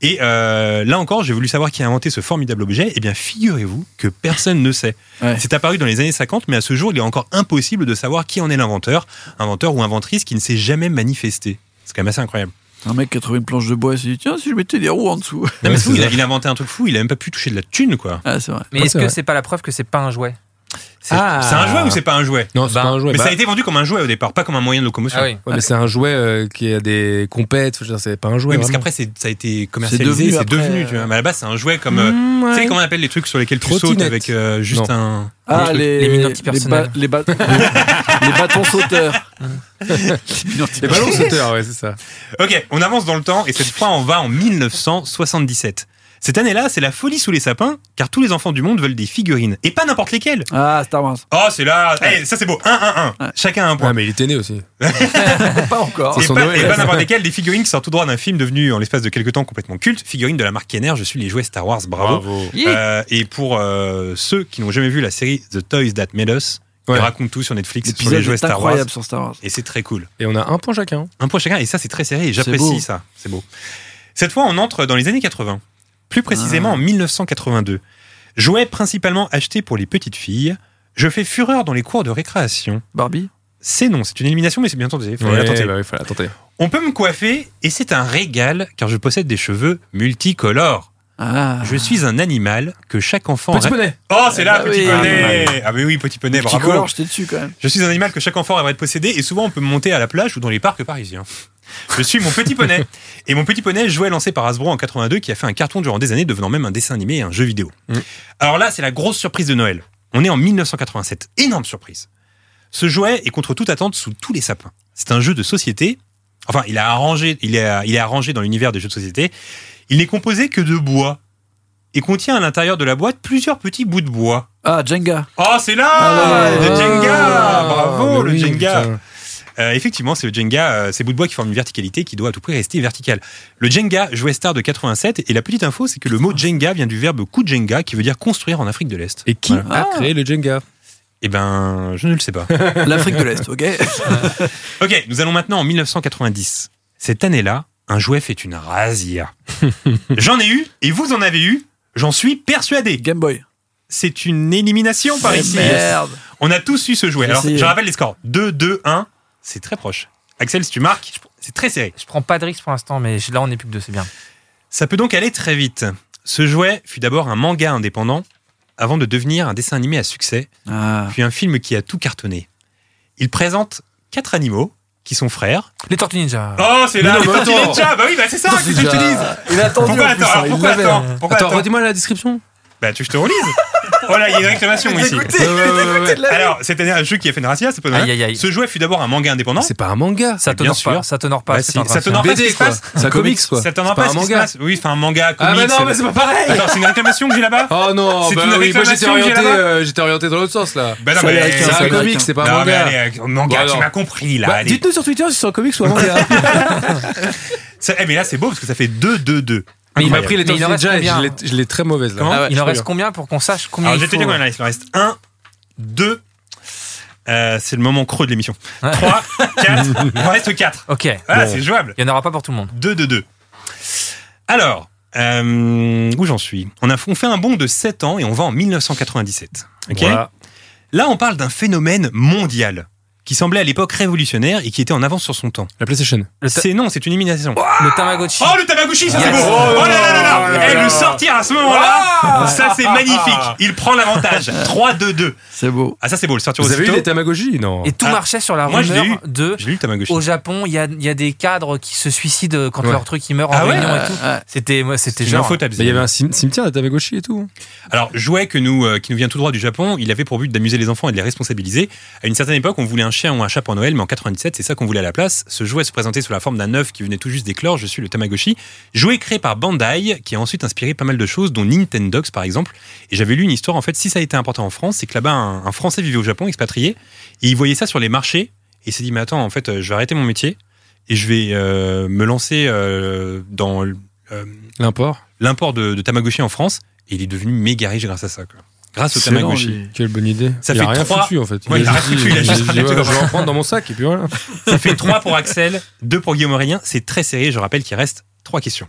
[SPEAKER 3] Et euh, là encore, j'ai voulu savoir qui a inventé ce formidable objet. Eh bien, figurez-vous que personne ne sait.
[SPEAKER 4] Ouais.
[SPEAKER 3] C'est apparu dans les années 50, mais à ce jour, il est encore impossible de savoir qui en est l'inventeur, inventeur ou inventrice qui ne s'est jamais manifesté. C'est quand même assez incroyable.
[SPEAKER 4] Un mec qui a trouvé une planche de bois et s'est dit tiens, si je mettais des roues en dessous.
[SPEAKER 3] Non, mais
[SPEAKER 6] Ouais,
[SPEAKER 3] c'est fou,
[SPEAKER 6] c'est
[SPEAKER 3] il, a,
[SPEAKER 6] ça.
[SPEAKER 3] il a inventé un truc fou, il a même pas pu toucher de la thune, quoi.
[SPEAKER 4] Ah, c'est vrai.
[SPEAKER 5] Mais
[SPEAKER 6] Ouais,
[SPEAKER 5] est-ce
[SPEAKER 6] c'est
[SPEAKER 5] que
[SPEAKER 6] vrai.
[SPEAKER 5] c'est pas la preuve que c'est pas un jouet
[SPEAKER 3] C'est
[SPEAKER 6] Ah.
[SPEAKER 3] c'est un jouet ou c'est pas un jouet
[SPEAKER 6] Non, c'est
[SPEAKER 5] Bah, Ah
[SPEAKER 6] pas un jouet.
[SPEAKER 3] Mais
[SPEAKER 6] Bah,
[SPEAKER 3] ça a été vendu comme un jouet au départ, pas comme un moyen de locomotion.
[SPEAKER 5] oui.
[SPEAKER 6] Ouais, mais c'est un jouet euh, qui a des compètes, je veux dire, c'est pas un jouet.
[SPEAKER 3] Oui, parce
[SPEAKER 6] vraiment.
[SPEAKER 3] qu'après, c'est- ça a été commercialisé,
[SPEAKER 4] devenu
[SPEAKER 3] c'est
[SPEAKER 4] après,
[SPEAKER 3] devenu,
[SPEAKER 4] euh,
[SPEAKER 3] tu vois. Mais à la base, c'est un jouet comme. euh,
[SPEAKER 6] Mmh,
[SPEAKER 3] Tu sais
[SPEAKER 6] ouais.
[SPEAKER 3] comment on appelle les trucs sur lesquels tu sautes
[SPEAKER 6] Trottinette.
[SPEAKER 3] avec euh, juste un.
[SPEAKER 4] Ah,
[SPEAKER 5] les-
[SPEAKER 4] les,
[SPEAKER 5] les mines
[SPEAKER 4] les,
[SPEAKER 5] antipersonnelles.
[SPEAKER 4] les, ba- les bâtons sauteurs. les mines
[SPEAKER 6] Les ballons sauteurs, ouais, c'est ça.
[SPEAKER 3] Ok, on avance dans le temps et cette fois, on va en 1977. Cette année-là, c'est la folie sous les sapins, car tous les enfants du monde veulent des figurines. Et pas n'importe lesquelles
[SPEAKER 4] Ah, Star Wars.
[SPEAKER 3] Oh, c'est là Eh, Ça, c'est beau 1, 1, 1 Chacun a un
[SPEAKER 6] Ouais,
[SPEAKER 3] point.
[SPEAKER 6] mais il était né aussi.
[SPEAKER 4] Pas encore.
[SPEAKER 3] Et
[SPEAKER 6] son
[SPEAKER 3] pas,
[SPEAKER 6] Noël,
[SPEAKER 3] et
[SPEAKER 6] là.
[SPEAKER 3] pas n'importe lesquelles, des figurines qui sortent tout droit d'un film devenu en l'espace de quelques temps complètement culte. Figurines de la marque Kenner, je suis les jouets Star Wars, bravo. Euh, et pour euh, ceux qui n'ont jamais vu la série The Toys That Made Us,
[SPEAKER 6] Ouais.
[SPEAKER 3] qui raconte tout sur Netflix sur les
[SPEAKER 4] L'épisode
[SPEAKER 3] jouets
[SPEAKER 4] est
[SPEAKER 3] Star Wars.
[SPEAKER 4] incroyable sur Star Wars.
[SPEAKER 3] Et c'est très cool.
[SPEAKER 6] Et on a un point chacun.
[SPEAKER 3] Un point chacun, et ça c'est très serré, et
[SPEAKER 4] C'est beau.
[SPEAKER 3] j'apprécie ça. C'est beau. Cette fois, on entre dans les années 80, plus précisément
[SPEAKER 4] Ah.
[SPEAKER 3] en 1982. Jouet principalement acheté pour les petites filles, je fais fureur dans les cours de récréation.
[SPEAKER 4] Barbie
[SPEAKER 3] C'est non, c'est une élimination, mais c'est bien tenté. fallait la tenter.
[SPEAKER 6] bah oui, faut la tenter.
[SPEAKER 3] On peut me coiffer, et c'est un régal, car je possède des cheveux multicolores.
[SPEAKER 4] Ah.
[SPEAKER 3] Je suis un animal que chaque enfant...
[SPEAKER 6] Petit poney.
[SPEAKER 3] Oh, c'est là,
[SPEAKER 4] Ah
[SPEAKER 3] petit
[SPEAKER 4] oui.
[SPEAKER 3] poney Ah mais oui, petit poney,
[SPEAKER 4] Petit
[SPEAKER 3] bravo
[SPEAKER 4] color, j'étais dessus quand même.
[SPEAKER 3] je suis un animal que chaque enfant aimerait posséder et souvent on peut me monter à la plage ou dans les parcs parisiens. Je suis mon petit poney. Et mon petit poney, jouet lancé par Hasbro en 82 qui a fait un carton durant des années, devenant même un dessin animé et un jeu vidéo. Alors là, c'est la grosse surprise de Noël. On est en 1987. Énorme surprise. Ce jouet est contre toute attente sous tous les sapins. C'est un jeu de société. Enfin, il, a arrangé, il, est, il est arrangé dans l'univers des jeux de société. Il n'est composé que de bois et contient à l'intérieur de la boîte plusieurs petits bouts de bois.
[SPEAKER 4] Ah, Jenga.
[SPEAKER 3] Oh, c'est là
[SPEAKER 4] Ah,
[SPEAKER 3] Le
[SPEAKER 4] ouais. Ah, bah
[SPEAKER 3] Jenga Bravo, le
[SPEAKER 6] mais oui,
[SPEAKER 3] Jenga
[SPEAKER 6] putain.
[SPEAKER 3] Euh, Effectivement, c'est le Jenga, euh, ces bouts de bois qui forment une verticalité qui doit à tout prix rester verticale. Le Jenga, jouet star de 87, et la petite info, c'est que le mot Jenga vient du verbe Kujenga, qui veut dire construire en Afrique de l'Est.
[SPEAKER 6] Et qui
[SPEAKER 4] Voilà.
[SPEAKER 6] a créé le Jenga
[SPEAKER 3] Eh ben, je ne le sais pas.
[SPEAKER 4] L'Afrique de l'Est, ok
[SPEAKER 3] ok, nous allons maintenant en 1990. Cette année-là, un jouet fait une razzia. J'en ai eu, et vous en avez eu, j'en suis persuadé.
[SPEAKER 4] Game Boy.
[SPEAKER 3] C'est une élimination par ici.
[SPEAKER 4] Merde.
[SPEAKER 3] On a tous eu ce jouet. Alors,
[SPEAKER 4] Merci.
[SPEAKER 3] je rappelle les scores. 2, 2, 1. C'est très proche. Axel, si tu marques, c'est très serré.
[SPEAKER 5] Je prends pas de risque pour l'instant, mais je- là, on n'est plus que deux, c'est bien.
[SPEAKER 3] Ça peut donc aller très vite. Ce jouet fut d'abord un manga indépendant, avant de devenir un dessin animé à succès,
[SPEAKER 4] Ah.
[SPEAKER 3] puis un film qui a tout cartonné. Il présente quatre animaux qui sont frères.
[SPEAKER 5] Les Tortues Ninja.
[SPEAKER 3] Oh, c'est
[SPEAKER 6] là, les Tortues
[SPEAKER 3] Ninja Bah oui, bah c'est ça que je te dis
[SPEAKER 4] Il a attendu
[SPEAKER 3] Pourquoi
[SPEAKER 4] en plus,
[SPEAKER 3] attends
[SPEAKER 4] hein, il
[SPEAKER 3] Pourquoi
[SPEAKER 4] l'avait,
[SPEAKER 3] attends
[SPEAKER 4] hein.
[SPEAKER 3] Pourquoi
[SPEAKER 6] Attends,
[SPEAKER 3] attends
[SPEAKER 6] redis-moi la description.
[SPEAKER 3] Bah tu je te relise Oh là, il y a une réclamation ici
[SPEAKER 4] Écoutez, écoutez de la-
[SPEAKER 3] Alors, c'était un jeu qui a fait une razzia, c'est pas normal.
[SPEAKER 5] Aïe, aïe, aïe.
[SPEAKER 3] Ce jouet fut d'abord un manga indépendant.
[SPEAKER 6] C'est pas un manga.
[SPEAKER 5] Ça
[SPEAKER 3] mais bien
[SPEAKER 5] t'honore pas,
[SPEAKER 3] sûr.
[SPEAKER 5] ça t'honore pas.
[SPEAKER 3] Bah
[SPEAKER 5] c'est
[SPEAKER 3] si,
[SPEAKER 5] en train
[SPEAKER 3] ça
[SPEAKER 5] de faire.
[SPEAKER 3] t'honore pas.
[SPEAKER 6] BD
[SPEAKER 3] qu'est-ce
[SPEAKER 6] quoi.
[SPEAKER 3] qui se passe
[SPEAKER 6] C'est un comics quoi.
[SPEAKER 3] Ça t'en
[SPEAKER 6] C'est
[SPEAKER 3] pas,
[SPEAKER 6] pas
[SPEAKER 3] ce
[SPEAKER 6] un
[SPEAKER 3] qui se
[SPEAKER 6] manga.
[SPEAKER 3] passe. Oui, c'est un manga, comics.
[SPEAKER 6] Ah bah non, mais c'est pas pareil.
[SPEAKER 3] Attends, c'est une réclamation que j'ai là-bas
[SPEAKER 6] Oh non,
[SPEAKER 3] C'est
[SPEAKER 6] bah
[SPEAKER 3] une
[SPEAKER 6] oui, moi j'étais
[SPEAKER 3] réclamation
[SPEAKER 6] orienté,
[SPEAKER 3] que j'ai là-bas.
[SPEAKER 6] euh, j'étais orienté dans l'autre sens là.
[SPEAKER 3] Bah non,
[SPEAKER 4] Ça,
[SPEAKER 3] mais
[SPEAKER 4] avec
[SPEAKER 6] C'est
[SPEAKER 4] C'est
[SPEAKER 6] un
[SPEAKER 4] un
[SPEAKER 6] comics,
[SPEAKER 4] manga.
[SPEAKER 6] c'est pas un
[SPEAKER 3] Non, mais
[SPEAKER 6] manga.
[SPEAKER 3] allez, euh, manga,
[SPEAKER 6] Bon,
[SPEAKER 3] tu
[SPEAKER 6] alors.
[SPEAKER 3] m'as compris là.
[SPEAKER 4] Bah,
[SPEAKER 3] allez.
[SPEAKER 4] Dites-nous sur Twitter si c'est un comics ou un manga.
[SPEAKER 3] Ça- eh, mais là, c'est beau parce que ça fait 2-2-2.
[SPEAKER 6] Mais il m'a
[SPEAKER 3] Incroyable.
[SPEAKER 6] pris les
[SPEAKER 5] Mais il en
[SPEAKER 6] Tortues
[SPEAKER 5] reste
[SPEAKER 6] Ninja et
[SPEAKER 5] combien
[SPEAKER 6] je l'ai- je l'ai très mauvaise là.
[SPEAKER 3] Comment
[SPEAKER 6] Ah ouais,
[SPEAKER 5] Il en
[SPEAKER 6] je
[SPEAKER 5] reste combien pour qu'on sache combien
[SPEAKER 3] Alors,
[SPEAKER 5] il
[SPEAKER 3] je vais te
[SPEAKER 5] faut
[SPEAKER 3] dire combien il en reste. Il en reste 1, 2, c'est le moment creux de l'émission.
[SPEAKER 5] Ouais.
[SPEAKER 3] 3, 4, il en reste 4.
[SPEAKER 5] Ok, il
[SPEAKER 3] Voilà,
[SPEAKER 6] Bon.
[SPEAKER 3] c'est jouable.
[SPEAKER 5] n'y en aura pas pour tout le monde.
[SPEAKER 3] 2, 2, 2. Alors, euh, où j'en suis on, a, on fait un bond de 7 ans et on va en 1997. Ok
[SPEAKER 6] Voilà.
[SPEAKER 3] Là, on parle d'un phénomène mondial qui semblait à l'époque révolutionnaire et qui était en avance sur son temps.
[SPEAKER 6] La PlayStation.
[SPEAKER 5] Le, ta-
[SPEAKER 3] C'est non, c'est une élimination.
[SPEAKER 5] le Tamagotchi.
[SPEAKER 3] Oh le Tamagotchi, ça c'est
[SPEAKER 5] Yes.
[SPEAKER 3] beau Oh là là là là Ah. Et le sortir à ce moment-là, ça c'est magnifique Il prend l'avantage 3-2-2.
[SPEAKER 4] C'est beau.
[SPEAKER 3] Ah ça c'est beau, le sortir
[SPEAKER 6] Vous avez eu
[SPEAKER 3] aussitôt.
[SPEAKER 6] les Tamagotchi Non.
[SPEAKER 5] Et tout
[SPEAKER 3] Ah.
[SPEAKER 5] marchait sur la
[SPEAKER 3] Moi, je l'ai
[SPEAKER 5] rumeur de.
[SPEAKER 3] J'ai lu le Tamagotchi.
[SPEAKER 5] Au Japon, il y a, il y a des cadres qui se suicident quand
[SPEAKER 6] Ouais.
[SPEAKER 5] leur truc il meurt en
[SPEAKER 3] Ah ouais
[SPEAKER 5] réunion et tout.
[SPEAKER 4] Ouais.
[SPEAKER 5] C'était, moi, c'était
[SPEAKER 3] C'est
[SPEAKER 5] genre.
[SPEAKER 3] info tabs.
[SPEAKER 6] Mais il y avait un cim- cimetière des Tamagotchi et tout.
[SPEAKER 3] Alors, jouet que nous, euh, qui nous vient tout droit du Japon, il avait pour but d'amuser les enfants et de les responsabiliser. À une certaine époque, on voulait un chien ou un chat pour Noël, mais en 97, c'est ça qu'on voulait à la place. Ce jouet se présentait sous la forme d'un œuf qui venait tout juste d'éclore, je suis le Tamagotchi. Jouet créé par Bandai, qui a ensuite inspiré pas mal de choses, dont Nintendox par exemple. Et j'avais lu une histoire, en fait, si ça a été important en France, c'est que là-bas, un, un Français vivait au Japon, expatrié, et il voyait ça sur les marchés, et il s'est dit, mais attends, en fait, euh, je vais arrêter mon métier, et je vais euh, me lancer euh, dans... l- euh,
[SPEAKER 6] L'import.
[SPEAKER 3] l'import de, de Tamagotchi en France et il est devenu méga riche grâce à ça. quoi. Grâce au
[SPEAKER 4] Excellent,
[SPEAKER 3] Tamagotchi.
[SPEAKER 4] lui.
[SPEAKER 6] Quelle bonne idée.
[SPEAKER 3] Ça
[SPEAKER 6] il a
[SPEAKER 3] fait
[SPEAKER 6] rien
[SPEAKER 3] trois-
[SPEAKER 6] foutu en fait.
[SPEAKER 3] Ouais, il a rien
[SPEAKER 6] juste
[SPEAKER 3] foutu,
[SPEAKER 6] dit,
[SPEAKER 3] il a juste
[SPEAKER 6] dit,
[SPEAKER 3] raté
[SPEAKER 6] ouais,
[SPEAKER 3] comme
[SPEAKER 6] je vais en prendre dans mon sac et puis voilà.
[SPEAKER 3] Ça fait 3 pour Axel, 2 pour Guillaume Aurélien. C'est très serré. Je rappelle qu'il reste 3 questions.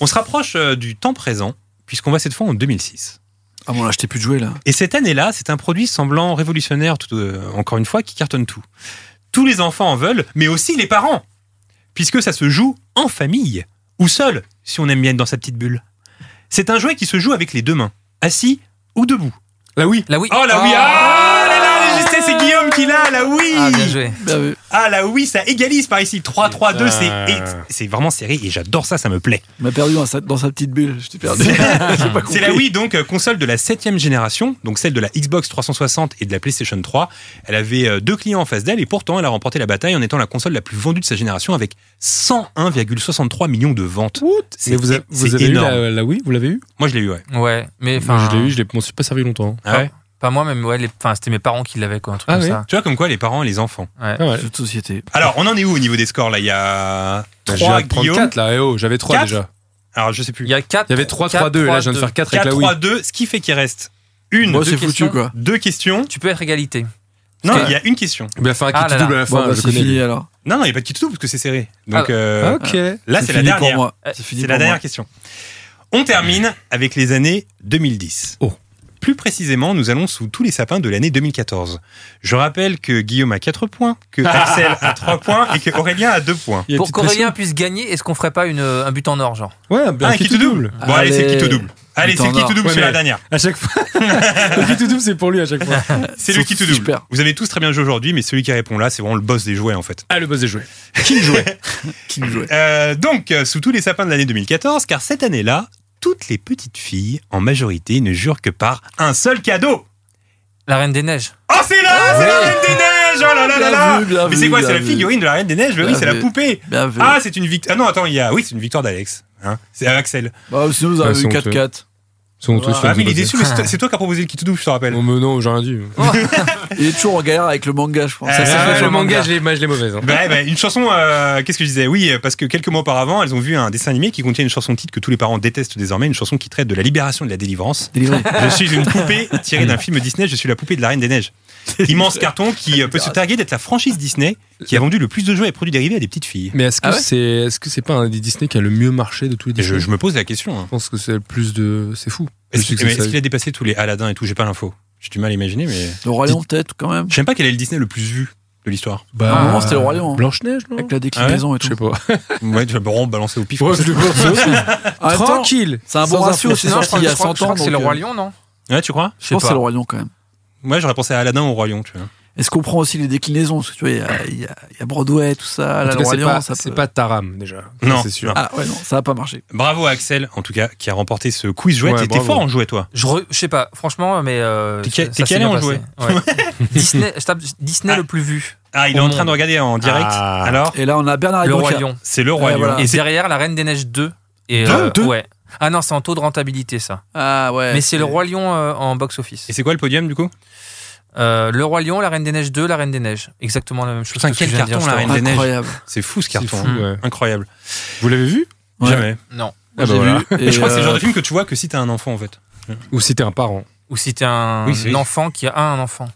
[SPEAKER 3] On se rapproche euh, du temps présent puisqu'on va cette fois en 2006.
[SPEAKER 4] Ah bon, là, je t'ai plus de jouer là.
[SPEAKER 3] Et cette année-là, c'est un produit semblant révolutionnaire, tout, euh, encore une fois, qui cartonne tout. Tous les enfants en veulent, mais aussi les parents, puisque ça se joue en famille, ou seul, si on aime bien être dans sa petite bulle. C'est un jouet qui se joue avec les deux mains, assis ou debout.
[SPEAKER 6] Là oui.
[SPEAKER 5] La Wii.
[SPEAKER 3] Oh la oui Ah là là, la justesse, c'est Guillaume qui l'a, la oui
[SPEAKER 5] oh, Ah, bien joué.
[SPEAKER 4] Bien vu.
[SPEAKER 3] Ah la oui, ça égalise par ici. 3-3-2, c'est
[SPEAKER 6] Putain.
[SPEAKER 3] et- c'est vraiment serré et j'adore ça, ça me plaît.
[SPEAKER 4] Il m'a perdu dans sa, dans sa petite bulle. Je t'ai perdu.
[SPEAKER 3] C'est la Wii, donc euh, console de la 7 génération, donc celle de la Xbox 360 et de la PlayStation 3. Elle avait euh, deux clients en face d'elle et pourtant elle a remporté la bataille en étant la console la plus vendue de sa génération avec 101,63 millions de ventes.
[SPEAKER 6] Mais
[SPEAKER 3] C'est
[SPEAKER 6] vous, a- vous
[SPEAKER 3] c'est
[SPEAKER 6] avez
[SPEAKER 3] énorme.
[SPEAKER 6] eu la, la Wii Vous l'avez eu
[SPEAKER 3] Moi je l'ai eu, ouais.
[SPEAKER 5] Ouais, mais enfin.
[SPEAKER 6] Moi, Je l'ai eu, je l'ai- m'en suis pas servi longtemps.
[SPEAKER 3] Ah ouais.
[SPEAKER 5] Pas moi, mais ouais, les- enfin, c'était mes parents qui l'avaient, quoi, un truc
[SPEAKER 6] Ah
[SPEAKER 5] comme
[SPEAKER 6] oui.
[SPEAKER 5] ça.
[SPEAKER 3] Tu vois comme quoi les parents et les enfants.
[SPEAKER 5] Ouais.
[SPEAKER 6] Ah ouais.
[SPEAKER 4] Toute société.
[SPEAKER 3] Alors on en est où au niveau des scores là Il y a
[SPEAKER 6] Bah,
[SPEAKER 3] 3
[SPEAKER 6] j'ai prendre
[SPEAKER 3] Guillaume.
[SPEAKER 6] 4 là, eh oh, j'avais 3
[SPEAKER 3] Quatre
[SPEAKER 6] déjà.
[SPEAKER 3] Alors je sais plus.
[SPEAKER 5] Il y a 4.
[SPEAKER 6] Il y avait 3, 3, 2, là je viens de faire 4 avec la Wii.
[SPEAKER 3] 4-3-2, ce qui fait qu'il reste une,
[SPEAKER 4] Moi,
[SPEAKER 3] deux
[SPEAKER 4] c'est foutu
[SPEAKER 3] questions.
[SPEAKER 4] quoi.
[SPEAKER 3] Deux questions.
[SPEAKER 5] Tu peux être égalité.
[SPEAKER 3] Non,
[SPEAKER 4] Ouais.
[SPEAKER 3] il y a une question.
[SPEAKER 6] Mais il a fait un
[SPEAKER 5] Ah
[SPEAKER 6] kit
[SPEAKER 5] là là.
[SPEAKER 6] double à la
[SPEAKER 4] Bon,
[SPEAKER 6] fin,
[SPEAKER 4] bah,
[SPEAKER 6] je
[SPEAKER 4] c'est
[SPEAKER 6] connais.
[SPEAKER 4] fini alors.
[SPEAKER 3] Non, non, il n'y a pas de quitte-tout parce que c'est serré. Donc
[SPEAKER 5] Ah.
[SPEAKER 3] euh,
[SPEAKER 6] Ah,
[SPEAKER 3] là,
[SPEAKER 6] ok.
[SPEAKER 3] c'est la
[SPEAKER 4] fini pour
[SPEAKER 3] dernière.
[SPEAKER 4] moi.
[SPEAKER 5] Euh,
[SPEAKER 4] fini
[SPEAKER 3] C'est
[SPEAKER 4] pour
[SPEAKER 3] la dernière
[SPEAKER 4] moi.
[SPEAKER 3] question. On termine avec les années 2010.
[SPEAKER 6] Oh.
[SPEAKER 3] Plus précisément, nous allons sous tous les sapins de l'année 2014. Je rappelle que Guillaume a 4 points, que Axel a 3 points et que Aurélien a 2 points.
[SPEAKER 6] Il y a une
[SPEAKER 5] Pour
[SPEAKER 6] petite
[SPEAKER 5] qu'Aurélien puisse gagner, est-ce qu'on ferait pas une, euh, un but en or, genre
[SPEAKER 6] pression. Ouais, un,
[SPEAKER 3] Ah, un
[SPEAKER 6] kit
[SPEAKER 3] kit double. Bon, allez, c'est le kit
[SPEAKER 4] Allez.
[SPEAKER 3] double. Allez,
[SPEAKER 4] But
[SPEAKER 3] c'est le
[SPEAKER 4] en
[SPEAKER 3] kit
[SPEAKER 4] or.
[SPEAKER 3] double,
[SPEAKER 6] Ouais,
[SPEAKER 3] c'est la
[SPEAKER 6] mais-
[SPEAKER 3] dernière.
[SPEAKER 6] À chaque fois. le kit double, c'est pour lui à chaque fois.
[SPEAKER 3] C'est le
[SPEAKER 4] Sauf
[SPEAKER 3] kit
[SPEAKER 4] si je
[SPEAKER 3] double.
[SPEAKER 4] perds.
[SPEAKER 3] Vous avez tous très bien joué aujourd'hui, mais celui qui répond là, c'est vraiment le boss des jouets en fait.
[SPEAKER 6] Ah, le buzz est joué.
[SPEAKER 3] Qui jouait
[SPEAKER 4] Qui nous jouait
[SPEAKER 3] Euh, donc, euh, sous tous les sapins de l'année 2014, car cette année-là, toutes les petites filles, en majorité, ne jurent que par un seul cadeau.
[SPEAKER 5] La Reine des Neiges.
[SPEAKER 3] Oh, c'est là C'est la Reine des Neiges Oh là là là
[SPEAKER 4] Ah Bien
[SPEAKER 3] là
[SPEAKER 4] vu, bien
[SPEAKER 3] Mais
[SPEAKER 4] vu,
[SPEAKER 3] c'est quoi
[SPEAKER 4] bien
[SPEAKER 3] C'est la
[SPEAKER 4] vu.
[SPEAKER 3] figurine de la Reine des Neiges Mais oui,
[SPEAKER 4] Bien
[SPEAKER 3] c'est la
[SPEAKER 4] vu.
[SPEAKER 3] poupée
[SPEAKER 4] Bien vu.
[SPEAKER 3] Ah, c'est une victoire. Ah non, attends, il y a. Oui, c'est une victoire d'Alex. Hein c'est Axel.
[SPEAKER 4] Bah, sinon, vous
[SPEAKER 6] Ah,
[SPEAKER 4] avez eu
[SPEAKER 6] c'est
[SPEAKER 4] 4-4.
[SPEAKER 6] Ils sont tous
[SPEAKER 4] Ah,
[SPEAKER 6] sur
[SPEAKER 3] Ah,
[SPEAKER 6] le
[SPEAKER 3] mais il est
[SPEAKER 6] buzzer.
[SPEAKER 3] déçu, mais c'est toi- c'est toi qui as proposé le kit double, je te rappelle.
[SPEAKER 6] Oh, mais non, j'ai rien dit.
[SPEAKER 4] Il est toujours en galère avec le manga, je pense.
[SPEAKER 3] Ah,
[SPEAKER 4] Ça, c'est
[SPEAKER 3] ouais,
[SPEAKER 4] vrai,
[SPEAKER 6] le
[SPEAKER 4] le manga.
[SPEAKER 6] manga, je l'ai je l'ai mauvaise. hein.
[SPEAKER 3] Bah, bah, une chanson, euh, qu'est-ce que je disais Oui, euh, parce que quelques mois auparavant, elles ont vu un dessin animé qui contient une chanson titre que tous les parents détestent désormais, une chanson qui traite de la libération et de la délivrance.
[SPEAKER 4] Délivré.
[SPEAKER 3] Je suis une poupée tirée d'un film Disney, je suis la poupée de la Reine des Neiges. Immense carton qui
[SPEAKER 6] Ah,
[SPEAKER 3] euh, peut se targuer d'être la franchise Disney qui a vendu le plus de jeux et produits dérivés à des petites filles.
[SPEAKER 6] Mais est-ce que
[SPEAKER 4] Ah ouais
[SPEAKER 6] c'est est-ce que c'est pas un des Disney qui a le mieux marché de tous les
[SPEAKER 3] Et
[SPEAKER 6] Disney
[SPEAKER 3] je, je me pose la question. hein.
[SPEAKER 6] Je pense que c'est le plus de. C'est fou. Je
[SPEAKER 3] Est-ce
[SPEAKER 6] sais
[SPEAKER 3] qu'il
[SPEAKER 6] que c'est
[SPEAKER 3] mais est-ce
[SPEAKER 6] ça.
[SPEAKER 3] qu'il a dépassé tous les Aladdin et tout J'ai pas l'info. J'ai du mal à imaginer, mais.
[SPEAKER 4] Le Roi Lion, peut-être, quand même.
[SPEAKER 3] J'aime pas quel est le Disney le plus vu de l'histoire.
[SPEAKER 6] Bah,
[SPEAKER 4] À un moment, c'était le Roi Lion, hein.
[SPEAKER 6] Blanche-Neige, non
[SPEAKER 4] Avec la déclinaison et
[SPEAKER 6] Je sais
[SPEAKER 4] tout.
[SPEAKER 6] pas.
[SPEAKER 3] Ouais, tu vas bon, balancer au pif.
[SPEAKER 6] Ouais,
[SPEAKER 3] comme ça.
[SPEAKER 6] je le vois, c'est aussi.
[SPEAKER 4] En même temps,
[SPEAKER 6] Tranquille.
[SPEAKER 4] c'est un bon
[SPEAKER 6] Sans
[SPEAKER 4] ratio,
[SPEAKER 6] inflation.
[SPEAKER 4] sinon
[SPEAKER 5] je crois,
[SPEAKER 4] il y a
[SPEAKER 5] je crois- je
[SPEAKER 4] 100
[SPEAKER 5] crois
[SPEAKER 4] ans.
[SPEAKER 5] que c'est le
[SPEAKER 4] donc,
[SPEAKER 5] Roi
[SPEAKER 4] euh,
[SPEAKER 5] Lion, non
[SPEAKER 3] Ouais, tu crois
[SPEAKER 4] Je pense que
[SPEAKER 5] pas.
[SPEAKER 4] c'est le Roi Lion, quand même.
[SPEAKER 3] Ouais, j'aurais pensé à Aladdin ou au Royaume, tu vois.
[SPEAKER 4] Est-ce qu'on prend aussi les déclinaisons Parce que tu vois, il y a- il y, a- il y a Broadway, tout ça,
[SPEAKER 6] En
[SPEAKER 4] la
[SPEAKER 6] tout cas,
[SPEAKER 4] Roi
[SPEAKER 6] c'est
[SPEAKER 4] Lion,
[SPEAKER 6] pas,
[SPEAKER 4] ça
[SPEAKER 6] c'est
[SPEAKER 4] peut-
[SPEAKER 6] pas Taram déjà.
[SPEAKER 3] Non,
[SPEAKER 6] c'est sûr.
[SPEAKER 3] non.
[SPEAKER 4] Ah ouais, non, ça va pas marché.
[SPEAKER 3] Bravo à Axel, en tout cas, qui a remporté ce quiz jouet.
[SPEAKER 6] Ouais,
[SPEAKER 3] T'étais
[SPEAKER 6] bravo.
[SPEAKER 3] fort en jouet, toi.
[SPEAKER 5] je, re- je sais pas, franchement, mais. Euh,
[SPEAKER 3] T'es
[SPEAKER 5] ça-
[SPEAKER 3] ca-
[SPEAKER 5] ça
[SPEAKER 3] t'es
[SPEAKER 5] s'est
[SPEAKER 3] calé
[SPEAKER 5] bien
[SPEAKER 3] en
[SPEAKER 5] passé.
[SPEAKER 3] jouet.
[SPEAKER 5] Ouais. Disney, je tape Disney
[SPEAKER 3] Ah.
[SPEAKER 5] le plus vu,
[SPEAKER 3] Ah, il est
[SPEAKER 5] Au
[SPEAKER 3] en
[SPEAKER 5] monde.
[SPEAKER 3] train de regarder en direct.
[SPEAKER 6] Ah. Eh,
[SPEAKER 3] Alors,
[SPEAKER 4] Et là, on a Bernard
[SPEAKER 5] le Roi
[SPEAKER 4] Hinault qui a-
[SPEAKER 5] Lion.
[SPEAKER 3] c'est le Roi
[SPEAKER 4] Ah,
[SPEAKER 3] Lion.
[SPEAKER 4] voilà.
[SPEAKER 3] Et
[SPEAKER 5] Et
[SPEAKER 3] c'est-
[SPEAKER 5] derrière, la Reine des Neiges 2. Et
[SPEAKER 3] Deux Deux
[SPEAKER 5] ouais. Ah non, c'est en taux de rentabilité, ça.
[SPEAKER 4] Ah ouais.
[SPEAKER 5] mais c'est le Roi Lion euh, en box-office.
[SPEAKER 3] et c'est quoi le podium, du coup
[SPEAKER 5] Euh, le Roi Lion, la Reine des Neiges 2, la Reine des Neiges. Exactement la même chose.
[SPEAKER 3] Putain,
[SPEAKER 5] que ce que
[SPEAKER 3] quel
[SPEAKER 5] je viens de dire
[SPEAKER 3] carton,
[SPEAKER 5] juste
[SPEAKER 3] la
[SPEAKER 5] avant.
[SPEAKER 3] Reine des Neiges. Ah,
[SPEAKER 4] Incroyable.
[SPEAKER 3] C'est fou ce
[SPEAKER 6] C'est
[SPEAKER 3] carton.
[SPEAKER 6] fou, ouais.
[SPEAKER 3] Incroyable.
[SPEAKER 6] Vous l'avez vu
[SPEAKER 4] Ouais.
[SPEAKER 3] Jamais.
[SPEAKER 5] Non.
[SPEAKER 6] Ah bah
[SPEAKER 4] J'ai
[SPEAKER 6] voilà.
[SPEAKER 4] vu. Et
[SPEAKER 3] Et je crois que c'est le
[SPEAKER 4] euh,
[SPEAKER 3] genre de film que tu vois que si t'as un enfant, en fait.
[SPEAKER 6] Ou si t'es un parent.
[SPEAKER 5] Ou si t'es un
[SPEAKER 3] Oui, c'est-
[SPEAKER 5] enfant qui a ah, un enfant.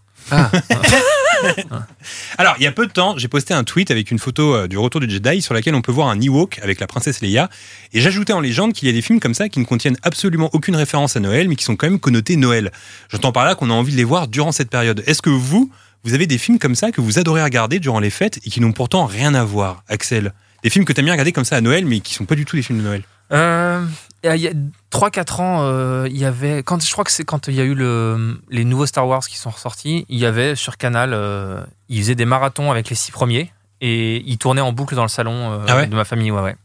[SPEAKER 3] Alors, il y a peu de temps, j'ai posté un tweet avec une photo euh, du retour du Jedi sur laquelle on peut voir un Ewok avec la princesse Leia. Et j'ajoutais en légende qu'il y a des films comme ça qui ne contiennent absolument aucune référence à Noël, mais qui sont quand même connotés Noël. J'entends par là qu'on a envie de les voir durant cette période. Est-ce que vous, vous avez des films comme ça que vous adorez regarder durant les fêtes et qui n'ont pourtant rien à voir, Axel Des films que t'aimes bien regarder comme ça à Noël, mais qui sont pas du tout des films de Noël.
[SPEAKER 5] Euh, il y a 3-4 ans, euh, il y avait. Quand, je crois que c'est quand il y a eu le, les nouveaux Star Wars qui sont ressortis, il y avait sur Canal, euh, ils faisaient des marathons avec les 6 premiers et ils tournaient en boucle dans le salon euh,
[SPEAKER 3] Ah ouais
[SPEAKER 5] de ma famille. Ouais, ouais.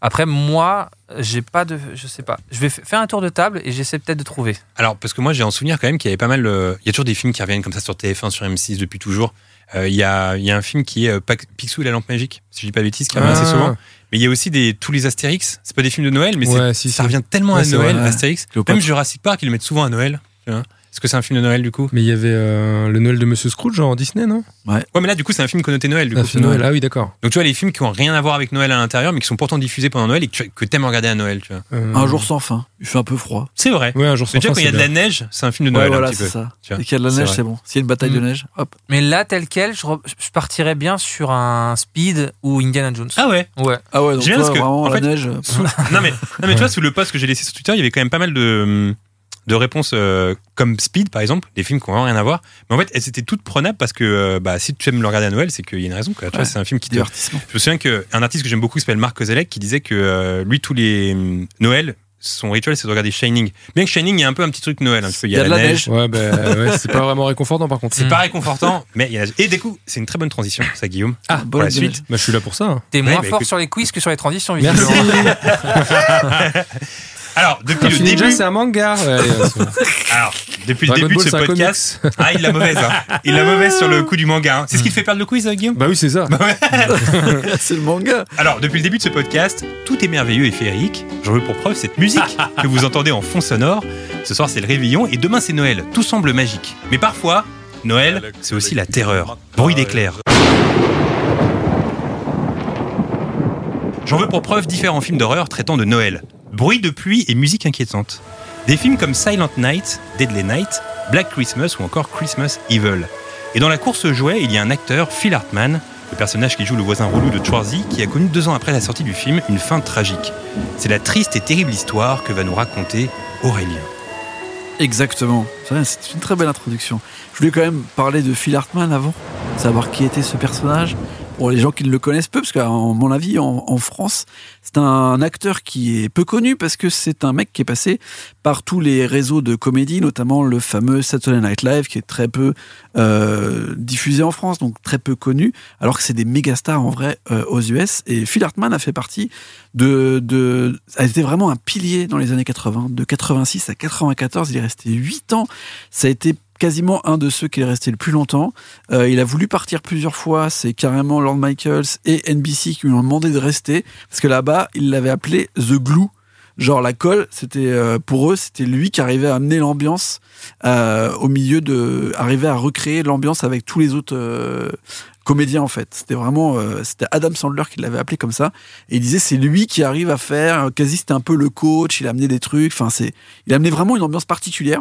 [SPEAKER 5] Après, moi, j'ai pas de. Je sais pas. Je vais f- faire un tour de table et j'essaie peut-être de trouver.
[SPEAKER 3] Alors, parce que moi, j'ai en souvenir quand même qu'il y avait pas mal. euh, Il y a toujours des films qui reviennent comme ça sur TF1, sur M6 depuis toujours. Euh, Il y, a, il y a un film qui est euh, Pac- Picsou et la lampe magique, si je dis pas de bêtises, qui revient
[SPEAKER 6] Ah.
[SPEAKER 3] assez souvent. Mais il y a aussi des, tous les Astérix. C'est pas des films de Noël, mais c'est-
[SPEAKER 6] Ouais, si,
[SPEAKER 3] ça
[SPEAKER 6] si.
[SPEAKER 3] revient tellement
[SPEAKER 6] Ouais,
[SPEAKER 3] à
[SPEAKER 6] c'est
[SPEAKER 3] Noël,
[SPEAKER 4] vrai, ouais.
[SPEAKER 3] Astérix.
[SPEAKER 4] Cléopâtre.
[SPEAKER 3] Même Jurassic Park, ils le mettent souvent à Noël. tu vois. Est-ce que c'est un film de Noël du coup
[SPEAKER 6] Mais il y avait euh, le Noël de Monsieur Scrooge genre, en Disney, non
[SPEAKER 3] Ouais, mais là, du coup, c'est un film connoté Noël. Du
[SPEAKER 6] Ah,
[SPEAKER 3] coup,
[SPEAKER 6] c'est
[SPEAKER 3] finalement.
[SPEAKER 6] Noël. Ah oui, d'accord.
[SPEAKER 3] Donc, tu vois, les films qui ont rien à voir avec Noël à l'intérieur, mais qui sont pourtant diffusés pendant Noël et que, tu- que t'aimes regarder à Noël. Tu vois.
[SPEAKER 6] Euh,
[SPEAKER 4] Un jour sans fin. Il fait un peu froid.
[SPEAKER 3] C'est vrai.
[SPEAKER 6] Ouais, un jour sans
[SPEAKER 3] Mais tu
[SPEAKER 6] fin.
[SPEAKER 3] vois, quand il y a
[SPEAKER 6] c'est
[SPEAKER 3] de la
[SPEAKER 6] bien.
[SPEAKER 3] neige, c'est un film de
[SPEAKER 4] Ouais,
[SPEAKER 3] Noël un
[SPEAKER 4] voilà,
[SPEAKER 3] petit
[SPEAKER 4] c'est
[SPEAKER 3] peu.
[SPEAKER 4] ça.
[SPEAKER 3] Tiens,
[SPEAKER 4] Dès qu'il y a de la
[SPEAKER 3] c'est
[SPEAKER 4] neige,
[SPEAKER 3] vrai.
[SPEAKER 4] c'est bon. S'il y a une bataille de
[SPEAKER 5] Mm.
[SPEAKER 4] neige, hop.
[SPEAKER 5] Mais là, tel quel, je, re- je partirais bien sur un Speed ou Indiana Jones.
[SPEAKER 3] Ah ouais.
[SPEAKER 5] Ouais.
[SPEAKER 4] Ah ouais, donc
[SPEAKER 3] J'aime bien
[SPEAKER 4] toi,
[SPEAKER 3] parce que,
[SPEAKER 4] vraiment,
[SPEAKER 3] en
[SPEAKER 4] la
[SPEAKER 3] fait,
[SPEAKER 4] neige. euh,
[SPEAKER 3] Sous- non, mais, non, mais tu vois, sous le post que j'ai laissé sur Twitter, il y avait quand même pas mal de, hum, de réponses euh, comme Speed, par exemple, des films qui n'ont vraiment rien à voir. Mais en fait, elles étaient toutes prenables parce que euh, bah, si tu aimes le regarder à Noël, c'est qu'il y a une raison. Quoi. Tu vois,
[SPEAKER 4] Ouais.
[SPEAKER 3] c'est un film qui te...
[SPEAKER 4] Divertissement.
[SPEAKER 3] Je me souviens qu'un artiste que j'aime beaucoup qui s'appelle Marc Kozelek qui disait que euh, lui, tous les hum, Noël, son rituel, c'est de regarder Shining. Bien que Shining, il y a un peu un petit truc Noël. hein, tu vois,
[SPEAKER 4] Il y a de la neige. Hmm.
[SPEAKER 6] Ouais, bah, ouais, c'est pas vraiment réconfortant par contre.
[SPEAKER 3] C'est pas réconfortant, mais il y a la neige. Et du coup, c'est une très bonne transition, ça, Guillaume.
[SPEAKER 4] Ah,
[SPEAKER 3] pour la suite.
[SPEAKER 6] Bah, je suis là pour ça. hein.
[SPEAKER 5] T'es
[SPEAKER 3] Ouais,
[SPEAKER 5] moins
[SPEAKER 3] bah,
[SPEAKER 5] fort
[SPEAKER 3] écoute.
[SPEAKER 5] sur les quiz que sur les transitions,
[SPEAKER 6] Merci.
[SPEAKER 5] visiblement.
[SPEAKER 3] Alors, depuis le
[SPEAKER 6] Infinity
[SPEAKER 3] début,
[SPEAKER 6] Ninja, c'est un manga. Ouais, allez, euh, on se-
[SPEAKER 3] alors, depuis le
[SPEAKER 6] Dragon
[SPEAKER 3] début de
[SPEAKER 6] Ball,
[SPEAKER 3] ce
[SPEAKER 6] c'est un
[SPEAKER 3] podcast, Ah, il l'a mauvaise. hein. Il l'a mauvaise sur le coup du manga. hein. C'est ce qui te fait perdre le quiz, euh, Guillaume
[SPEAKER 6] Bah oui, c'est ça.
[SPEAKER 4] C'est le manga.
[SPEAKER 3] Alors, depuis le début de ce podcast, tout est merveilleux et féerique. J'en veux pour preuve cette musique que vous entendez en fond sonore. Ce soir, c'est le réveillon et demain, c'est Noël. Tout semble magique. Mais parfois, Noël, c'est aussi la terreur. Bruit d'éclairs. J'en veux pour preuve différents films d'horreur traitant de Noël. Bruit de pluie et musique inquiétante. Des films comme Silent Night, Deadly Night, Black Christmas ou encore Christmas Evil. Et dans la course aux jouets, il y a un acteur, Phil Hartman, le personnage qui joue le voisin relou de Schwarzy, qui a connu deux ans après la sortie du film une fin tragique. C'est la triste et terrible histoire que va nous raconter Aurélien.
[SPEAKER 4] Exactement. C'est vrai, C'est une très belle introduction. Je voulais quand même parler de Phil Hartman avant, savoir qui était ce personnage. Pour les gens qui ne le connaissent peu, parce qu'à mon avis, en, en France, c'est un acteur qui est peu connu parce que c'est un mec qui est passé par tous les réseaux de comédie, notamment le fameux Saturday Night Live, qui est très peu euh, diffusé en France, donc très peu connu, alors que c'est des méga stars en vrai euh, aux US. Et Phil Hartman a fait partie de, de. Elle était vraiment un pilier dans les années 80. De 86 à 94, il est resté 8 ans. Ça a été quasiment un de ceux qui est resté le plus longtemps. Euh, il a voulu partir plusieurs fois. C'est carrément Lord Michaels et NBC qui lui ont demandé de rester. Parce que là-bas, il l'avait appelé The Glue. Genre la colle, c'était euh, pour eux, c'était lui qui arrivait à amener l'ambiance euh, au milieu de, arrivait à recréer l'ambiance avec tous les autres euh, comédiens en fait. C'était vraiment, euh, c'était Adam Sandler qui l'avait appelé comme ça. Et il disait c'est lui qui arrive à faire, quasi c'était un peu le coach, il a amené des trucs, enfin c'est, il a amené vraiment une ambiance particulière.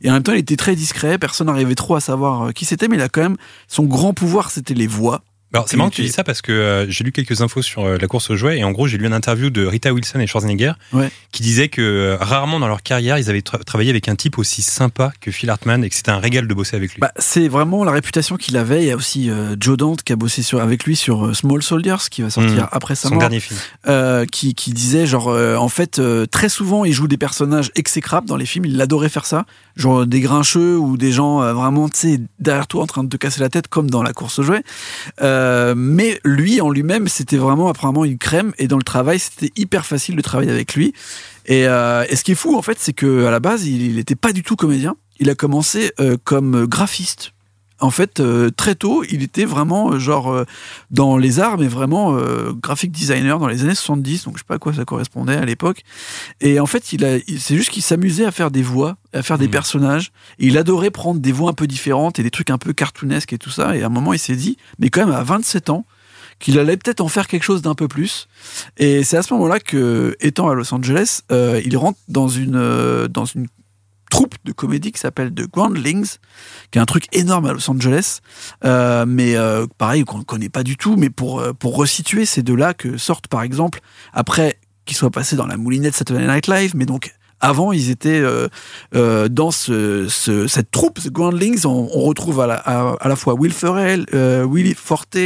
[SPEAKER 4] Et en même temps il était très discret, personne n'arrivait trop à savoir euh, qui c'était, mais il a quand même son grand pouvoir c'était les voix.
[SPEAKER 3] Alors, c'est
[SPEAKER 4] Et
[SPEAKER 3] marrant que tu
[SPEAKER 4] puis-
[SPEAKER 3] dis ça parce que euh, j'ai lu quelques infos sur euh, la course aux jouets et en gros, j'ai lu une interview de Rita Wilson et Schwarzenegger
[SPEAKER 4] Ouais.
[SPEAKER 3] qui disaient que euh, rarement dans leur carrière, ils avaient tra- travaillé avec un type aussi sympa que Phil Hartman et que c'était un régal de bosser avec lui.
[SPEAKER 4] Bah, c'est vraiment la réputation qu'il avait. Il y a aussi euh, Joe Dante qui a bossé sur, avec lui sur euh, Small Soldiers qui va sortir
[SPEAKER 3] Mmh.
[SPEAKER 4] après sa
[SPEAKER 3] Son
[SPEAKER 4] mort.
[SPEAKER 3] dernier film.
[SPEAKER 4] euh, qui, qui disait genre euh, en fait euh, très souvent il joue des personnages exécrables dans les films il adorait faire ça genre des grincheux ou des gens euh, vraiment tu sais derrière toi en train de te casser la tête comme dans la course au jouet Euh, mais lui en lui-même c'était vraiment apparemment une crème et dans le travail c'était hyper facile de travailler avec lui et, euh, et ce qui est fou en fait c'est que à la base il n'était pas du tout comédien il a commencé euh, comme graphiste en fait, euh, très tôt, il était vraiment euh, genre euh, dans les arts, mais vraiment euh, graphic designer dans les années 70, donc je sais pas à quoi ça correspondait à l'époque. Et en fait, il a, il- c'est juste qu'il s'amusait à faire des voix, à faire des
[SPEAKER 3] Mhm.
[SPEAKER 4] personnages. Et il adorait prendre des voix un peu différentes et des trucs un peu cartoonesques et tout ça. Et à un moment, il s'est dit, mais quand même à 27 ans, qu'il allait peut-être en faire quelque chose d'un peu plus. Et c'est à ce moment-là que, étant à Los Angeles, euh, il rentre dans une, euh, dans une troupe de comédie qui s'appelle The Groundlings, qui est un truc énorme à Los Angeles, euh, mais euh, pareil qu'on ne connaît pas du tout. Mais pour, euh, pour resituer, c'est de là que sortent, par exemple, après qu'ils soient passés dans la moulinette Saturday Night Live, mais donc avant, ils étaient euh, euh, dans ce, ce- cette troupe, The Groundlings. On, on retrouve à la, à, à la fois Will Ferrell, euh, Willy Forte,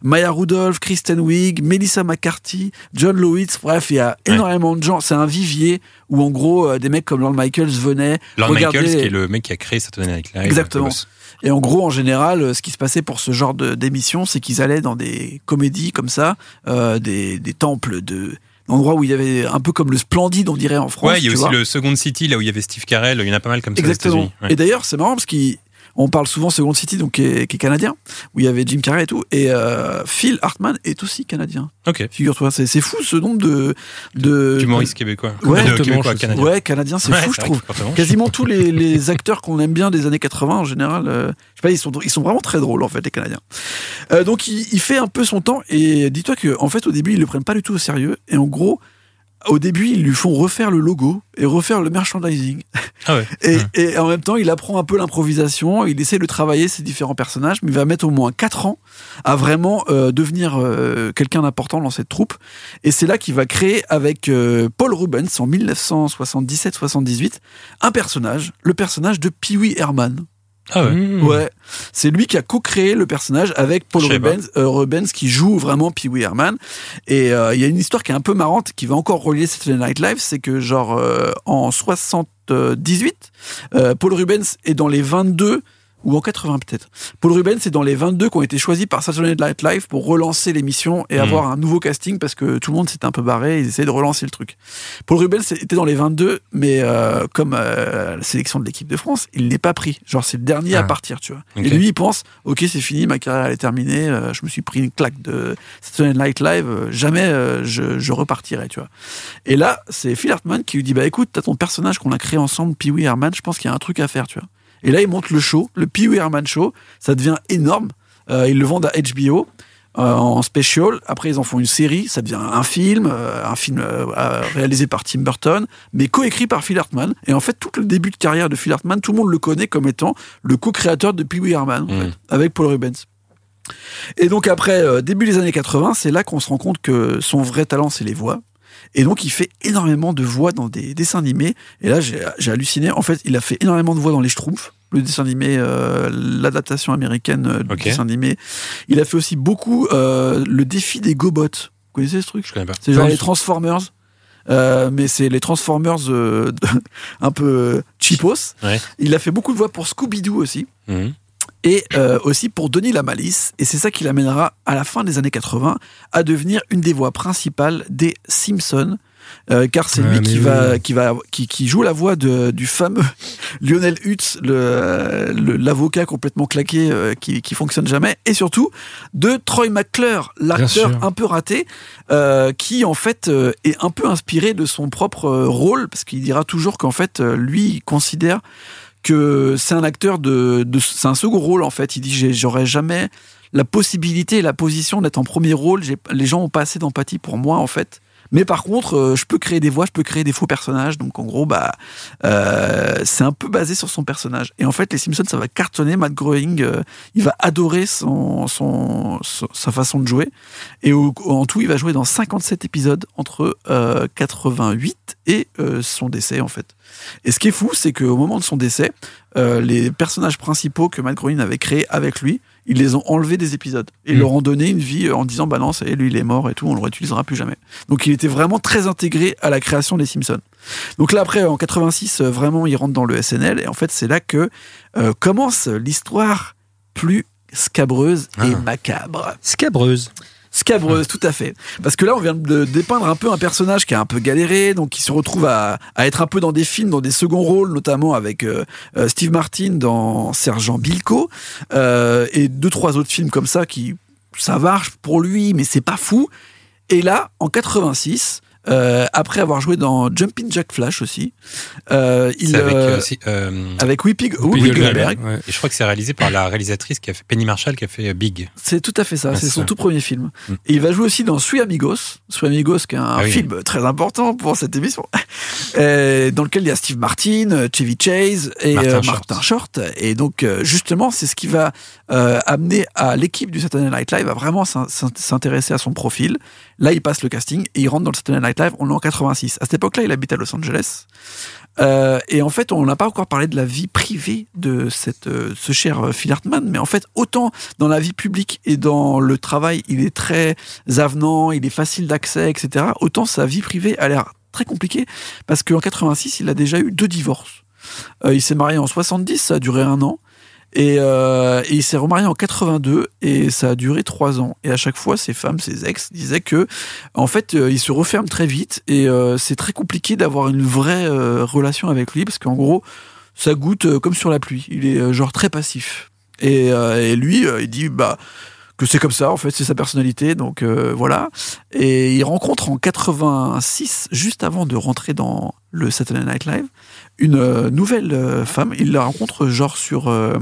[SPEAKER 4] Maya Rudolph, Kristen Wiig, Melissa McCarthy, John Lewis. Bref, il y a
[SPEAKER 3] Ouais.
[SPEAKER 4] énormément de gens. C'est un vivier où, en gros, euh, des mecs comme Lorne Michaels venaient.
[SPEAKER 3] Lorne
[SPEAKER 4] regarder-
[SPEAKER 3] Michaels, qui est le mec qui a créé Saturday Night Live.
[SPEAKER 4] Exactement.
[SPEAKER 3] le boss.
[SPEAKER 4] Et en gros, en général, euh, ce qui se passait pour ce genre de- d'émission, c'est qu'ils allaient dans des comédies comme ça, euh, des, des temples de d'endroits où il y avait un peu comme le Splendide, on dirait en France.
[SPEAKER 3] ouais, il y a
[SPEAKER 4] tu
[SPEAKER 3] aussi
[SPEAKER 4] vois.
[SPEAKER 3] le Second City, là où il y avait Steve Carell, il y en a pas mal comme ça aux
[SPEAKER 4] Exactement.
[SPEAKER 3] États-Unis. Ouais.
[SPEAKER 4] Et d'ailleurs, c'est marrant parce qu'on parle souvent Second City, donc qui est, qui est canadien, où il y avait Jim Carrey et tout, et euh, Phil Hartman est aussi canadien.
[SPEAKER 3] Ok.
[SPEAKER 4] Figure-toi, c'est c'est fou ce nombre de de
[SPEAKER 3] Humoriste québécois.
[SPEAKER 4] euh, Ouais.
[SPEAKER 3] de québécois,
[SPEAKER 6] Ouais,
[SPEAKER 3] canadien.
[SPEAKER 4] Ouais, canadien, c'est
[SPEAKER 3] Ouais,
[SPEAKER 4] fou, je
[SPEAKER 3] vrai
[SPEAKER 4] trouve.
[SPEAKER 3] que fortement.
[SPEAKER 4] Quasiment tous les, les acteurs qu'on aime bien des années 80 en général, euh, je sais pas, ils sont, ils sont vraiment très drôles en fait, les Canadiens. Euh, donc il, il fait un peu son temps et dis-toi que en fait au début ils le prennent pas du tout au sérieux et en gros au début ils lui font refaire le logo et refaire le merchandising
[SPEAKER 3] Ah ouais.
[SPEAKER 4] et,
[SPEAKER 3] Ouais.
[SPEAKER 4] et en même temps, il apprend un peu l'improvisation, il essaie de travailler ses différents personnages, mais il va mettre au moins 4 ans à vraiment euh, devenir euh, quelqu'un d'important dans cette troupe. Et c'est là qu'il va créer avec euh, Paul Rubens en 1977-78 un personnage, le personnage de Pee Wee Herman.
[SPEAKER 3] Ah
[SPEAKER 4] Hmm.
[SPEAKER 3] ouais.
[SPEAKER 6] Mmh.
[SPEAKER 4] Ouais, c'est lui qui a co-créé le personnage avec Paul
[SPEAKER 3] Je sais pas.
[SPEAKER 4] Rubens, euh, Rubens qui joue vraiment Pee Wee Herman. Et euh, il y a une histoire qui est un peu marrante, qui va encore relier Saturday Night Live, c'est que genre euh, en 78, euh, Paul Rubens est dans les 22 ou en 80 peut-être. Paul Rubens est dans les 22 qui ont été choisis par Saturday Night Live pour relancer l'émission et
[SPEAKER 3] Mhm.
[SPEAKER 4] avoir un nouveau casting parce que tout le monde s'était un peu barré, ils essayaient de relancer le truc. Paul Rubens était dans les 22, mais euh, comme euh, la sélection de l'équipe de France, il n'est pas pris. Genre, c'est le dernier à
[SPEAKER 5] Ah.
[SPEAKER 4] partir, tu vois.
[SPEAKER 3] Ok.
[SPEAKER 4] Et lui, il pense, ok, c'est fini, ma carrière elle est terminée, euh, je me suis pris une claque de Saturday Night Live, euh, jamais euh, je, je repartirai, tu vois. Et là, c'est Phil Hartman qui lui dit, bah écoute, t'as ton personnage qu'on a créé ensemble, Pee Wee Herman, je pense qu'il y a un truc à faire, tu vois. Et là, il monte le show, le Pee Wee Herman Show, ça devient énorme, Euh, ils le vendent à HBO, euh, en special. Après, ils en font une série, ça devient un film, euh, un film euh, euh, réalisé par Tim Burton, mais coécrit par Phil Hartman. Et en fait, tout le début de carrière de Phil Hartman, tout le monde le connaît comme étant le co-créateur de Pee Wee Herman, en
[SPEAKER 3] Mm.
[SPEAKER 4] fait, avec Paul Rubens. Et donc après, euh, début des années 80, c'est là qu'on se rend compte que son vrai talent, c'est les voix. Et donc il fait énormément de voix dans des dessins animés. Et là, j'ai j'ai halluciné. En fait, il a fait énormément de voix dans Les Schtroumpfs, le dessin animé, euh, l'adaptation américaine euh, du
[SPEAKER 3] Ok.
[SPEAKER 4] dessin animé. Il a fait aussi beaucoup euh, le défi des Gobots. Vous connaissez ce truc
[SPEAKER 3] Bah, Je connais pas.
[SPEAKER 4] c'est genre
[SPEAKER 6] Pas du
[SPEAKER 4] les
[SPEAKER 6] tout.
[SPEAKER 4] Transformers. Euh, mais c'est les Transformers euh, un peu cheapos.
[SPEAKER 3] Ouais.
[SPEAKER 4] Il a fait beaucoup de voix pour Scooby-Doo aussi.
[SPEAKER 3] Mhm.
[SPEAKER 4] Et euh, aussi pour Denis la malice. Et c'est ça qui l'amènera à la fin des années 80 à devenir une des voix principales des Simpsons. Euh, car c'est
[SPEAKER 6] Ouais,
[SPEAKER 4] lui
[SPEAKER 6] mais
[SPEAKER 4] qui,
[SPEAKER 6] oui.
[SPEAKER 4] va, qui, va, qui, qui joue la voix de, du fameux Lionel Hutz, le- le- l'avocat complètement claqué euh, qui, qui fonctionne jamais. Et surtout de Troy McClure, l'acteur
[SPEAKER 6] sûr.
[SPEAKER 4] un peu raté, euh, qui en fait euh, est un peu inspiré de son propre euh, rôle, parce qu'il dira toujours qu'en fait, euh, lui, il considère que c'est un acteur de, de- c'est un second rôle en fait. Il dit j'ai- j'aurais jamais la possibilité et la position d'être en premier rôle. J'ai- Les gens ont pas assez d'empathie pour moi en fait. Mais par contre, euh, je peux créer des voix, je peux créer des faux personnages. Donc en gros, bah, euh, c'est un peu basé sur son personnage. Et en fait, les Simpsons, ça va cartonner. Matt Groening, euh, il va adorer son, son, son- sa façon de jouer. Et au- en tout, il va jouer dans 57 épisodes entre euh, 88 et euh, son décès en fait. Et ce qui est fou, c'est qu'au moment de son décès, euh, les personnages principaux que Matt Groening avait créés avec lui, ils les ont enlevés des épisodes. Et ils
[SPEAKER 6] Mm.
[SPEAKER 4] leur ont donné une vie euh, en disant Bah non, ça y est, lui il est mort et tout, on le réutilisera plus jamais. Donc il était vraiment très intégré à la création des Simpsons. Donc là, après, en 86, euh, vraiment, il rentre dans le SNL. Et en fait, c'est là que euh, commence l'histoire plus scabreuse et
[SPEAKER 3] Ah.
[SPEAKER 4] macabre.
[SPEAKER 6] Scabreuse.
[SPEAKER 4] Scabreuse, tout à fait. Parce que là, on vient de dépeindre un peu un personnage qui a un peu galéré, donc qui se retrouve à, à être un peu dans des films, dans des seconds rôles, notamment avec euh, euh, Steve Martin dans Sergent Bilko, euh, et deux, trois autres films comme ça qui, ça marche pour lui, mais c'est pas fou. Et là, en 86, euh, après avoir joué dans Jumping Jack Flash aussi, euh, il,
[SPEAKER 3] C'est avec.
[SPEAKER 4] euh,
[SPEAKER 3] euh, si- euh,
[SPEAKER 4] avec Whoopi,
[SPEAKER 6] Whoopi
[SPEAKER 4] Whoopi
[SPEAKER 6] Goldberg.
[SPEAKER 4] Goldberg,
[SPEAKER 6] Ouais.
[SPEAKER 3] et je crois que c'est réalisé par la réalisatrice qui a fait Penny Marshall qui a fait euh, Big.
[SPEAKER 4] C'est tout à fait ça,
[SPEAKER 3] Ah,
[SPEAKER 4] c'est
[SPEAKER 3] c'est
[SPEAKER 4] son
[SPEAKER 3] ça.
[SPEAKER 4] tout premier film.
[SPEAKER 3] Mm.
[SPEAKER 4] Et il va jouer aussi dans Sui Amigos, Sui Amigos qui est un
[SPEAKER 3] Ah oui.
[SPEAKER 4] film très important pour cette émission, euh, dans lequel il y a Steve Martin, euh, Chevy Chase et
[SPEAKER 3] Martin
[SPEAKER 4] euh,
[SPEAKER 3] Short.
[SPEAKER 4] Martin Short. Et donc euh, justement, c'est ce qui va euh, amener à l'équipe du Saturday Night Live à vraiment s'in- s'in- s'intéresser à son profil. Là, il passe le casting et il rentre dans le Saturday Night Live, on est en 86. À cette époque-là, il habite à Los Angeles. Euh, et en fait, on n'a pas encore parlé de la vie privée de cette, euh, ce cher euh, Phil Hartman, mais en fait, autant dans la vie publique et dans le travail, il est très avenant, il est facile d'accès, etc., autant sa vie privée a l'air très compliquée, parce qu'en 86, il a déjà eu deux divorces. Euh, il s'est marié en 70, ça a duré un an, et, euh, et il s'est remarié en 82, et ça a duré trois ans. Et à chaque fois, ses femmes, ses ex, disaient que en fait, euh, il se referme très vite et euh, c'est très compliqué d'avoir une vraie euh, relation avec lui parce qu'en gros, ça goûte euh, comme sur la pluie. Il est euh, genre très passif. Et, euh, et lui, euh, il dit bah que c'est comme ça, en fait, c'est sa personnalité, donc euh, voilà. Et il rencontre en 86, juste avant de rentrer dans le Saturday Night Live, une euh, nouvelle euh, femme. Il la rencontre genre sur, euh,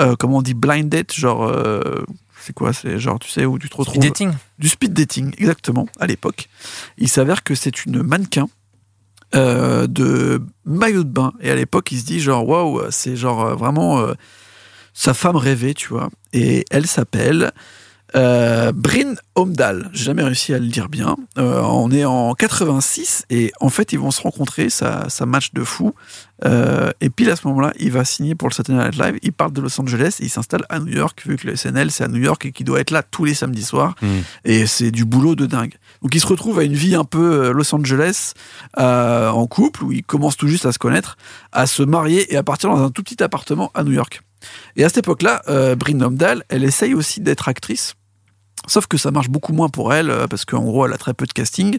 [SPEAKER 4] euh, comment on dit, blind date, genre, euh, c'est quoi, c'est genre, tu sais, où tu te
[SPEAKER 5] Speed
[SPEAKER 4] retrouves euh,
[SPEAKER 5] dating.
[SPEAKER 4] du speed dating, exactement, à l'époque. Il s'avère que c'est une mannequin euh, de maillot de bain. Et à l'époque, il se dit genre, waouh, c'est genre euh, vraiment euh, sa femme rêvée, tu vois. Et elle s'appelle euh, Bryn Omdahl. J'ai jamais réussi à le dire bien. Euh, on est en 86 et en fait, ils vont se rencontrer. Ça, ça match de fou. Euh, et puis à ce moment-là, il va signer pour le Saturday Night Live. Il part de Los Angeles et il s'installe à New York, vu que le SNL, c'est à New York et qu'il doit être là tous les samedis soirs.
[SPEAKER 3] Mm.
[SPEAKER 4] Et c'est du boulot de dingue. Donc il se retrouve à une vie un peu euh, Los Angeles, euh, en couple, où il commence tout juste à se connaître, à se marier et à partir dans un tout petit appartement à New York. Et à cette époque-là, euh, Bryn Omdahl, elle essaye aussi d'être actrice. Sauf que ça marche beaucoup moins pour elle, euh, parce qu'en gros, elle a très peu de casting.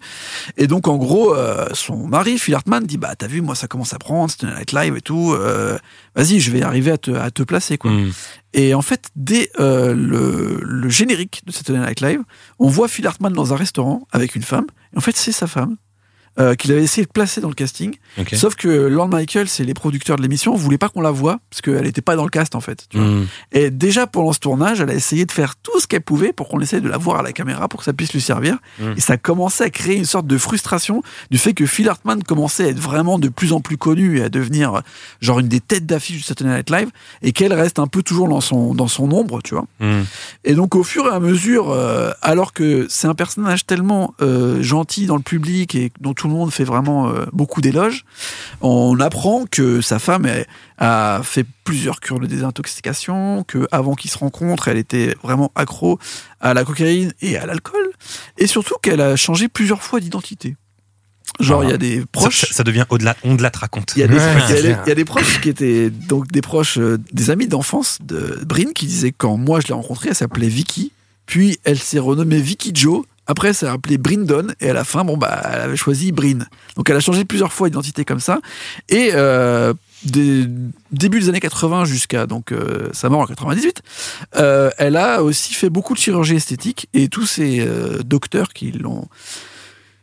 [SPEAKER 4] Et donc, en gros, euh, son mari, Phil Hartman, dit Bah, t'as vu, moi, ça commence à prendre, c'est Night Live et tout, euh, vas-y, je vais arriver à te, à te placer, quoi.
[SPEAKER 3] Mhm.
[SPEAKER 4] Et en fait, dès euh, le, le générique de Saturday Night Live, on voit Phil Hartman dans un restaurant avec une femme. Et en fait, c'est sa femme. euh, qu'il avait essayé de placer dans le casting.
[SPEAKER 3] Ok.
[SPEAKER 4] Sauf que Lord Michaels et les producteurs de l'émission voulaient pas qu'on la voie parce qu'elle n'était pas dans le cast en fait.
[SPEAKER 3] Mm.
[SPEAKER 4] tu vois.
[SPEAKER 6] Hmm.
[SPEAKER 4] Et déjà pendant ce tournage, elle a essayé de faire tout ce qu'elle pouvait pour qu'on essaye de la voir à la caméra pour que ça puisse lui servir.
[SPEAKER 3] Mm.
[SPEAKER 4] Et ça commençait à créer une sorte de frustration du fait que Phil Hartman commençait à être vraiment de plus en plus connu et à devenir euh, genre une des têtes d'affiche du Saturday Night Live et qu'elle reste un peu toujours dans son, dans son ombre, tu vois.
[SPEAKER 3] Hmm.
[SPEAKER 4] Et donc au fur et à mesure, euh, alors que c'est un personnage tellement euh, gentil dans le public et dont tout le monde fait vraiment euh, beaucoup d'éloges, on apprend que sa femme est- a fait plusieurs cures de désintoxication, que avant qu'ils se rencontrent, elle était vraiment accro à la cocaïne et à l'alcool, et surtout qu'elle a changé plusieurs fois d'identité. Genre il y a des proches.
[SPEAKER 3] Ah. Ça, ça- ça devient au-delà, on de la te raconte.
[SPEAKER 4] Il y, a des,
[SPEAKER 5] Ouais,
[SPEAKER 4] il y a
[SPEAKER 5] c'est
[SPEAKER 4] des-
[SPEAKER 5] clair.
[SPEAKER 4] il y a des proches qui étaient donc des proches, euh, des amis d'enfance de Brin qui disaient quand moi je l'ai rencontrée, elle s'appelait Vicky, puis elle s'est renommée Vicky Joe. Après, elle s'est appelée Brindon et à la fin, bon bah, elle avait choisi Brin. Donc, elle a changé plusieurs fois d'identité comme ça. Et euh, des début des années 80 jusqu'à donc euh, sa mort en 98, euh, elle a aussi fait beaucoup de chirurgie esthétique et tous ces euh, docteurs qui l'ont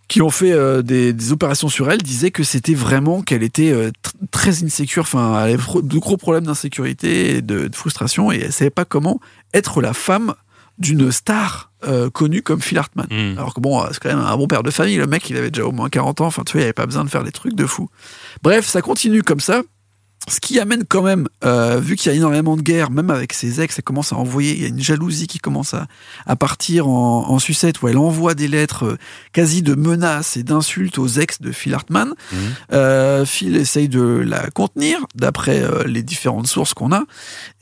[SPEAKER 4] qui ont fait euh, des, des opérations sur elle disaient que c'était vraiment qu'elle était euh, tr- très insécure, enfin elle avait pro- de gros problèmes d'insécurité et de, de frustration et elle savait pas comment être la femme d'une star euh, connue comme Phil Hartman.
[SPEAKER 3] Hmm.
[SPEAKER 4] Alors que bon, euh, c'est quand même un bon père de famille. Le mec, il avait déjà au moins 40 ans. Enfin, tu vois, il avait pas besoin de faire des trucs de fou. Bref, ça continue comme ça. Ce qui amène quand même, euh, vu qu'il y a énormément de guerres, même avec ses ex, ça commence à envoyer, il y a une jalousie qui commence à, à partir en, en sucette, où elle envoie des lettres euh, quasi de menaces et d'insultes aux ex de Phil Hartman. Euh, Phil essaye de la contenir, d'après euh, les différentes sources qu'on a,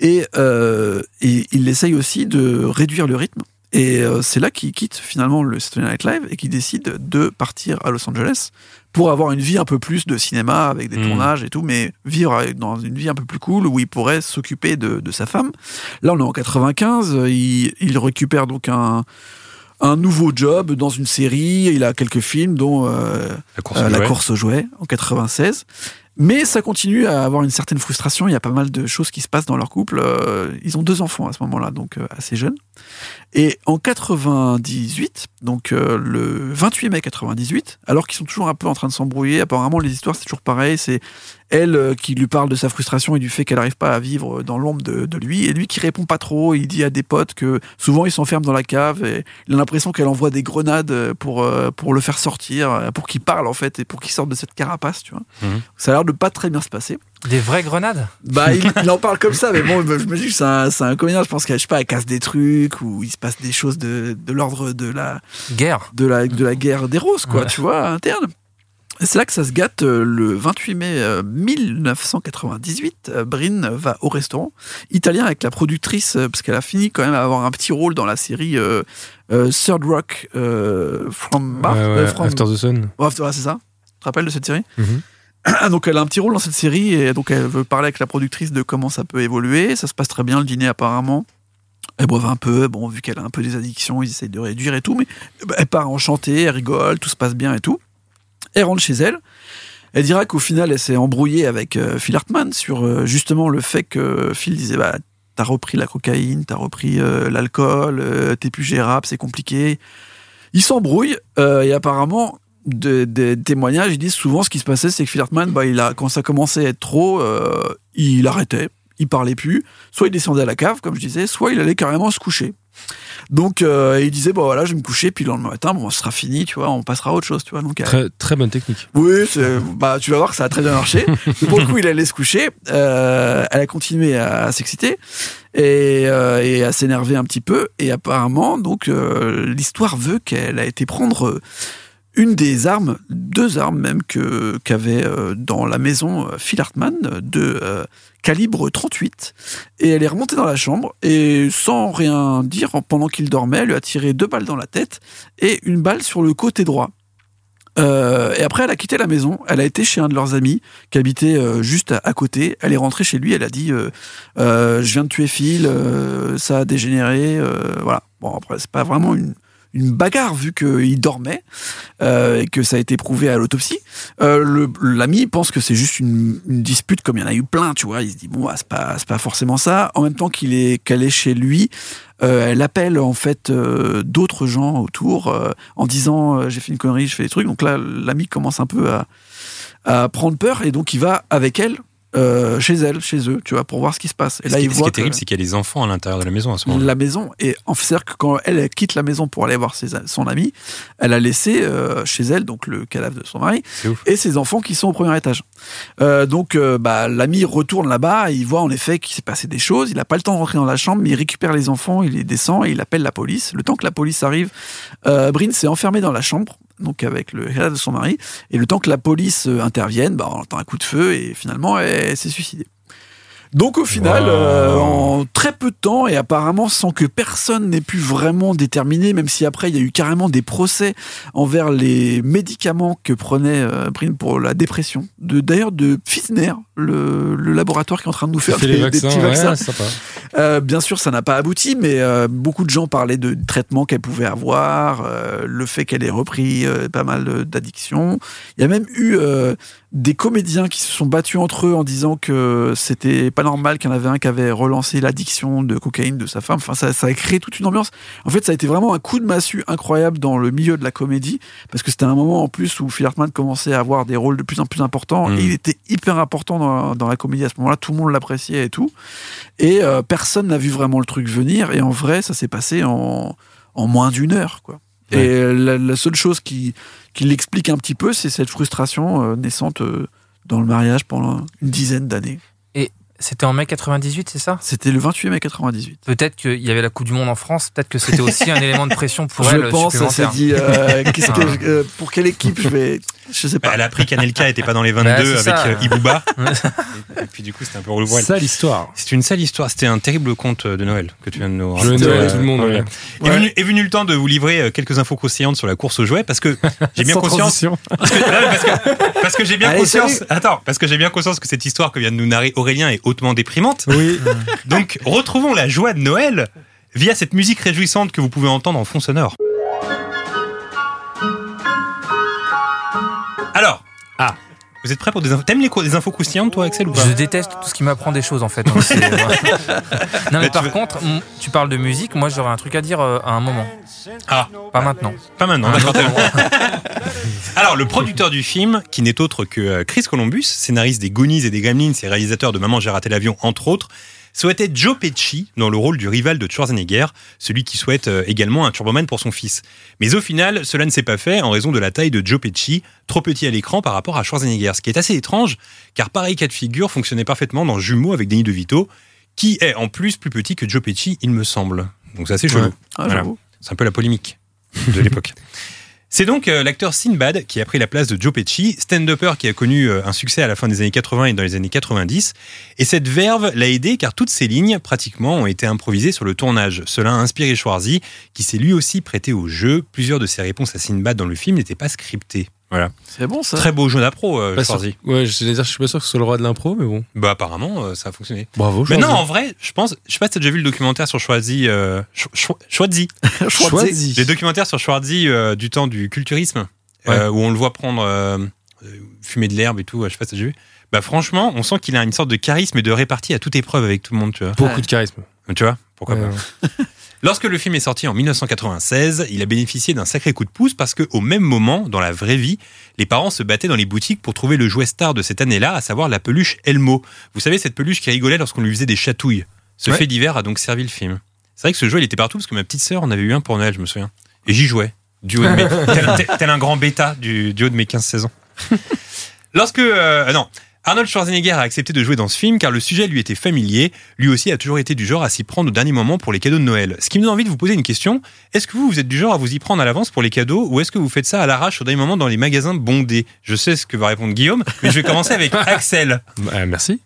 [SPEAKER 4] et, euh, et il essaye aussi de réduire le rythme. Et euh, c'est là qu'il quitte finalement le Saturday Night Live et qu'il décide de partir à Los Angeles pour avoir une vie un peu plus de cinéma avec des
[SPEAKER 3] Mm.
[SPEAKER 4] tournages et tout, mais vivre avec- dans une vie un peu plus cool où il pourrait s'occuper de, de sa femme. Là, on est en 95, euh, il, il récupère donc un, un nouveau job dans une série, il a quelques films dont euh,
[SPEAKER 3] La course
[SPEAKER 4] euh,
[SPEAKER 3] au
[SPEAKER 4] la
[SPEAKER 3] jouet.
[SPEAKER 4] course au jouet en 96. Mais ça continue à avoir une certaine frustration. Il y a pas mal de choses qui se passent dans leur couple. Euh, ils ont deux enfants à ce moment-là, donc euh, assez jeunes. Et en 98, donc euh, le 28 mai 98, alors qu'ils sont toujours un peu en train de s'embrouiller, apparemment les histoires c'est toujours pareil. C'est elle euh, qui lui parle de sa frustration et du fait qu'elle n'arrive pas à vivre euh, dans l'ombre de, de lui, et lui qui répond pas trop. Il dit à des potes que souvent ils s'enferment dans la cave et il a l'impression qu'elle envoie des grenades euh, pour, euh, pour le faire sortir, euh, pour qu'il parle en fait et pour qu'il sorte de cette carapace, tu vois.
[SPEAKER 3] Mhm.
[SPEAKER 4] Ça a l'air de pas très bien se passer.
[SPEAKER 5] Des vraies grenades
[SPEAKER 4] Bah, il, il en parle comme ça, mais bon, je me dis que c'est un, c'est un comédien, je pense qu'elle, je sais pas, elle casse des trucs ou il se passe des choses de, de l'ordre de la,
[SPEAKER 5] Guerre.
[SPEAKER 4] de la, de la guerre des roses, quoi,
[SPEAKER 5] Ouais.
[SPEAKER 4] tu vois, interne. Et c'est là que ça se gâte. euh, Le 28 mai euh, 1998, euh, Brin va au restaurant italien avec la productrice, euh, parce qu'elle a fini quand même à avoir un petit rôle dans la série euh, euh, Third Rock euh, from Bar.
[SPEAKER 6] Ouais, ouais,
[SPEAKER 4] euh, from-
[SPEAKER 6] After the Sun.
[SPEAKER 4] Ouais, After- ouais, c'est ça Tu te rappelles de cette série
[SPEAKER 6] Mhm.
[SPEAKER 4] donc elle a un petit rôle dans cette série et donc elle veut parler avec la productrice de comment ça peut évoluer. Ça se passe très bien le dîner apparemment. Elle boive un peu, bon vu qu'elle a un peu des addictions, ils essayent de réduire et tout, mais eh ben, elle part enchantée, elle rigole, tout se passe bien et tout. Elle rentre chez elle. Elle dira qu'au final elle s'est embrouillée avec euh, Phil Hartman sur euh, justement le fait que Phil disait bah t'as repris la cocaïne, t'as repris euh, l'alcool, euh, t'es plus gérable, c'est compliqué. Ils s'embrouillent euh, et apparemment de- des témoignages, ils disent souvent ce qui se passait, c'est que Phil Hartman, bah, il a, quand ça commençait à être trop, euh, il arrêtait, il parlait plus. Soit il descendait à la cave, comme je disais, soit il allait carrément se coucher. Donc euh, il disait, bah voilà, je vais me coucher, puis le lendemain matin, bon, ce sera fini, tu vois, on passera à autre chose, tu vois. Donc, euh,
[SPEAKER 6] Très, très bonne technique.
[SPEAKER 4] oui, c'est- bah, tu vas voir que ça a très bien marché. Pour le coup, il allait se coucher. Euh, elle a continué à, à s'exciter et, euh, et à s'énerver un petit peu. Et apparemment, donc, euh, l'histoire veut qu'elle a été prendre euh, une des armes, deux armes même, que qu'avait euh, dans la maison euh, Phil Hartman euh, de euh, calibre 38. Et elle est remontée dans la chambre et sans rien dire, pendant qu'il dormait, elle lui a tiré deux balles dans la tête et une balle sur le côté droit. Euh, et après, elle a quitté la maison. Elle a été chez un de leurs amis qui habitait euh, juste à, à côté. Elle est rentrée chez lui. Elle a dit euh, Euh, Je viens de tuer Phil, euh, ça a dégénéré. euh, voilà. Bon, après, c'est pas vraiment une, une bagarre vu qu'il dormait euh, et que ça a été prouvé à l'autopsie. Euh, le- L'ami pense que c'est juste une, une dispute comme il y en a eu plein, tu vois. Il se dit bon, bah, c'est pas c'est pas forcément ça. En même temps qu'il est qu'elle est chez lui, euh, elle appelle en fait euh, d'autres gens autour euh, en disant euh, j'ai fait une connerie, je fais des trucs. Donc là, l'ami commence un peu à, à prendre peur et donc il va avec elle euh, chez elle, chez eux, tu vois, pour voir ce qui se passe. Et
[SPEAKER 3] ce
[SPEAKER 4] là,
[SPEAKER 3] qui,
[SPEAKER 4] il
[SPEAKER 3] ce qui
[SPEAKER 4] voit
[SPEAKER 3] est
[SPEAKER 4] que-
[SPEAKER 3] terrible, c'est qu'il y a des enfants à l'intérieur de la maison à ce moment-là.
[SPEAKER 4] la maison. Et en fait, c'est-à-dire que quand elle, elle quitte la maison pour aller voir ses, son ami, elle a laissé euh, chez elle donc le cadavre de son mari
[SPEAKER 3] C'est ouf.
[SPEAKER 4] et ses enfants qui sont au premier étage. Euh, donc, euh, bah, l'ami retourne là-bas et il voit en effet qu'il s'est passé des choses. Il n'a pas le temps de rentrer dans la chambre, mais il récupère les enfants, il les descend et il appelle la police. Le temps que la police arrive, euh, Brin s'est enfermée dans la chambre. Donc avec le cadavre de son mari et le temps que la police euh, intervienne, bah, on entend un coup de feu et finalement elle, s'est suicidée. Donc au final,
[SPEAKER 3] Wow.
[SPEAKER 4] euh, en très peu de temps et apparemment sans que personne n'ait pu vraiment déterminer, même si après il y a eu carrément des procès envers les médicaments que prenait euh, Brin pour la dépression. De d'ailleurs de Pfizer, le, le laboratoire qui est en train de nous
[SPEAKER 6] Il
[SPEAKER 4] faire
[SPEAKER 6] fait
[SPEAKER 4] des,
[SPEAKER 6] les
[SPEAKER 4] des
[SPEAKER 6] vaccins,
[SPEAKER 4] petits
[SPEAKER 6] ouais,
[SPEAKER 4] vaccins.
[SPEAKER 6] c'est sympa.
[SPEAKER 4] Euh, bien sûr, ça n'a pas abouti, mais euh, beaucoup de gens parlaient de traitements qu'elle pouvait avoir, euh, le fait qu'elle ait repris euh, pas mal de- d'addictions. Il y a même eu euh, des comédiens qui se sont battus entre eux en disant que c'était pas normal qu'il y en avait un qui avait relancé l'addiction de cocaïne de sa femme. Enfin, ça, ça a créé toute une ambiance. En fait, ça a été vraiment un coup de massue incroyable dans le milieu de la comédie, parce que c'était un moment en plus où Phil Hartman commençait à avoir des rôles de plus en plus importants,
[SPEAKER 3] Mhm.
[SPEAKER 4] et il était hyper important dans, dans la comédie à ce moment-là, tout le monde l'appréciait et tout. Et euh, personne n'a vu vraiment le truc venir, et en vrai, ça s'est passé en, en moins d'une heure, quoi.
[SPEAKER 3] Ouais.
[SPEAKER 4] Et la, la seule chose qui, qui l'explique un petit peu, c'est cette frustration euh, naissante euh, dans le mariage pendant une dizaine d'années.
[SPEAKER 5] C'était en mai 98, c'est ça
[SPEAKER 4] C'était le 28 mai 98.
[SPEAKER 5] Peut-être qu'il y avait la Coupe du Monde en France, peut-être que c'était aussi un élément de pression pour elle.
[SPEAKER 4] je pense, elle s'est
[SPEAKER 5] supplémentaire.
[SPEAKER 4] dit, euh, qu'est-ce que
[SPEAKER 5] Ah.
[SPEAKER 4] je- euh, pour quelle équipe je vais, je sais
[SPEAKER 3] Bah,
[SPEAKER 4] pas.
[SPEAKER 3] elle a appris qu'Anelka n'était pas dans les
[SPEAKER 5] Bah,
[SPEAKER 3] 22
[SPEAKER 5] c'est ça.
[SPEAKER 3] avec euh, Ibuba. et, et puis du coup, c'était un peu relou pour elle.
[SPEAKER 6] Sale histoire.
[SPEAKER 3] C'est une sale histoire. C'était un terrible conte euh, de Noël que tu viens de nous
[SPEAKER 6] Je
[SPEAKER 3] raconter.
[SPEAKER 6] Noël
[SPEAKER 3] Euh,
[SPEAKER 6] tout le monde.
[SPEAKER 3] voilà.
[SPEAKER 6] ouais.
[SPEAKER 3] Est, venu, est venu le temps de vous livrer euh, quelques infos croustillantes sur la course aux jouets parce que j'ai bien
[SPEAKER 6] Sans
[SPEAKER 3] conscience. Bah,
[SPEAKER 6] transition.
[SPEAKER 3] Parce que j'ai bien
[SPEAKER 4] Allez,
[SPEAKER 3] conscience.
[SPEAKER 4] salut.
[SPEAKER 3] Attends, parce que j'ai bien conscience que cette histoire que vient de nous narrer Aurélien est hautement déprimante.
[SPEAKER 6] Oui.
[SPEAKER 3] Donc retrouvons la joie de Noël via cette musique réjouissante que vous pouvez entendre en fond sonore. Alors, ah, vous êtes prêts pour des infos T'aimes les, co- les infos croustillantes, toi, Axel, ou pas
[SPEAKER 5] Je déteste tout ce qui m'apprend des choses en fait. Donc, c'est- non mais,
[SPEAKER 3] Mais tu
[SPEAKER 5] par
[SPEAKER 3] veux-
[SPEAKER 5] contre, m- tu parles de musique, moi j'aurais un truc à dire euh, à un moment,
[SPEAKER 3] Ah,
[SPEAKER 5] pas maintenant.
[SPEAKER 3] pas maintenant.
[SPEAKER 5] À un
[SPEAKER 3] d'accord.
[SPEAKER 5] autre moment.
[SPEAKER 3] Ah. Alors, le producteur du film, qui n'est autre que euh, Chris Columbus, scénariste des Goonies et des Gremlins et réalisateur de Maman, j'ai raté l'avion, entre autres, souhaitait Joe Pesci dans le rôle du rival de Schwarzenegger, celui qui souhaite euh, également un Turboman pour son fils. Mais au final, cela ne s'est pas fait en raison de la taille de Joe Pesci, trop petit à l'écran par rapport à Schwarzenegger, ce qui est assez étrange, car pareil cas de figure fonctionnait parfaitement dans Jumeaux avec Danny DeVito, qui est en plus plus petit que Joe Pesci, il me semble. Donc c'est assez chelou.
[SPEAKER 6] Ouais.
[SPEAKER 4] Ah,
[SPEAKER 3] voilà.
[SPEAKER 4] j'avoue.
[SPEAKER 3] C'est un peu la polémique de l'époque. C'est donc euh, l'acteur Sinbad qui a pris la place de Joe Pesci, stand-upper qui a connu euh, un succès à la fin des années 80 et dans les années 90. Et cette verve l'a aidé car toutes ces lignes, pratiquement, ont été improvisées sur le tournage. Cela a inspiré Schwarzy, qui s'est lui aussi prêté au jeu. Plusieurs de ses réponses à Sinbad dans le film n'étaient pas scriptées. Voilà.
[SPEAKER 4] C'est bon, ça.
[SPEAKER 3] Très beau jeu d'impro, euh,
[SPEAKER 6] Pas sûr.
[SPEAKER 3] Schwarzy.
[SPEAKER 6] Ouais, je veux dire, je suis pas sûr que ce soit le roi de l'impro, mais bon.
[SPEAKER 3] Bah apparemment, euh, ça a fonctionné.
[SPEAKER 6] Bravo.
[SPEAKER 3] Mais
[SPEAKER 6] Schwarzy.
[SPEAKER 3] non, en vrai, je pense, je sais pas si t'as déjà vu le documentaire sur Schwarzy, euh, Sch- Sch- Schwarzy.
[SPEAKER 4] Schwarzenegger.
[SPEAKER 6] Schwarzy.
[SPEAKER 3] Les documentaires sur Schwarzy euh, du temps du culturisme,
[SPEAKER 6] Ouais.
[SPEAKER 3] euh, où on le voit prendre euh, euh, fumer de l'herbe et tout, euh, je sais pas si t'as déjà vu. Bah franchement, on sent qu'il a une sorte de charisme et de répartie à toute épreuve avec tout le monde, tu vois.
[SPEAKER 6] Beaucoup de charisme.
[SPEAKER 3] Tu vois Pourquoi
[SPEAKER 6] Ouais,
[SPEAKER 3] pas
[SPEAKER 6] ouais.
[SPEAKER 3] Lorsque le film est sorti en 1996, il a bénéficié d'un sacré coup de pouce parce que au même moment, dans la vraie vie, les parents se battaient dans les boutiques pour trouver le jouet star de cette année-là, à savoir la peluche Elmo. Vous savez cette peluche qui rigolait lorsqu'on lui faisait des chatouilles. Ce
[SPEAKER 6] Ouais.
[SPEAKER 3] fait divers a donc servi le film. C'est vrai que ce jouet il était partout parce que ma petite sœur en avait eu un pour Noël, je me souviens. Et j'y jouais. Du haut de mes- tel, tel- tel un grand bêta du, du haut de mes 15-16 ans. Lorsque euh, non, Arnold Schwarzenegger a accepté de jouer dans ce film car le sujet lui était familier. Lui aussi a toujours été du genre à s'y prendre au dernier moment pour les cadeaux de Noël. Ce qui me donne envie de vous poser une question. Est-ce que vous, vous êtes du genre à vous y prendre à l'avance pour les cadeaux ou est-ce que vous faites ça à l'arrache au dernier moment dans les magasins bondés Je sais ce que va répondre Guillaume, mais je vais commencer avec Axel.
[SPEAKER 6] Bah, merci.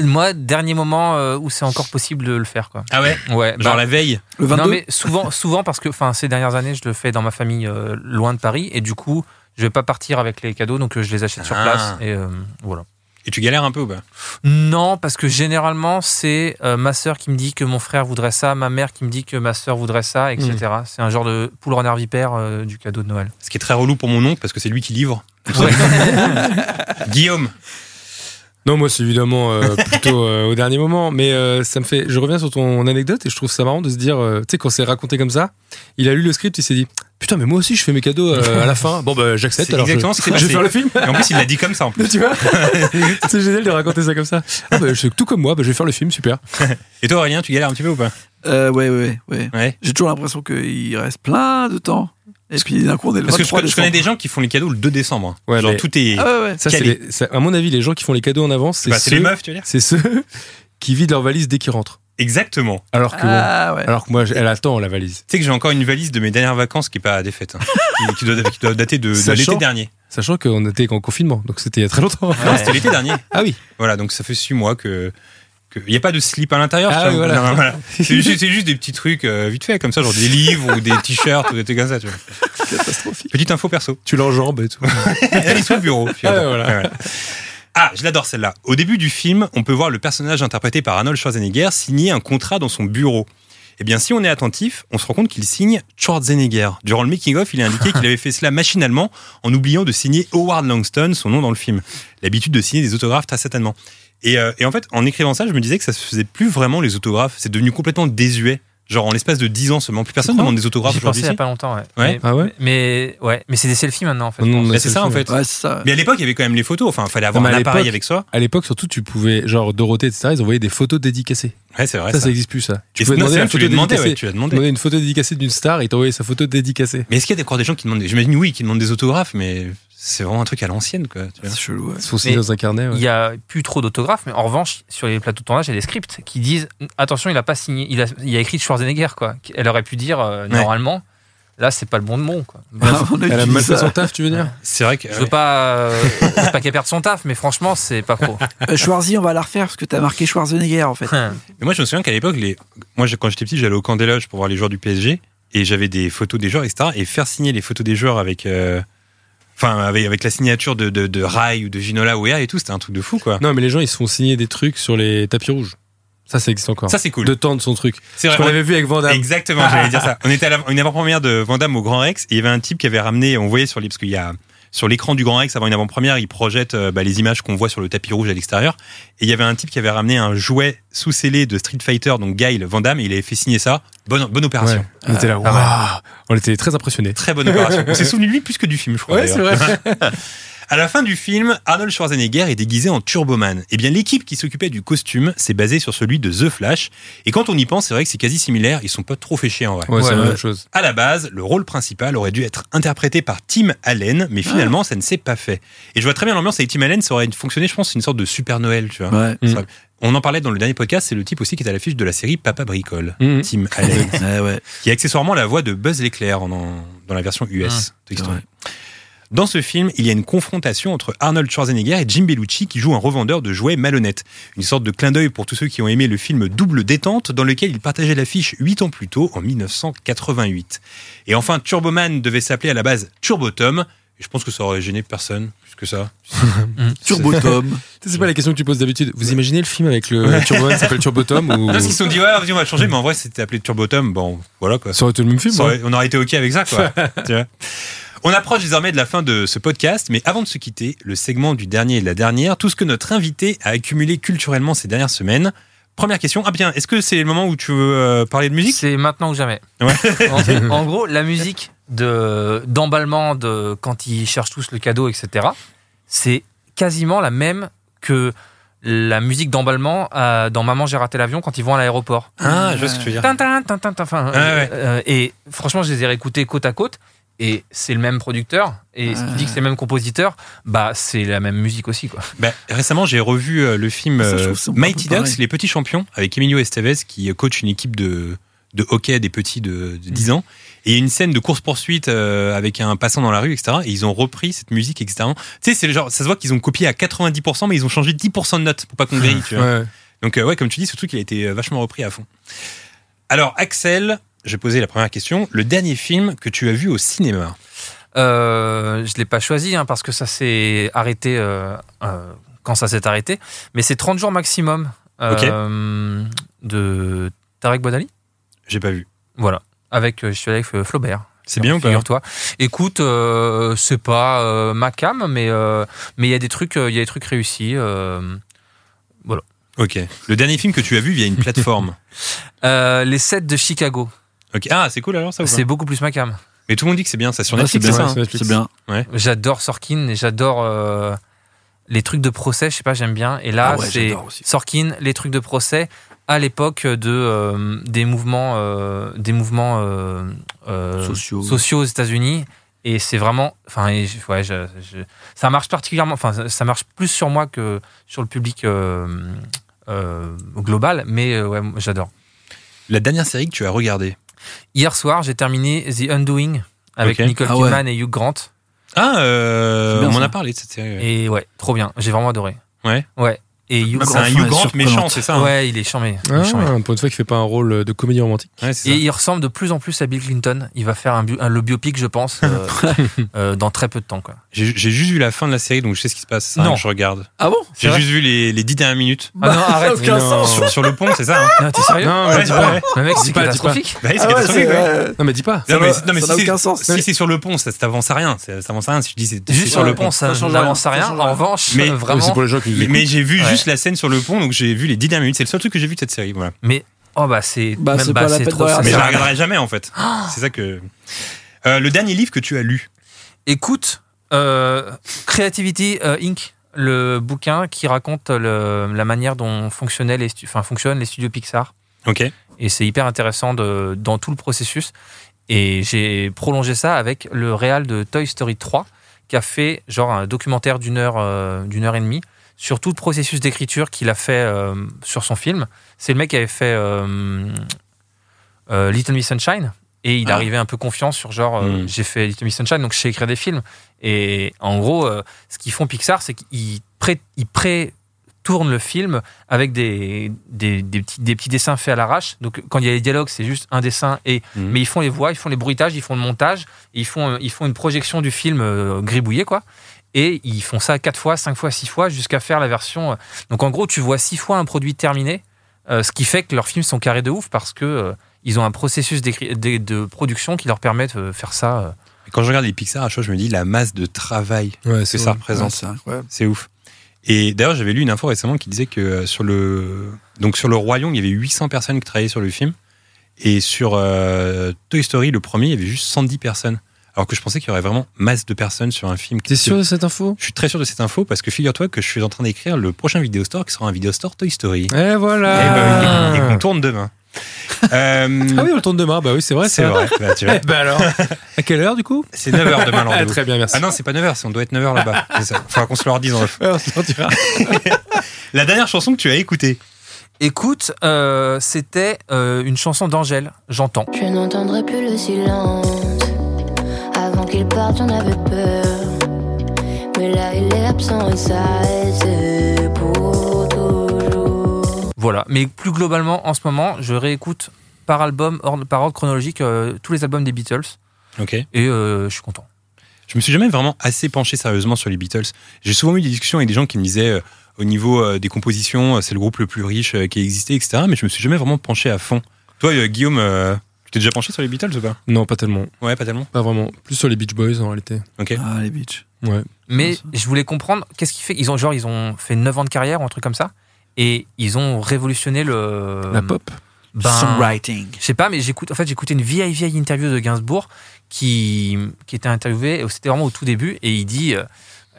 [SPEAKER 5] Moi, dernier moment euh, où c'est encore possible de le faire quoi.
[SPEAKER 3] Ah ouais
[SPEAKER 5] Ouais. bah,
[SPEAKER 3] Genre la veille
[SPEAKER 4] Le 22.
[SPEAKER 5] Non mais souvent, souvent parce que, enfin, ces dernières années, je le fais dans ma famille euh, loin de Paris et du coup, je vais pas partir avec les cadeaux, donc euh, je les achète sur
[SPEAKER 3] Ah.
[SPEAKER 5] place et euh, voilà.
[SPEAKER 3] Et tu galères un peu ou pas
[SPEAKER 5] Non, parce que généralement, c'est euh, ma sœur qui me dit que mon frère voudrait ça, ma mère qui me dit que ma sœur voudrait ça, etc.
[SPEAKER 3] Mm.
[SPEAKER 5] C'est un genre de poule renard vipère euh, du cadeau de Noël.
[SPEAKER 3] Ce qui est très relou pour mon oncle parce que c'est lui qui livre. Guillaume,
[SPEAKER 6] Non, moi, c'est évidemment euh, plutôt euh, au dernier moment. Mais euh, ça me fait. Je reviens sur ton anecdote et je trouve ça marrant de se dire. euh, tu sais, quand c'est raconté comme ça, il a lu le script, il s'est dit Putain, mais moi aussi, je fais mes cadeaux euh, à la fin. Bon, bah, j'accepte.
[SPEAKER 3] c'est
[SPEAKER 6] Alors, je-
[SPEAKER 3] exactement ce qui s'est
[SPEAKER 6] je vais
[SPEAKER 3] passé.
[SPEAKER 6] faire le film.
[SPEAKER 3] Et en plus, il l'a dit comme ça en plus.
[SPEAKER 6] tu vois C'est génial de raconter ça comme ça. Ah, bah, je- tout comme moi, bah, je vais faire le film, super.
[SPEAKER 3] Et toi, Aurélien, tu galères un petit peu ou pas
[SPEAKER 4] Euh, ouais, ouais, ouais.
[SPEAKER 3] Ouais.
[SPEAKER 4] J'ai toujours l'impression qu'il reste plein de temps. Et puis d'un coup, on est le
[SPEAKER 3] Parce que je,
[SPEAKER 4] 23
[SPEAKER 3] je connais
[SPEAKER 4] décembre.
[SPEAKER 3] des gens qui font les cadeaux le 2 décembre.
[SPEAKER 6] Ouais,
[SPEAKER 3] Genre,
[SPEAKER 6] mais-
[SPEAKER 3] tout est.
[SPEAKER 4] Ah ouais, ouais.
[SPEAKER 6] Ça, c'est
[SPEAKER 3] Calé.
[SPEAKER 6] les- ça- à mon avis, les gens qui font les cadeaux en avance, c'est
[SPEAKER 3] Bah, c'est les
[SPEAKER 6] ceux-
[SPEAKER 3] meufs, tu veux dire
[SPEAKER 6] c'est ceux qui vident leur valise dès qu'ils rentrent.
[SPEAKER 3] Exactement.
[SPEAKER 6] Alors que, bon,
[SPEAKER 4] Ah ouais.
[SPEAKER 6] alors que moi, j'ai- elle attend la valise.
[SPEAKER 3] Tu sais que j'ai encore une valise de mes dernières vacances qui n'est pas défaite, hein, qui- qui, doit, qui doit dater de, de
[SPEAKER 6] Sachant-
[SPEAKER 3] l'été dernier.
[SPEAKER 6] Sachant qu'on était en confinement, donc c'était il y a très longtemps.
[SPEAKER 3] Non, c'était l'été dernier.
[SPEAKER 6] Ah oui.
[SPEAKER 3] Voilà, donc ça fait 6 mois que. que- Il n'y a pas de slip à l'intérieur,
[SPEAKER 6] Ah
[SPEAKER 3] tu vois.
[SPEAKER 6] oui, voilà.
[SPEAKER 3] Non, voilà. C'est juste, c'est juste des petits trucs euh, vite fait, comme ça, genre des livres ou des t-shirts ou des trucs comme ça, tu vois.
[SPEAKER 6] Catastrophique.
[SPEAKER 3] Petite info perso.
[SPEAKER 6] Tu l'enjambes et tout.
[SPEAKER 3] Bah, Elle est sous le bureau. tu vois.
[SPEAKER 6] Ah ouais, voilà.
[SPEAKER 3] Ouais, voilà. Ah, je l'adore celle-là. Au début du film, on peut voir le personnage interprété par Arnold Schwarzenegger signer un contrat dans son bureau. Eh bien, si on est attentif, on se rend compte qu'il signe Schwarzenegger. Durant le making-of, il a indiqué qu'il avait fait cela machinalement en oubliant de signer Howard Langston, son nom dans le film. L'habitude de signer des autographes, très certainement. Et, euh, et en fait, en écrivant ça, je me disais que ça se faisait plus vraiment les autographes. C'est devenu complètement désuet. Genre en l'espace de 10 ans seulement. Plus personne
[SPEAKER 6] crois
[SPEAKER 3] demande des autographes
[SPEAKER 5] J'y
[SPEAKER 3] aujourd'hui.
[SPEAKER 5] pensais il n'y a pas longtemps, ouais.
[SPEAKER 3] Ouais.
[SPEAKER 5] Mais,
[SPEAKER 6] Ah ouais
[SPEAKER 5] mais, ouais. mais c'est des selfies maintenant, en fait.
[SPEAKER 6] Non,
[SPEAKER 5] je pense.
[SPEAKER 6] mais
[SPEAKER 3] Bah, c'est
[SPEAKER 6] c'est
[SPEAKER 3] ça
[SPEAKER 6] le
[SPEAKER 3] en
[SPEAKER 6] film.
[SPEAKER 3] fait.
[SPEAKER 4] Ouais, c'est ça.
[SPEAKER 3] Mais à l'époque, il y avait quand même les photos. Enfin, il fallait avoir
[SPEAKER 6] Non, mais
[SPEAKER 3] un
[SPEAKER 6] à
[SPEAKER 3] appareil
[SPEAKER 6] l'époque-
[SPEAKER 3] avec soi.
[SPEAKER 6] À l'époque, surtout, tu pouvais, genre Dorothée, etc., ils envoyaient des photos dédicacées.
[SPEAKER 3] Ouais, c'est vrai.
[SPEAKER 6] ça,
[SPEAKER 3] ça.
[SPEAKER 6] ça n'existe plus, ça.
[SPEAKER 3] Et c'est- non, c'est vrai, tu l'as demandé, ouais, tu l'as
[SPEAKER 6] Tu
[SPEAKER 3] demandé.
[SPEAKER 6] demandais une photo dédicacée d'une star et ils t'envoyaient sa photo dédicacée.
[SPEAKER 3] Mais est-ce qu'il y a encore des gens qui demandent des... J'imagine oui, qui demandent des autographes, mais c'est vraiment un truc à l'ancienne, quoi. tu vois.
[SPEAKER 4] C'est chelou. ouais.
[SPEAKER 6] Ils se font signer
[SPEAKER 5] Mais
[SPEAKER 6] dans un carnet. ouais.
[SPEAKER 5] Il n'y a plus trop d'autographes, mais en revanche, sur les plateaux de tournage, il y a des scripts qui disent attention, il a pas signé, il a, il a écrit Schwarzenegger, quoi. Elle aurait pu dire euh, normalement, là, c'est pas le bon de mon,
[SPEAKER 3] Ah,
[SPEAKER 5] quoi.
[SPEAKER 4] À mon avis,
[SPEAKER 6] Elle a mal fait
[SPEAKER 4] ça.
[SPEAKER 6] son taf, tu veux dire
[SPEAKER 3] C'est vrai que.
[SPEAKER 5] Je veux pas, euh, je veux pas qu'elle perde son taf, mais franchement, c'est pas pro.
[SPEAKER 4] Euh, Schwarzy, on va la refaire parce que t'as marqué Schwarzenegger en fait.
[SPEAKER 3] Mais moi, je me souviens qu'à l'époque, les... moi, je- quand j'étais petit, j'allais au camp des loges pour voir les joueurs du PSG et j'avais des photos des joueurs, etc. Et faire signer les photos des joueurs avec. euh, Enfin, avec, avec la signature de, de, de Rai ou de Ginola ou et tout, c'était un truc de fou, quoi.
[SPEAKER 6] Non, mais les gens, ils se font signer des trucs sur les tapis rouges. Ça, ça existe encore.
[SPEAKER 3] Ça, c'est cool.
[SPEAKER 6] De tendre son truc.
[SPEAKER 3] C'est vrai,
[SPEAKER 6] Parce qu'on
[SPEAKER 3] on-
[SPEAKER 6] l'avait vu avec Van Damme.
[SPEAKER 3] Exactement, j'allais dire ça. On était à la- une avant-première de Vandame au Grand Rex et il y avait un type qui avait ramené, on voyait sur les- parce qu'il y a sur l'écran du Grand Rex avant une avant-première, il projette euh, bah, les images qu'on voit sur le tapis rouge à l'extérieur. Et il y avait un type qui avait ramené un jouet sous-scellé de Street Fighter, donc Guile Vandame, et il avait fait signer ça. Bonne, bonne
[SPEAKER 6] Ouais.
[SPEAKER 3] opération.
[SPEAKER 6] On était là, waouh On était très impressionnés.
[SPEAKER 3] Très bonne opération. On s'est souvenu de lui plus que du film, je crois. d'ailleurs.
[SPEAKER 6] vrai.
[SPEAKER 3] À la fin du film, Arnold Schwarzenegger est déguisé en Turboman. Eh bien, l'équipe qui s'occupait du costume s'est basée sur celui de The Flash. Et quand on y pense, c'est vrai que c'est quasi similaire. Ils sont pas trop fait chier en vrai.
[SPEAKER 6] Ouais, c'est la
[SPEAKER 5] Ouais,
[SPEAKER 6] même
[SPEAKER 5] ouais.
[SPEAKER 6] chose.
[SPEAKER 3] À la base, le rôle principal aurait dû être interprété par Tim Allen, mais finalement, ça ne s'est pas fait. Et je vois très bien l'ambiance avec Tim Allen, ça aurait fonctionné, je pense, une sorte de super Noël, tu vois.
[SPEAKER 4] Ouais.
[SPEAKER 3] Ça aurait- On en parlait dans le dernier podcast, c'est le type aussi qui est à l'affiche de la série Papa Bricole,
[SPEAKER 6] Mhm.
[SPEAKER 3] Tim Allen,
[SPEAKER 4] Ouais, ouais.
[SPEAKER 3] qui est accessoirement la voix de Buzz l'éclair en- en- dans la version US. de Toy Story. Dans ce film, il y a une confrontation entre Arnold Schwarzenegger et Jim Bellucci qui joue un revendeur de jouets malhonnêtes. Une sorte de clin d'œil pour tous ceux qui ont aimé le film Double Détente dans lequel il partageait l'affiche 8 ans plus tôt, en 1988. Et enfin, Turboman devait s'appeler à la base Turbo Tom. Et je pense que ça aurait gêné personne plus que ça.
[SPEAKER 4] Turbo Tom.
[SPEAKER 6] C'est pas la question que tu poses d'habitude. Vous imaginez le film avec le Turbo qui s'appelle Turbo Tom ou...
[SPEAKER 3] Parce qu'ils se sont dit, ouais, vas-y, on va changer, mais en vrai, c'était appelé Turbo Tom. Bon, voilà quoi.
[SPEAKER 6] Ça aurait été le même film.
[SPEAKER 3] Ça
[SPEAKER 6] hein.
[SPEAKER 3] aurait- on aurait été OK avec ça, quoi. Tu vois. on approche désormais de la fin de ce podcast, mais avant de se quitter, le segment du dernier et de la dernière, tout ce que notre invité a accumulé culturellement ces dernières semaines. Première question. Ah bien, est-ce que c'est le moment où tu veux euh, parler de musique
[SPEAKER 5] C'est maintenant ou jamais.
[SPEAKER 3] Ouais.
[SPEAKER 5] En, en gros, la musique de d'emballement de quand ils cherchent tous le cadeau, etc. C'est quasiment la même que la musique d'emballement euh, dans Maman j'ai raté l'avion quand ils vont à l'aéroport.
[SPEAKER 3] Ah, je vois ce que tu veux dire.
[SPEAKER 5] Tin, tin, tin, tin, tin, enfin,
[SPEAKER 3] Ah ouais.
[SPEAKER 5] euh, et franchement, je les ai réécoutés côte à côte. Et c'est le même producteur, et
[SPEAKER 3] Ah.
[SPEAKER 5] si tu dis que c'est le même compositeur, bah c'est la même musique aussi quoi.
[SPEAKER 3] Bah, récemment, j'ai revu euh, le film
[SPEAKER 4] Ça, je
[SPEAKER 3] euh,
[SPEAKER 4] trouve ça un peu
[SPEAKER 3] Mighty
[SPEAKER 4] pareil.
[SPEAKER 3] Ducks, Les Petits Champions, avec Emilio Estevez qui euh, coach une équipe de, de hockey des petits de, de
[SPEAKER 4] Mm.
[SPEAKER 3] 10 ans. Et il y a une scène de course-poursuite euh, avec un passant dans la rue, etc. Et ils ont repris cette musique, etc. Tu sais, c'est le genre, ça se voit qu'ils ont copié à 90%, mais ils ont changé 10% de notes pour pas qu'on grille. tu vois.
[SPEAKER 6] Ouais.
[SPEAKER 3] Donc, euh, ouais, comme tu dis, ce truc, il a été euh, vachement repris à fond. Alors, Axel, je posais la première question. Le dernier film que tu as vu au cinéma
[SPEAKER 5] Euh, je l'ai pas choisi hein, parce que ça s'est arrêté euh, euh, quand ça s'est arrêté, mais c'est 30 jours maximum euh, de Tarek Boudali.
[SPEAKER 3] J'ai pas vu.
[SPEAKER 5] Voilà. Avec, euh, je suis allé avec euh, Flaubert.
[SPEAKER 3] C'est bien ou pas
[SPEAKER 5] Figure-toi. Écoute, euh, c'est pas euh, ma cam, mais euh, mais il y a des trucs, euh, il y a des trucs réussis. euh.
[SPEAKER 3] Ok. Le dernier film que tu as vu via une plateforme.
[SPEAKER 5] Euh, les sets de Chicago,
[SPEAKER 3] Ok. Ah, c'est cool alors ça ou pas
[SPEAKER 5] c'est beaucoup plus ma cam.
[SPEAKER 3] Mais tout le monde dit que c'est bien, ça sur
[SPEAKER 4] Ah,
[SPEAKER 3] Netflix,
[SPEAKER 4] c'est
[SPEAKER 3] ça,
[SPEAKER 4] bien,
[SPEAKER 3] hein.
[SPEAKER 6] c'est Netflix.
[SPEAKER 4] c'est bien.
[SPEAKER 5] J'adore Sorkin et j'adore euh, les trucs de procès, je sais pas, j'aime bien. Et là,
[SPEAKER 4] Ah ouais,
[SPEAKER 5] c'est
[SPEAKER 4] j'adore aussi.
[SPEAKER 5] Sorkin, les trucs de procès à l'époque de euh, des mouvements euh, des mouvements euh, euh,
[SPEAKER 4] Sociaux.
[SPEAKER 5] aux États-Unis et c'est vraiment enfin et je- ouais, je- je- ça marche particulièrement enfin ça- ça marche plus sur moi que sur le public euh, euh, global mais euh, ouais, moi, j'adore.
[SPEAKER 3] La dernière série que tu as regardée.
[SPEAKER 5] Hier soir, j'ai terminé The Undoing avec
[SPEAKER 3] Ok.
[SPEAKER 5] Nicole
[SPEAKER 4] Ah ouais.
[SPEAKER 5] Kidman et Hugh Grant.
[SPEAKER 3] Ah, euh,
[SPEAKER 4] C'est bien,
[SPEAKER 3] on en
[SPEAKER 4] ça.
[SPEAKER 3] a parlé de cette série. ouais.
[SPEAKER 5] Et ouais, trop bien. J'ai vraiment adoré.
[SPEAKER 3] Ouais.
[SPEAKER 5] Ouais. Et Hugh
[SPEAKER 3] Bah, c'est
[SPEAKER 5] Grant.
[SPEAKER 3] un
[SPEAKER 4] enfin,
[SPEAKER 3] Hugh Grant
[SPEAKER 4] surprenante.
[SPEAKER 3] méchant, c'est ça hein
[SPEAKER 5] Ouais, il est charmé. Il est charmé.
[SPEAKER 6] Ah, pour une fois qu'il fait pas un rôle de comédie romantique.
[SPEAKER 3] Ouais, c'est
[SPEAKER 5] Et
[SPEAKER 3] ça.
[SPEAKER 5] il ressemble de plus en plus à Bill Clinton. Il va faire un, bu- un- le biopic, je pense, euh, euh, dans très peu de temps. Quoi.
[SPEAKER 3] J'ai j'ai juste vu la fin de la série, donc je sais ce qui se passe. ça,
[SPEAKER 5] Non.
[SPEAKER 3] hein, je regarde.
[SPEAKER 4] Ah bon
[SPEAKER 3] J'ai
[SPEAKER 5] vrai
[SPEAKER 3] juste vu les, les dix dernières minutes.
[SPEAKER 5] Ah non, arrête.
[SPEAKER 4] aucun
[SPEAKER 5] mais non.
[SPEAKER 4] sens.
[SPEAKER 3] Sur, sur le pont, c'est ça hein
[SPEAKER 5] Non, t'es sérieux
[SPEAKER 6] Non,
[SPEAKER 3] Ouais,
[SPEAKER 6] mais dis pas.
[SPEAKER 3] ouais.
[SPEAKER 5] Le mec, c'est
[SPEAKER 6] Dis pas, dis
[SPEAKER 5] catastrophique.
[SPEAKER 3] Bah oui, c'est
[SPEAKER 4] Ah ouais,
[SPEAKER 3] catastrophique,
[SPEAKER 4] c'est,
[SPEAKER 3] ouais.
[SPEAKER 4] euh,
[SPEAKER 6] Non, mais dis pas.
[SPEAKER 4] Ça
[SPEAKER 3] Non, mais,
[SPEAKER 4] va-
[SPEAKER 3] c'est- non, mais
[SPEAKER 4] ça
[SPEAKER 3] si
[SPEAKER 4] n'a
[SPEAKER 3] c'est-
[SPEAKER 4] aucun sens.
[SPEAKER 3] Si c'est sur le pont, ça ça avance à rien. Ça ça avance à rien. Si je dis c'est c'est
[SPEAKER 5] Juste sur le
[SPEAKER 4] ouais.
[SPEAKER 5] pont, ça
[SPEAKER 4] Ça change
[SPEAKER 5] n'avance à
[SPEAKER 4] rien.
[SPEAKER 5] rien.
[SPEAKER 4] Ça change
[SPEAKER 5] En
[SPEAKER 4] rien.
[SPEAKER 5] revanche,
[SPEAKER 3] Mais-
[SPEAKER 5] euh,
[SPEAKER 6] Oui, C'est
[SPEAKER 5] vraiment.
[SPEAKER 6] pour les gens qui nous
[SPEAKER 3] Mais,
[SPEAKER 6] écoutent.
[SPEAKER 3] mais j'ai vu
[SPEAKER 5] Ouais.
[SPEAKER 3] juste la scène sur le pont, donc j'ai vu les dix dernières minutes. C'est le seul truc que j'ai vu de cette série. Voilà.
[SPEAKER 5] Mais. Oh, bah, c'est.
[SPEAKER 4] Bah,
[SPEAKER 5] même
[SPEAKER 4] c'est
[SPEAKER 5] bah,
[SPEAKER 4] pas la
[SPEAKER 5] c'est
[SPEAKER 4] peine
[SPEAKER 5] trop.
[SPEAKER 4] de
[SPEAKER 5] ça
[SPEAKER 4] regarder.
[SPEAKER 3] Mais je
[SPEAKER 5] sert
[SPEAKER 3] la
[SPEAKER 5] à rien.
[SPEAKER 3] regarderai jamais en fait. C'est ça que. Euh, le dernier livre que tu as lu.
[SPEAKER 5] Écoute, euh, Creativity euh, Inc., le bouquin qui raconte le- la manière dont fonctionnaient les, stu- enfin, fonctionnent les studios Pixar.
[SPEAKER 3] Ok.
[SPEAKER 5] Et c'est hyper intéressant de- dans tout le processus. Et j'ai prolongé ça avec le réal de Toy Story 3, qui a fait genre un documentaire d'une heure, euh, d'une heure et demie sur tout le processus d'écriture qu'il a fait euh, sur son film. C'est le mec qui avait fait euh, euh, Little Miss Sunshine. Et il
[SPEAKER 4] Ah.
[SPEAKER 5] arrivait un peu confiant sur genre, euh,
[SPEAKER 3] Mm.
[SPEAKER 5] j'ai fait Little Miss Sunshine, donc je sais écrire des films. Et en gros, euh, ce qu'ils font Pixar, c'est qu'ils pré, ils pré tournent le film avec des, des, des petits, des petits dessins faits à l'arrache. Donc quand il y a les dialogues, c'est juste un dessin. Et,
[SPEAKER 3] Mhm.
[SPEAKER 5] Mais ils font les voix, ils font les bruitages, ils font le montage, ils font, euh, ils font une projection du film euh, gribouillé, quoi. Et ils font ça quatre fois, cinq fois, six fois, jusqu'à faire la version. euh. Donc en gros, tu vois six fois un produit terminé, euh, ce qui fait que leurs films sont carrés de ouf parce que euh, ils ont un processus d'écri- de, de production qui leur permet de faire ça. euh.
[SPEAKER 3] Et Quand je regarde les Pixar, à chaque fois, je me dis la masse de travail
[SPEAKER 6] Ouais,
[SPEAKER 3] que
[SPEAKER 6] c'est
[SPEAKER 3] ça
[SPEAKER 6] ça.
[SPEAKER 4] Ouais,
[SPEAKER 3] représente.
[SPEAKER 4] c'est incroyable.
[SPEAKER 3] C'est ouf. Et d'ailleurs, j'avais lu une info récemment qui disait que euh, sur le donc sur le Roi Lion, il y avait 800 personnes qui travaillaient sur le film, et sur euh, Toy Story, le premier, il y avait juste 110 personnes. Alors que je pensais qu'il y aurait vraiment masse de personnes sur un film.
[SPEAKER 6] T'es sûr de cette info
[SPEAKER 3] Je suis très sûr de cette info parce que figure-toi que je suis en train d'écrire le prochain vidéo store qui sera un vidéo store Toy Story. Et,
[SPEAKER 6] Eh
[SPEAKER 3] bah
[SPEAKER 6] voilà
[SPEAKER 3] oui, et qu'on tourne demain. Euh,
[SPEAKER 6] Ah oui, on le tourne demain. Bah oui, c'est vrai,
[SPEAKER 3] c'est vrai. Bah, tu vois.
[SPEAKER 6] Eh ben alors, à quelle heure du coup
[SPEAKER 3] C'est 9h demain, le
[SPEAKER 6] Ah,
[SPEAKER 3] rendez-vous.
[SPEAKER 6] Très bien, merci.
[SPEAKER 3] Ah non, c'est pas 9h, on doit être 9h là-bas. C'est ça. Faudra qu'on se leur dise en off.
[SPEAKER 6] Ouais, on se sortira.
[SPEAKER 3] La dernière chanson que tu as écoutée.
[SPEAKER 5] Écoute, euh, c'était euh, une chanson d'Angèle, j'entends.
[SPEAKER 7] Je n'entendrai plus le silence. Avant qu'il parte, j'en avais peur. Mais là, il est absent et ça, et c'est pour toujours.
[SPEAKER 5] Voilà. Mais plus globalement, en ce moment, je réécoute par album, ordre- par ordre chronologique, euh, tous les albums des Beatles.
[SPEAKER 3] Ok.
[SPEAKER 5] Et euh, je suis content.
[SPEAKER 3] Je me suis jamais vraiment assez penché sérieusement sur les Beatles. J'ai souvent eu des discussions avec des gens qui me disaient euh, au niveau euh, des compositions, euh, c'est le groupe le plus riche euh, qui a existé, etc. Mais je me suis jamais vraiment penché à fond. Toi, euh, Guillaume, euh, tu t'es déjà penché sur les Beatles ou pas
[SPEAKER 6] Non, pas tellement.
[SPEAKER 3] Ouais, pas tellement.
[SPEAKER 6] Pas vraiment. Plus sur les Beach Boys en réalité.
[SPEAKER 4] Ah, les bitches.
[SPEAKER 6] Ouais.
[SPEAKER 5] Mais
[SPEAKER 4] ça.
[SPEAKER 5] je voulais comprendre qu'est-ce qui fait. Ils ont genre ils ont fait 9 ans de carrière ou un truc comme ça, et ils ont révolutionné le
[SPEAKER 6] La pop
[SPEAKER 5] Ben,
[SPEAKER 4] Songwriting.
[SPEAKER 5] Je sais pas, mais j'écoute. En fait, j'écoutais une vieille vieille interview de Gainsbourg qui qui était interviewé. C'était vraiment au tout début, et il dit euh,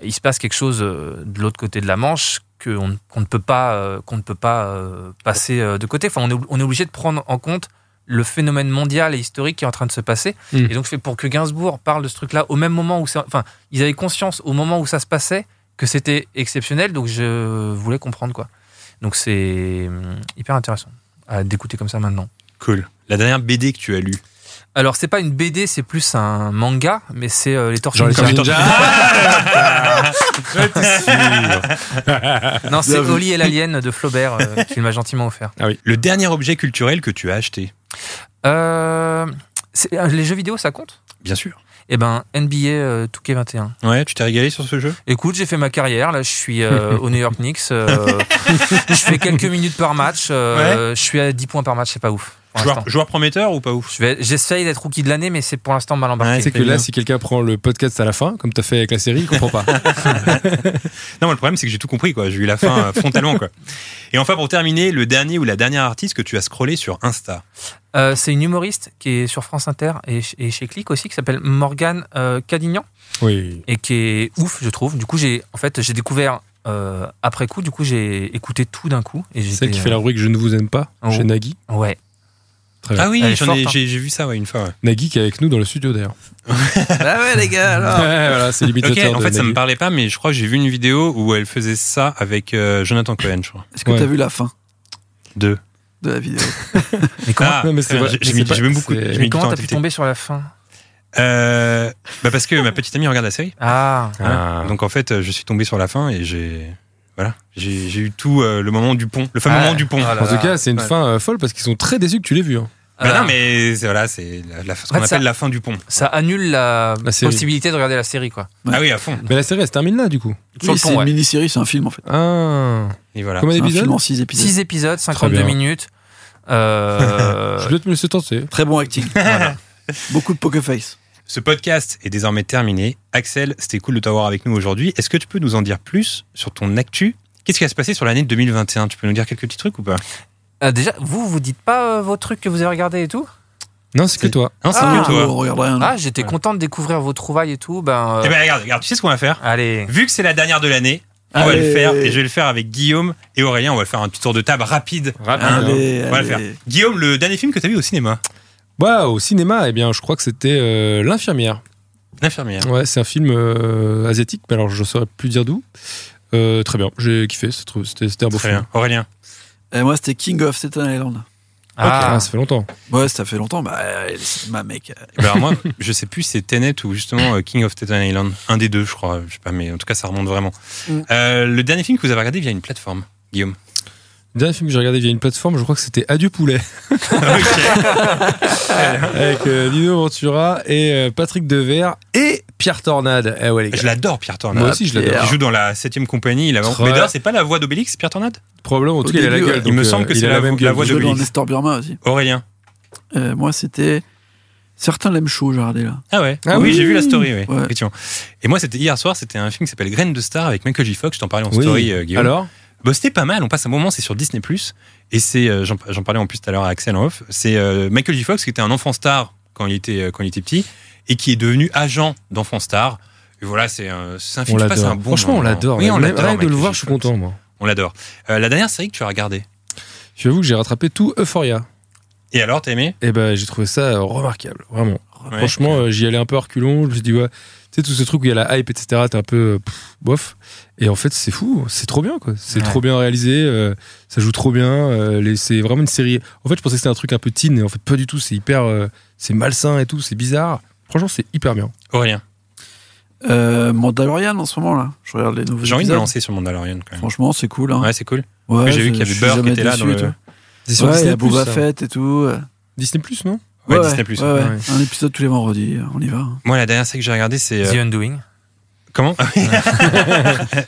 [SPEAKER 5] il se passe quelque chose euh, de l'autre côté de la Manche que on- qu'on ne peut pas euh, qu'on ne peut pas euh, passer euh, de côté. Enfin, on est, ob- on est obligé de prendre en compte le phénomène mondial et historique qui est en train de se passer.
[SPEAKER 6] Mm.
[SPEAKER 5] Et donc, c'est pour que Gainsbourg parle de ce truc-là au même moment où ça, enfin, ils avaient conscience au moment où ça se passait que c'était exceptionnel. Donc, je voulais comprendre quoi. Donc, c'est hum, hyper intéressant à d'écouter comme ça maintenant.
[SPEAKER 3] Cool. La dernière BD que tu as lue.
[SPEAKER 5] Alors, c'est pas une BD, c'est plus un manga, mais c'est euh, les Tortues
[SPEAKER 6] Genre les
[SPEAKER 5] Ninja.
[SPEAKER 6] Tortues
[SPEAKER 5] Non, c'est
[SPEAKER 4] Bien vu.
[SPEAKER 5] Oli et l'alien de Flaubert euh,
[SPEAKER 3] Ah
[SPEAKER 5] qu'il m'a gentiment offert.
[SPEAKER 3] Le dernier objet culturel que tu as acheté.
[SPEAKER 5] Euh, C'est- euh, Les jeux vidéo, ça compte
[SPEAKER 3] Bien sûr.
[SPEAKER 5] Eh ben, NBA euh, 2K21.
[SPEAKER 3] Ouais, tu t'es régalé sur ce jeu
[SPEAKER 5] Écoute, j'ai fait ma carrière. Là, je suis euh, au New York Knicks. euh, je fais quelques minutes par match. euh, Je suis à 10 points par match. C'est pas ouf. pour l'instant.
[SPEAKER 3] joueur, joueur prometteur ou pas ouf
[SPEAKER 5] Je vais- J'essaye d'être rookie de l'année, mais c'est pour l'instant mal embarqué.
[SPEAKER 3] Ouais,
[SPEAKER 6] C'est que
[SPEAKER 3] Très bien.
[SPEAKER 6] là, si quelqu'un prend le podcast à la fin, comme t'as fait avec la série, il comprend pas.
[SPEAKER 3] Non, moi, le problème, c'est que j'ai tout compris, quoi. J'ai eu la fin euh, frontalement, quoi. Et enfin, pour terminer, le dernier ou la dernière artiste que tu as scrollé sur Insta.
[SPEAKER 5] Euh, c'est une humoriste qui est sur France Inter et, ch- et chez Click aussi, qui s'appelle Morgane euh, Cadignan
[SPEAKER 6] oui.
[SPEAKER 5] et qui est ouf, je trouve. Du coup, j'ai en fait j'ai découvert euh, après coup. Du coup, j'ai écouté tout d'un coup et j'ai.
[SPEAKER 6] Celle qui fait la rubrique Je ne vous aime pas
[SPEAKER 5] Oh.
[SPEAKER 6] chez Nagui.
[SPEAKER 5] Ouais.
[SPEAKER 6] Très bien.
[SPEAKER 3] Ah oui,
[SPEAKER 5] Elle est
[SPEAKER 3] j'en ai-
[SPEAKER 5] forte, hein.
[SPEAKER 3] j'ai j'ai vu ça, ouais, une fois. ouais.
[SPEAKER 6] Nagui qui est avec nous dans le studio d'ailleurs.
[SPEAKER 4] Ah ouais, les gars, alors.
[SPEAKER 6] Ouais,
[SPEAKER 5] Ah.
[SPEAKER 6] voilà, c'est
[SPEAKER 3] Ok,
[SPEAKER 6] l'imitateur.
[SPEAKER 3] en
[SPEAKER 6] de
[SPEAKER 3] fait, ça
[SPEAKER 6] Nagui.
[SPEAKER 3] me parlait pas, mais je crois que j'ai vu une vidéo où elle faisait ça avec euh, Jonathan Cohen, je crois.
[SPEAKER 4] Est-ce que
[SPEAKER 6] Ouais.
[SPEAKER 4] t'as vu la fin
[SPEAKER 3] Deux.
[SPEAKER 4] de la vidéo
[SPEAKER 5] Mais comment
[SPEAKER 3] Ah,
[SPEAKER 6] Non, mais
[SPEAKER 3] très
[SPEAKER 6] c'est
[SPEAKER 3] bien,
[SPEAKER 6] vrai,
[SPEAKER 3] j'ai
[SPEAKER 6] mais
[SPEAKER 3] j'ai mis
[SPEAKER 6] c'est
[SPEAKER 3] j'ai mis
[SPEAKER 6] pas-
[SPEAKER 3] beaucoup.
[SPEAKER 6] c'est-
[SPEAKER 3] j'ai mis
[SPEAKER 5] Mais
[SPEAKER 3] du
[SPEAKER 5] comment
[SPEAKER 3] temps à
[SPEAKER 5] t'as pu
[SPEAKER 3] tilter.
[SPEAKER 5] tomber sur la fin
[SPEAKER 3] Euh, bah parce que ma petite amie regarde la série.
[SPEAKER 5] Ah.
[SPEAKER 3] Voilà. Donc en fait, euh, je suis tombé sur la fin et j'ai voilà, j'ai j'ai eu tout euh, le moment du pont, le fameux
[SPEAKER 5] Ah,
[SPEAKER 3] moment du pont.
[SPEAKER 5] oh là
[SPEAKER 6] En
[SPEAKER 5] là.
[SPEAKER 6] tout cas, c'est une
[SPEAKER 3] Ouais.
[SPEAKER 6] fin euh, folle parce qu'ils sont très déçus que tu l'aies vu. hein.
[SPEAKER 3] Bah
[SPEAKER 5] Ah.
[SPEAKER 3] non, mais c'est- voilà, c'est la, la- ce qu'on
[SPEAKER 5] En fait,
[SPEAKER 3] appelle
[SPEAKER 5] ça-
[SPEAKER 3] la fin du pont.
[SPEAKER 5] Ça annule la,
[SPEAKER 6] La série.
[SPEAKER 5] possibilité de regarder la série, quoi.
[SPEAKER 4] Ouais.
[SPEAKER 3] Ah oui, à fond.
[SPEAKER 6] Mais la série, elle se termine là, du coup.
[SPEAKER 5] Sur
[SPEAKER 4] Oui,
[SPEAKER 5] le
[SPEAKER 4] C'est
[SPEAKER 5] pont,
[SPEAKER 4] une
[SPEAKER 5] ouais.
[SPEAKER 4] mini-série, c'est un film en fait.
[SPEAKER 6] Ah.
[SPEAKER 3] Et voilà.
[SPEAKER 6] Combien
[SPEAKER 4] C'est un film
[SPEAKER 6] d'épisodes
[SPEAKER 4] en 6 épisodes.
[SPEAKER 5] 6 épisodes,
[SPEAKER 6] Très
[SPEAKER 5] 52
[SPEAKER 6] bien.
[SPEAKER 5] minutes. Euh,
[SPEAKER 6] Je dois te laisser tenter.
[SPEAKER 4] Très bon acting. Beaucoup de poker face.
[SPEAKER 3] Ce podcast est désormais terminé. Axel, c'était cool de t'avoir avec nous aujourd'hui. Est-ce que tu peux nous en dire plus sur ton actu Qu'est-ce qui va se passer sur l'année 2021 Tu peux nous dire quelques petits trucs ou pas
[SPEAKER 5] euh, déjà, vous, vous dites pas euh, vos trucs que vous avez regardés et tout
[SPEAKER 6] Non, c'est que
[SPEAKER 4] C'est-
[SPEAKER 6] toi.
[SPEAKER 3] Non, c'est
[SPEAKER 5] Ah.
[SPEAKER 3] que toi.
[SPEAKER 4] On regarde rien.
[SPEAKER 5] Ah, j'étais content de découvrir vos trouvailles et tout. Ben, euh,
[SPEAKER 3] Eh ben regarde, regarde, tu sais ce qu'on va faire
[SPEAKER 5] allez.
[SPEAKER 3] Vu que c'est la dernière de l'année, Ah, on va
[SPEAKER 4] Allez.
[SPEAKER 3] le faire et je vais le faire avec Guillaume et Aurélien. On va faire un petit tour de table rapide.
[SPEAKER 6] Ah,
[SPEAKER 3] hein.
[SPEAKER 4] Allez,
[SPEAKER 3] On va le
[SPEAKER 4] allez.
[SPEAKER 3] faire. Guillaume, le dernier film que t'as vu au cinéma
[SPEAKER 6] Bah, au cinéma, eh bien, je crois que c'était euh, L'Infirmière.
[SPEAKER 3] L'infirmière.
[SPEAKER 6] Ouais, c'est un film euh, asiatique, mais alors je ne saurais plus dire d'où. Euh, très bien, j'ai kiffé, c'est trop- c'était c'était un beau
[SPEAKER 3] Très
[SPEAKER 6] film.
[SPEAKER 3] bien. Aurélien.
[SPEAKER 4] Et Eh, moi, c'était King of Staten Island.
[SPEAKER 5] Ah.
[SPEAKER 6] Ah, ça fait longtemps.
[SPEAKER 4] Ouais, ça fait longtemps. Bah, euh, c'est ma mec.
[SPEAKER 3] Eh ben, alors moi, je sais plus si c'est Tenet ou justement euh, King of Staten Island. Un des deux, je crois. Je sais pas, mais en tout cas, ça remonte vraiment.
[SPEAKER 4] Mm.
[SPEAKER 3] Euh, le dernier film que vous avez regardé via une plateforme, Guillaume.
[SPEAKER 6] Le dernier film que j'ai regardé via une plateforme, je crois que c'était Adieu Poulet. Avec euh, Nino Ventura et euh, Patrick Devers et Pierre Tornade. Eh ouais, les gars.
[SPEAKER 3] Je l'adore, Pierre Tornade.
[SPEAKER 6] Moi aussi, je l'adore.
[SPEAKER 4] Pierre.
[SPEAKER 3] Il joue dans la 7ème compagnie. Il a...
[SPEAKER 6] Très-
[SPEAKER 3] Mais d'ailleurs, c'est pas la voix d'Obélix, Pierre Tornade
[SPEAKER 6] Probablement, en tout
[SPEAKER 4] Au
[SPEAKER 6] cas, il a la
[SPEAKER 4] début,
[SPEAKER 6] gueule.
[SPEAKER 4] ouais.
[SPEAKER 6] donc,
[SPEAKER 3] Il me
[SPEAKER 6] euh,
[SPEAKER 3] semble que
[SPEAKER 6] il
[SPEAKER 3] c'est
[SPEAKER 6] a
[SPEAKER 3] la-
[SPEAKER 6] même
[SPEAKER 3] la
[SPEAKER 6] gueule.
[SPEAKER 3] voix
[SPEAKER 4] Je
[SPEAKER 3] de
[SPEAKER 4] joue dans
[SPEAKER 3] Obélix.
[SPEAKER 4] Nestor Burma aussi.
[SPEAKER 3] Aurélien.
[SPEAKER 4] Euh, moi, c'était. Certains l'aiment chaud, j'ai regardé là.
[SPEAKER 3] Ah ouais.
[SPEAKER 6] Ah
[SPEAKER 3] oui,
[SPEAKER 6] oui.
[SPEAKER 3] j'ai vu la story. Oui.
[SPEAKER 4] Ouais.
[SPEAKER 3] Effectivement. Et moi, c'était hier soir, c'était un film qui s'appelle Graines de Star avec Michael J. Fox. Je t'en parlais en
[SPEAKER 6] Oui.
[SPEAKER 3] story, euh, Guillaume.
[SPEAKER 6] Alors
[SPEAKER 3] Bah, c'était pas mal, on passe un moment, c'est sur Disney ⁇ et c'est, euh, j'en j'en parlais en plus tout à l'heure à Axel en off, c'est euh, Michael J. Fox qui était un enfant star quand il était, euh, quand il était petit, et qui est devenu agent d'enfant star. Et voilà, c'est un, c'est un
[SPEAKER 6] On
[SPEAKER 3] film qui passe un
[SPEAKER 6] l'adore.
[SPEAKER 3] bon
[SPEAKER 6] Franchement, on
[SPEAKER 3] moment.
[SPEAKER 6] l'adore.
[SPEAKER 3] Oui, on
[SPEAKER 6] Même-
[SPEAKER 3] l'adore.
[SPEAKER 6] rien que de le
[SPEAKER 3] Michael
[SPEAKER 6] voir,
[SPEAKER 3] J.
[SPEAKER 6] je suis
[SPEAKER 3] Fox.
[SPEAKER 6] content, moi.
[SPEAKER 3] On l'adore. Euh, la dernière série que tu as regardée,
[SPEAKER 6] J'avoue que j'ai rattrapé tout Euphoria.
[SPEAKER 3] et alors, t'as aimé
[SPEAKER 6] Et ben, j'ai trouvé ça euh, remarquable, vraiment.
[SPEAKER 3] Ouais.
[SPEAKER 6] Franchement, euh, j'y allais un peu à reculons. Je me suis dit, ouais, tu sais, tout ce truc où il y a la hype, etc., t'es un peu euh, pff, bof. Et en fait, c'est fou, c'est trop bien, quoi. C'est
[SPEAKER 5] Ouais.
[SPEAKER 6] trop bien réalisé, euh, ça joue trop bien. euh, les- c'est vraiment une série. En fait, je pensais que c'était un truc un peu teen, et en fait, pas du tout. C'est hyper. euh, c'est malsain et tout, c'est bizarre. Franchement, c'est hyper bien.
[SPEAKER 3] Aurélien,
[SPEAKER 4] Euh, Mandalorian en ce moment là. Je regarde les nouveaux
[SPEAKER 3] j'ai envie de me
[SPEAKER 4] épisodes.
[SPEAKER 3] lancer sur Mandalorian quand même.
[SPEAKER 4] Franchement, c'est cool. Hein.
[SPEAKER 3] Ouais, c'est cool.
[SPEAKER 4] Ouais,
[SPEAKER 3] j'ai vu qu'il
[SPEAKER 4] je-
[SPEAKER 3] y
[SPEAKER 4] je
[SPEAKER 3] avait
[SPEAKER 4] suis
[SPEAKER 3] Burr qui
[SPEAKER 4] jamais
[SPEAKER 3] était là dans
[SPEAKER 4] déçu
[SPEAKER 3] le...
[SPEAKER 4] et tout.
[SPEAKER 6] C'est
[SPEAKER 4] Ouais, il y a Boba
[SPEAKER 6] ça. hein.
[SPEAKER 4] Fett et tout. Ouais,
[SPEAKER 6] Disney Plus, non
[SPEAKER 3] Ouais,
[SPEAKER 4] ouais,
[SPEAKER 3] Disney+,
[SPEAKER 4] ouais, ouais.
[SPEAKER 6] ouais.
[SPEAKER 4] Un épisode tous les vendredis, on y va.
[SPEAKER 3] Moi, la dernière série que j'ai regardée, c'est. euh,
[SPEAKER 5] The Undoing.
[SPEAKER 3] Comment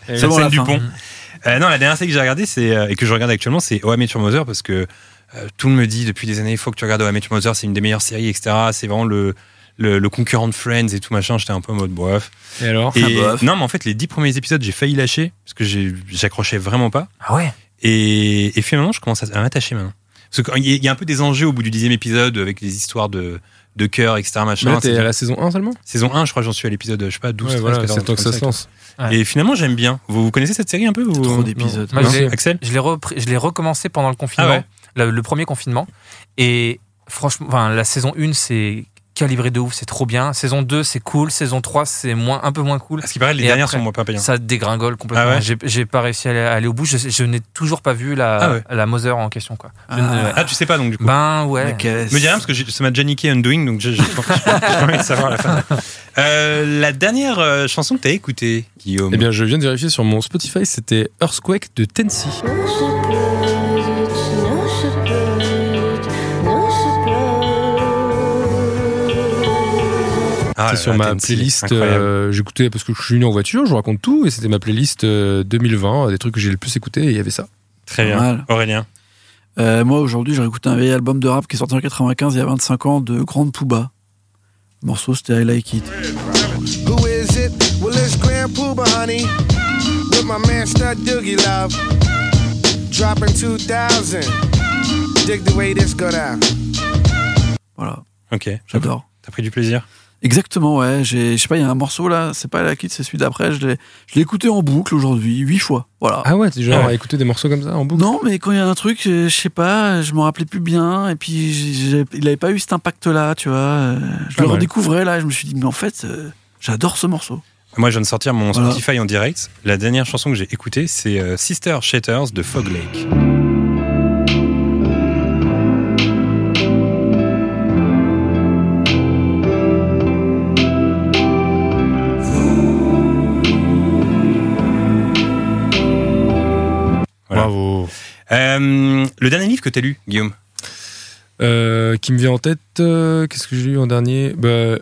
[SPEAKER 4] C'est bon,
[SPEAKER 3] scène
[SPEAKER 4] la
[SPEAKER 3] du
[SPEAKER 4] fin.
[SPEAKER 3] pont. Euh, non, la dernière série que j'ai regardée c'est, euh, et que je regarde actuellement, c'est OM sur Mother parce que euh, tout le monde me dit depuis des années il faut que tu regardes OM sur Mother, c'est une des meilleures séries, etc. C'est vraiment le, le, le concurrent de Friends et tout machin. J'étais un peu en mode bof.
[SPEAKER 6] Et alors
[SPEAKER 3] Et,
[SPEAKER 4] bof.
[SPEAKER 3] non, mais en fait, les dix premiers épisodes, j'ai failli lâcher parce que j'ai- j'accrochais vraiment pas.
[SPEAKER 5] Ah ouais.
[SPEAKER 3] Et, et finalement, je commence à, à m'attacher maintenant. Parce qu'il y, a- il y a un peu des enjeux au bout du dixième épisode avec les histoires de, de cœur, etc.
[SPEAKER 6] Mais
[SPEAKER 3] Machin.
[SPEAKER 6] là, t'es
[SPEAKER 3] C'est-
[SPEAKER 6] à la saison 1 seulement
[SPEAKER 3] Saison 1, je crois, j'en suis à l'épisode, je sais pas, 12,
[SPEAKER 6] Ouais,
[SPEAKER 3] 13,
[SPEAKER 6] voilà, c'est
[SPEAKER 3] 14,
[SPEAKER 6] le temps que ça
[SPEAKER 3] comme
[SPEAKER 6] se
[SPEAKER 3] quoi.
[SPEAKER 6] lance.
[SPEAKER 5] lance.
[SPEAKER 3] Et finalement, j'aime bien. Vous, vous connaissez cette série un peu vous
[SPEAKER 4] Trop d'épisodes.
[SPEAKER 5] Moi,
[SPEAKER 3] Non
[SPEAKER 5] je l'ai-
[SPEAKER 3] Axel
[SPEAKER 5] Je l'ai repris- je l'ai recommencé pendant le confinement,
[SPEAKER 3] Ah ouais.
[SPEAKER 5] le, le premier confinement. Et franchement, enfin, la saison 1, c'est calibré de ouf, c'est trop bien. Saison 2, c'est cool. Saison 3, c'est moins, un peu moins cool.
[SPEAKER 3] À ce qui paraît, les
[SPEAKER 5] Et
[SPEAKER 3] dernières
[SPEAKER 5] après-
[SPEAKER 3] sont moins pas payantes.
[SPEAKER 5] Ça dégringole complètement.
[SPEAKER 3] Ah ouais
[SPEAKER 5] J'ai- J'ai pas réussi à aller, à aller au bout. Je, je n'ai toujours pas vu la,
[SPEAKER 3] Ah ouais.
[SPEAKER 5] la Mother en question. Quoi. Je ne-
[SPEAKER 4] Ah,
[SPEAKER 3] Ah, tu sais pas donc du coup.
[SPEAKER 5] ben ouais.
[SPEAKER 4] La caisse.
[SPEAKER 3] me dis rien parce que j'ai- ça m'a déjà niqué Undoing, donc j'ai j'ai pas j'ai pas envie de savoir à la fin. Euh, la dernière euh, chanson que t'as écoutée, Guillaume.
[SPEAKER 6] Eh bien, je viens de vérifier sur mon Spotify, c'était Earthquake de Tennessee.
[SPEAKER 7] No support, no support, no support.
[SPEAKER 3] Ah,
[SPEAKER 6] c'est sur
[SPEAKER 3] la
[SPEAKER 6] ma
[SPEAKER 3] TNT,
[SPEAKER 6] playlist.
[SPEAKER 3] incroyable.
[SPEAKER 6] euh, J'écoutais parce que je suis venu en voiture, je vous raconte tout, et c'était ma playlist euh, 2020, euh, des trucs que j'ai le plus écouté, et il y avait ça.
[SPEAKER 3] Très
[SPEAKER 4] Pas
[SPEAKER 3] bien.
[SPEAKER 4] mal.
[SPEAKER 3] Aurélien.
[SPEAKER 4] Euh, moi, aujourd'hui, j'ai écouté un vieil album de rap qui est sorti en 95, il y a 25 ans, de Grande Pouba. Le morceau, c'était I Like It.
[SPEAKER 8] Who is it? Well, it's Grand Poobah, honey. With my man Stud Doogie Love. Dropping 2000. Dig the way this go down.
[SPEAKER 4] Voilà,
[SPEAKER 3] Ok.
[SPEAKER 4] j'adore.
[SPEAKER 3] T'as pris du plaisir
[SPEAKER 4] Exactement, ouais. j'ai- Je sais pas, il y a un morceau là, c'est pas I Like It, c'est celui d'après. Je l'ai je l'ai écouté en boucle aujourd'hui, huit fois. Voilà.
[SPEAKER 6] Ah ouais, t'es genre
[SPEAKER 3] Ah
[SPEAKER 6] à écouter des morceaux comme ça en boucle.
[SPEAKER 4] Non, mais quand il y a un truc, euh, je sais pas, je m'en rappelais plus bien, et puis j'ai- j'ai- il avait pas eu cet impact-là, tu vois. euh, Je
[SPEAKER 3] Pas
[SPEAKER 4] le
[SPEAKER 3] mal.
[SPEAKER 4] redécouvrais là, et je me suis dit, mais en fait, euh, j'adore ce morceau.
[SPEAKER 3] Moi, je viens de sortir mon
[SPEAKER 4] Voilà.
[SPEAKER 3] Spotify en direct. La dernière chanson que j'ai écoutée, c'est euh, Sister Shatters de Fog Lake. Voilà.
[SPEAKER 6] Bravo.
[SPEAKER 3] Euh, le dernier livre que t'as lu, Guillaume
[SPEAKER 6] Euh, qui me vient en tête, euh, qu'est-ce que j'ai lu en dernier Bah,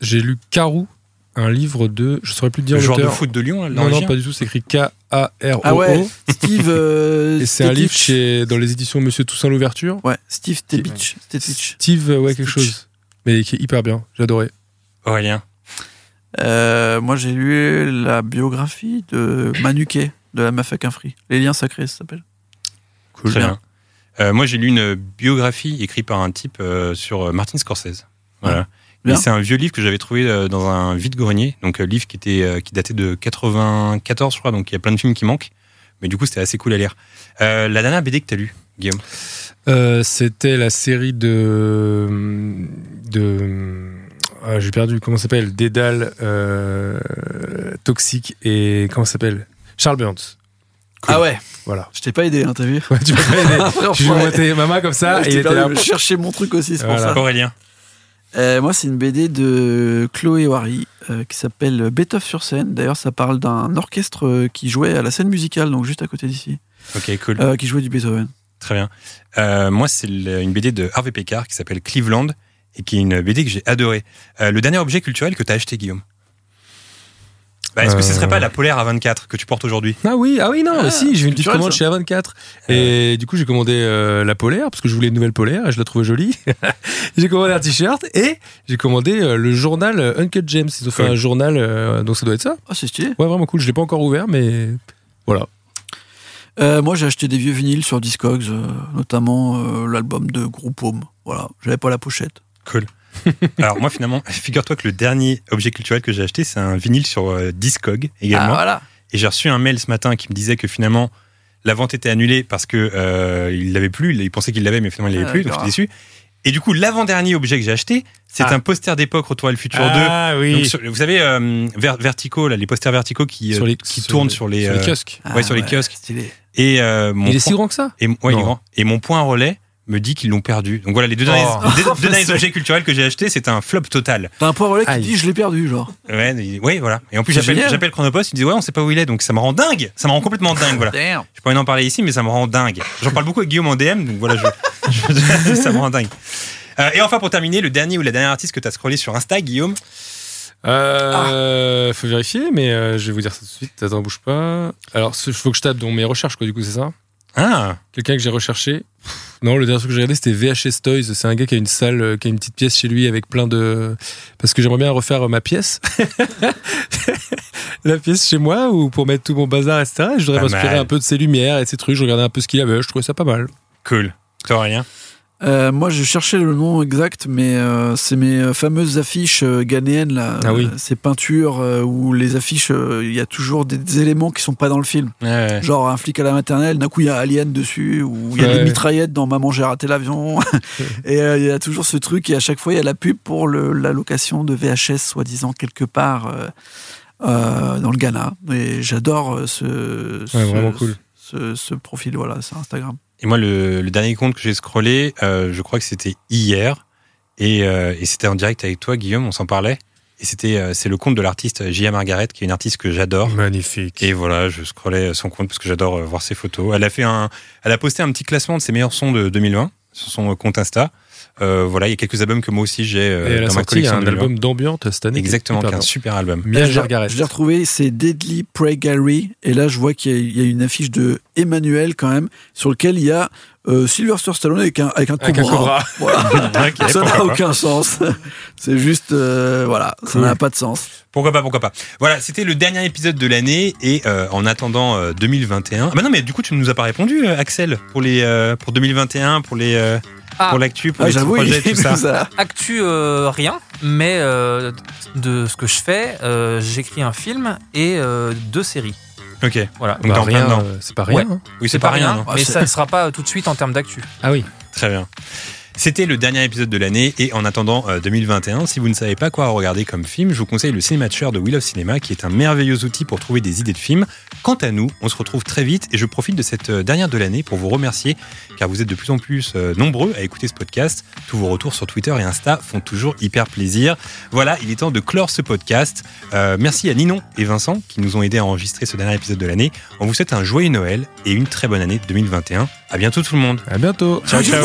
[SPEAKER 6] J'ai lu Carou, un livre de. Je saurais plus te dire
[SPEAKER 3] Le joueur de
[SPEAKER 6] l'auteur.
[SPEAKER 3] foot de Lyon, là,
[SPEAKER 6] Non, non,
[SPEAKER 3] l'Norvégien
[SPEAKER 6] pas du tout, c'est écrit K-A-R-O-O.
[SPEAKER 4] Ah ouais, Steve. euh,
[SPEAKER 6] Et c'est un livre
[SPEAKER 4] Stetich.
[SPEAKER 6] chez, dans les éditions Monsieur Toussaint L'Ouverture.
[SPEAKER 4] Ouais, Steve Tepich. Tepich.
[SPEAKER 6] Steve, euh, ouais, quelque
[SPEAKER 4] Stitch.
[SPEAKER 6] chose. Mais qui est hyper bien, j'adorais.
[SPEAKER 3] Aurélien.
[SPEAKER 4] Euh, moi, j'ai lu la biographie de Manuquet, de la Mafia Free. Les liens sacrés, ça s'appelle.
[SPEAKER 3] Cool.
[SPEAKER 4] Bien.
[SPEAKER 3] Euh, moi, j'ai lu une biographie écrite par un type euh, sur euh, Martin Scorsese. Voilà.
[SPEAKER 4] Bien.
[SPEAKER 3] Et c'est un vieux livre que j'avais trouvé euh, dans un vide-grenier, donc un livre qui, était, euh, qui datait de 94, je crois, donc il y a plein de films qui manquent. Mais du coup, c'était assez cool à lire. Euh, la dernière BD que t'as lu, Guillaume
[SPEAKER 6] Euh, C'était la série de. de ah, j'ai perdu, comment ça s'appelle Dédale, euh, Toxique et. Comment ça s'appelle Charles Burns.
[SPEAKER 4] Ah ouais
[SPEAKER 6] Voilà.
[SPEAKER 4] Je t'ai pas aidé, hein, t'as vu
[SPEAKER 6] Ouais, tu m'as pas aidé.
[SPEAKER 4] Après,
[SPEAKER 6] Je
[SPEAKER 4] ouais.
[SPEAKER 6] suis maman comme ça
[SPEAKER 4] Ouais, je
[SPEAKER 6] et
[SPEAKER 4] t'ai
[SPEAKER 6] Ah, il était là.
[SPEAKER 4] perdu, je cherchais mon truc aussi, c'est
[SPEAKER 6] Voilà.
[SPEAKER 4] pour ça.
[SPEAKER 3] Aurélien.
[SPEAKER 4] Euh, moi, c'est une BD de Chloé Wary euh, qui s'appelle Beethoven sur scène. D'ailleurs, ça parle d'un orchestre euh, qui jouait à la scène musicale, donc juste à côté d'ici,
[SPEAKER 3] Ok, cool.
[SPEAKER 4] euh, qui jouait du Beethoven.
[SPEAKER 3] Très bien. Euh, moi, c'est le- une BD de Harvey Pekar qui s'appelle Cleveland et qui est une BD que j'ai adorée. Euh, le dernier objet culturel que t'as acheté, Guillaume Bah, Est-ce que ce
[SPEAKER 6] Euh.
[SPEAKER 3] serait pas la Polaire A24 que tu portes aujourd'hui
[SPEAKER 6] Ah oui, ah oui, non, mais si, j'ai eu une petite
[SPEAKER 4] culturel,
[SPEAKER 6] commande
[SPEAKER 4] ça.
[SPEAKER 6] chez A24. Et du coup, j'ai commandé euh, la polaire, parce que je voulais une nouvelle polaire, et je la trouvais jolie. j'ai commandé un t-shirt, et j'ai commandé euh, le journal euh, Uncut James. Ils ont fait
[SPEAKER 3] Cool.
[SPEAKER 6] un journal, euh, donc ça doit être ça.
[SPEAKER 4] Oh, c'est stylé.
[SPEAKER 6] Ouais, vraiment cool, je l'ai pas encore ouvert, mais voilà.
[SPEAKER 4] Euh, moi, j'ai acheté des vieux vinyles sur Discogs, euh, notamment euh, l'album de Groupe Home. Voilà, j'avais pas la pochette.
[SPEAKER 3] Cool. Alors moi finalement, figure-toi que le dernier objet culturel que j'ai acheté, c'est un vinyle sur euh, Discog également.
[SPEAKER 4] Ah, voilà.
[SPEAKER 3] Et j'ai reçu un mail ce matin qui me disait que finalement la vente était annulée parce que euh, il l'avait plus. Il il pensait qu'il l'avait, mais finalement il l'avait
[SPEAKER 4] Ah,
[SPEAKER 3] plus. Donc
[SPEAKER 4] d'accord.
[SPEAKER 3] j'étais déçu. Et du coup, l'avant-dernier objet que j'ai acheté, c'est
[SPEAKER 4] Ah.
[SPEAKER 3] un poster d'époque Retour à le futur 2.
[SPEAKER 6] Ah
[SPEAKER 3] Donc, sur- vous savez, euh, ver- verticaux, là, les posters verticaux qui, euh,
[SPEAKER 6] Sur les-
[SPEAKER 3] qui
[SPEAKER 6] sur
[SPEAKER 3] tournent
[SPEAKER 6] les-
[SPEAKER 3] sur les,
[SPEAKER 6] sur les Ah,
[SPEAKER 3] euh,
[SPEAKER 6] kiosques.
[SPEAKER 3] ouais,
[SPEAKER 4] Ah,
[SPEAKER 3] sur les kiosques.
[SPEAKER 4] Stylé.
[SPEAKER 3] Et euh, mon
[SPEAKER 6] Il
[SPEAKER 3] point-
[SPEAKER 6] est si grand que ça
[SPEAKER 3] et, ouais, il est
[SPEAKER 6] Non.
[SPEAKER 3] grand. Et mon point relais me dit qu'ils l'ont perdu. Donc voilà, les deux derniers,
[SPEAKER 5] Oh.
[SPEAKER 3] les deux- deux derniers objets culturels que j'ai achetés, c'est un flop total.
[SPEAKER 4] T'as un point relais qui
[SPEAKER 6] Aïe.
[SPEAKER 4] dit je l'ai perdu, genre.
[SPEAKER 3] Ouais, mais- ouais, voilà. Et en plus,
[SPEAKER 4] C'est
[SPEAKER 3] j'appelle
[SPEAKER 4] génial.
[SPEAKER 3] j'appelle Chronopost, il me dit ouais, on sait pas où il est, donc ça me rend dingue. Ça me rend complètement dingue, voilà.
[SPEAKER 4] Damn.
[SPEAKER 3] Je peux en parler ici, mais ça me rend dingue. J'en parle beaucoup avec Guillaume en DM, donc voilà, je, je- ça me rend dingue. Euh, et enfin, pour terminer, le dernier ou la dernière artiste que tu as scrollé sur Insta, Guillaume.
[SPEAKER 6] Euh, Faut vérifier, mais euh, je vais vous dire ça tout de suite. Attends, bouge pas. Alors, il faut que je tape dans mes recherches, quoi, du coup, c'est ça
[SPEAKER 3] Ah,
[SPEAKER 6] Quelqu'un que j'ai recherché. Pff, Non, le dernier truc que j'ai regardé, c'était VHS Toys. C'est un gars qui a une salle, euh, qui a une petite pièce chez lui avec plein de. Parce que j'aimerais bien refaire euh, ma pièce. La pièce chez moi, ou pour mettre tout mon bazar, etc. Je voudrais
[SPEAKER 3] Pas
[SPEAKER 6] m'inspirer
[SPEAKER 3] mal.
[SPEAKER 6] un peu de ses lumières et de ses trucs. Je regardais un peu ce qu'il avait. Je trouvais ça pas mal.
[SPEAKER 3] cool. Toi, rien.
[SPEAKER 4] Euh, moi, je cherchais le nom exact, mais euh, c'est mes euh, fameuses affiches euh, ghanéennes, là.
[SPEAKER 6] Ah oui.
[SPEAKER 4] Euh, Ces peintures euh, où les affiches, euh, il y a toujours des, des éléments qui sont pas dans le film. Genre un flic à la maternelle, d'un coup il y a Alien dessus, ou il y a
[SPEAKER 6] Ouais.
[SPEAKER 4] des mitraillettes dans Maman j'ai raté l'avion. et euh, il y a toujours ce truc, et à chaque fois il y a la pub pour le- la location de VHS, soi-disant quelque part euh, euh, dans le Ghana. Et j'adore euh, ce, ce-
[SPEAKER 6] vraiment cool.
[SPEAKER 4] ce, ce profil, voilà, c'est Instagram.
[SPEAKER 3] Et moi, le, le dernier compte que j'ai scrollé, euh, je crois que c'était hier. Et, euh, et c'était en direct avec toi, Guillaume, on s'en parlait. Et c'était, euh, c'est le compte de l'artiste J.A. Margaret, qui est une artiste que j'adore.
[SPEAKER 6] Magnifique.
[SPEAKER 3] Et voilà, je scrollais son compte parce que j'adore euh, voir ses photos. Elle a fait un, elle a posté un petit classement de ses meilleurs sons de 2020 sur son euh, compte Insta. Euh, voilà, il y a quelques albums que moi aussi j'ai euh,
[SPEAKER 6] Et elle
[SPEAKER 3] dans
[SPEAKER 6] a
[SPEAKER 3] ma
[SPEAKER 6] sorti
[SPEAKER 3] collection.
[SPEAKER 6] un
[SPEAKER 3] de vinyles.
[SPEAKER 6] album d'ambiante cette année. qui est
[SPEAKER 3] Exactement,
[SPEAKER 6] super
[SPEAKER 3] qui est un
[SPEAKER 6] bien.
[SPEAKER 3] super album.
[SPEAKER 6] Mia
[SPEAKER 4] je l'ai-
[SPEAKER 6] Jargaret.
[SPEAKER 4] Je l'ai retrouvé, c'est Deadly Prey Gallery. Et là, je vois qu'il y, a- il y a une affiche de Emmanuel, quand même, sur lequel il y a euh, Sylvester Stallone avec un, avec un
[SPEAKER 6] Avec un
[SPEAKER 4] cobra. Voilà.
[SPEAKER 3] Ok,
[SPEAKER 4] ça
[SPEAKER 3] pourquoi
[SPEAKER 4] n'a
[SPEAKER 3] pas.
[SPEAKER 4] aucun sens. C'est juste, euh, voilà, ça
[SPEAKER 6] Cool.
[SPEAKER 4] n'a pas de sens.
[SPEAKER 3] Pourquoi pas, pourquoi pas. Voilà, c'était le dernier épisode de l'année et euh, en attendant euh, 2021. Ah bah non, mais du coup, tu ne nous as pas répondu, euh, Axel, pour les euh, pour 2021, pour les euh,
[SPEAKER 5] Ah.
[SPEAKER 3] pour l'actu, pour
[SPEAKER 4] Ah,
[SPEAKER 3] les petits
[SPEAKER 4] J'avoue, il
[SPEAKER 3] projets,
[SPEAKER 4] est
[SPEAKER 3] tout ça.
[SPEAKER 4] ça.
[SPEAKER 5] Actu, euh, rien, mais euh, de ce que je fais, euh, j'écris un film et euh, deux séries.
[SPEAKER 3] Ok.
[SPEAKER 5] Voilà.
[SPEAKER 3] Donc,
[SPEAKER 6] Bah,
[SPEAKER 3] dans plein
[SPEAKER 6] rien,
[SPEAKER 3] dedans.
[SPEAKER 6] euh, c'est pas rien.
[SPEAKER 5] Ouais.
[SPEAKER 6] hein.
[SPEAKER 3] Oui, c'est pas, rien. non.
[SPEAKER 5] mais
[SPEAKER 4] Ah,
[SPEAKER 5] ça ne sera pas tout de suite en termes d'actu.
[SPEAKER 6] Ah oui.
[SPEAKER 3] Très bien. C'était le dernier épisode de l'année et en attendant euh, 2021, si vous ne savez pas quoi regarder comme film, je vous conseille le Cinémateur de Wheel of Cinema qui est un merveilleux outil pour trouver des idées de films. Quant à nous, on se retrouve très vite et je profite de cette euh, dernière de l'année pour vous remercier car vous êtes de plus en plus euh, nombreux à écouter ce podcast. Tous vos retours sur Twitter et Insta font toujours hyper plaisir. Voilà, il est temps de clore ce podcast. Euh, merci à Ninon et Vincent qui nous ont aidés à enregistrer ce dernier épisode de l'année. On vous souhaite un joyeux Noël et une très bonne année 2021. À bientôt tout le monde.
[SPEAKER 6] À bientôt.
[SPEAKER 3] Ciao, ciao.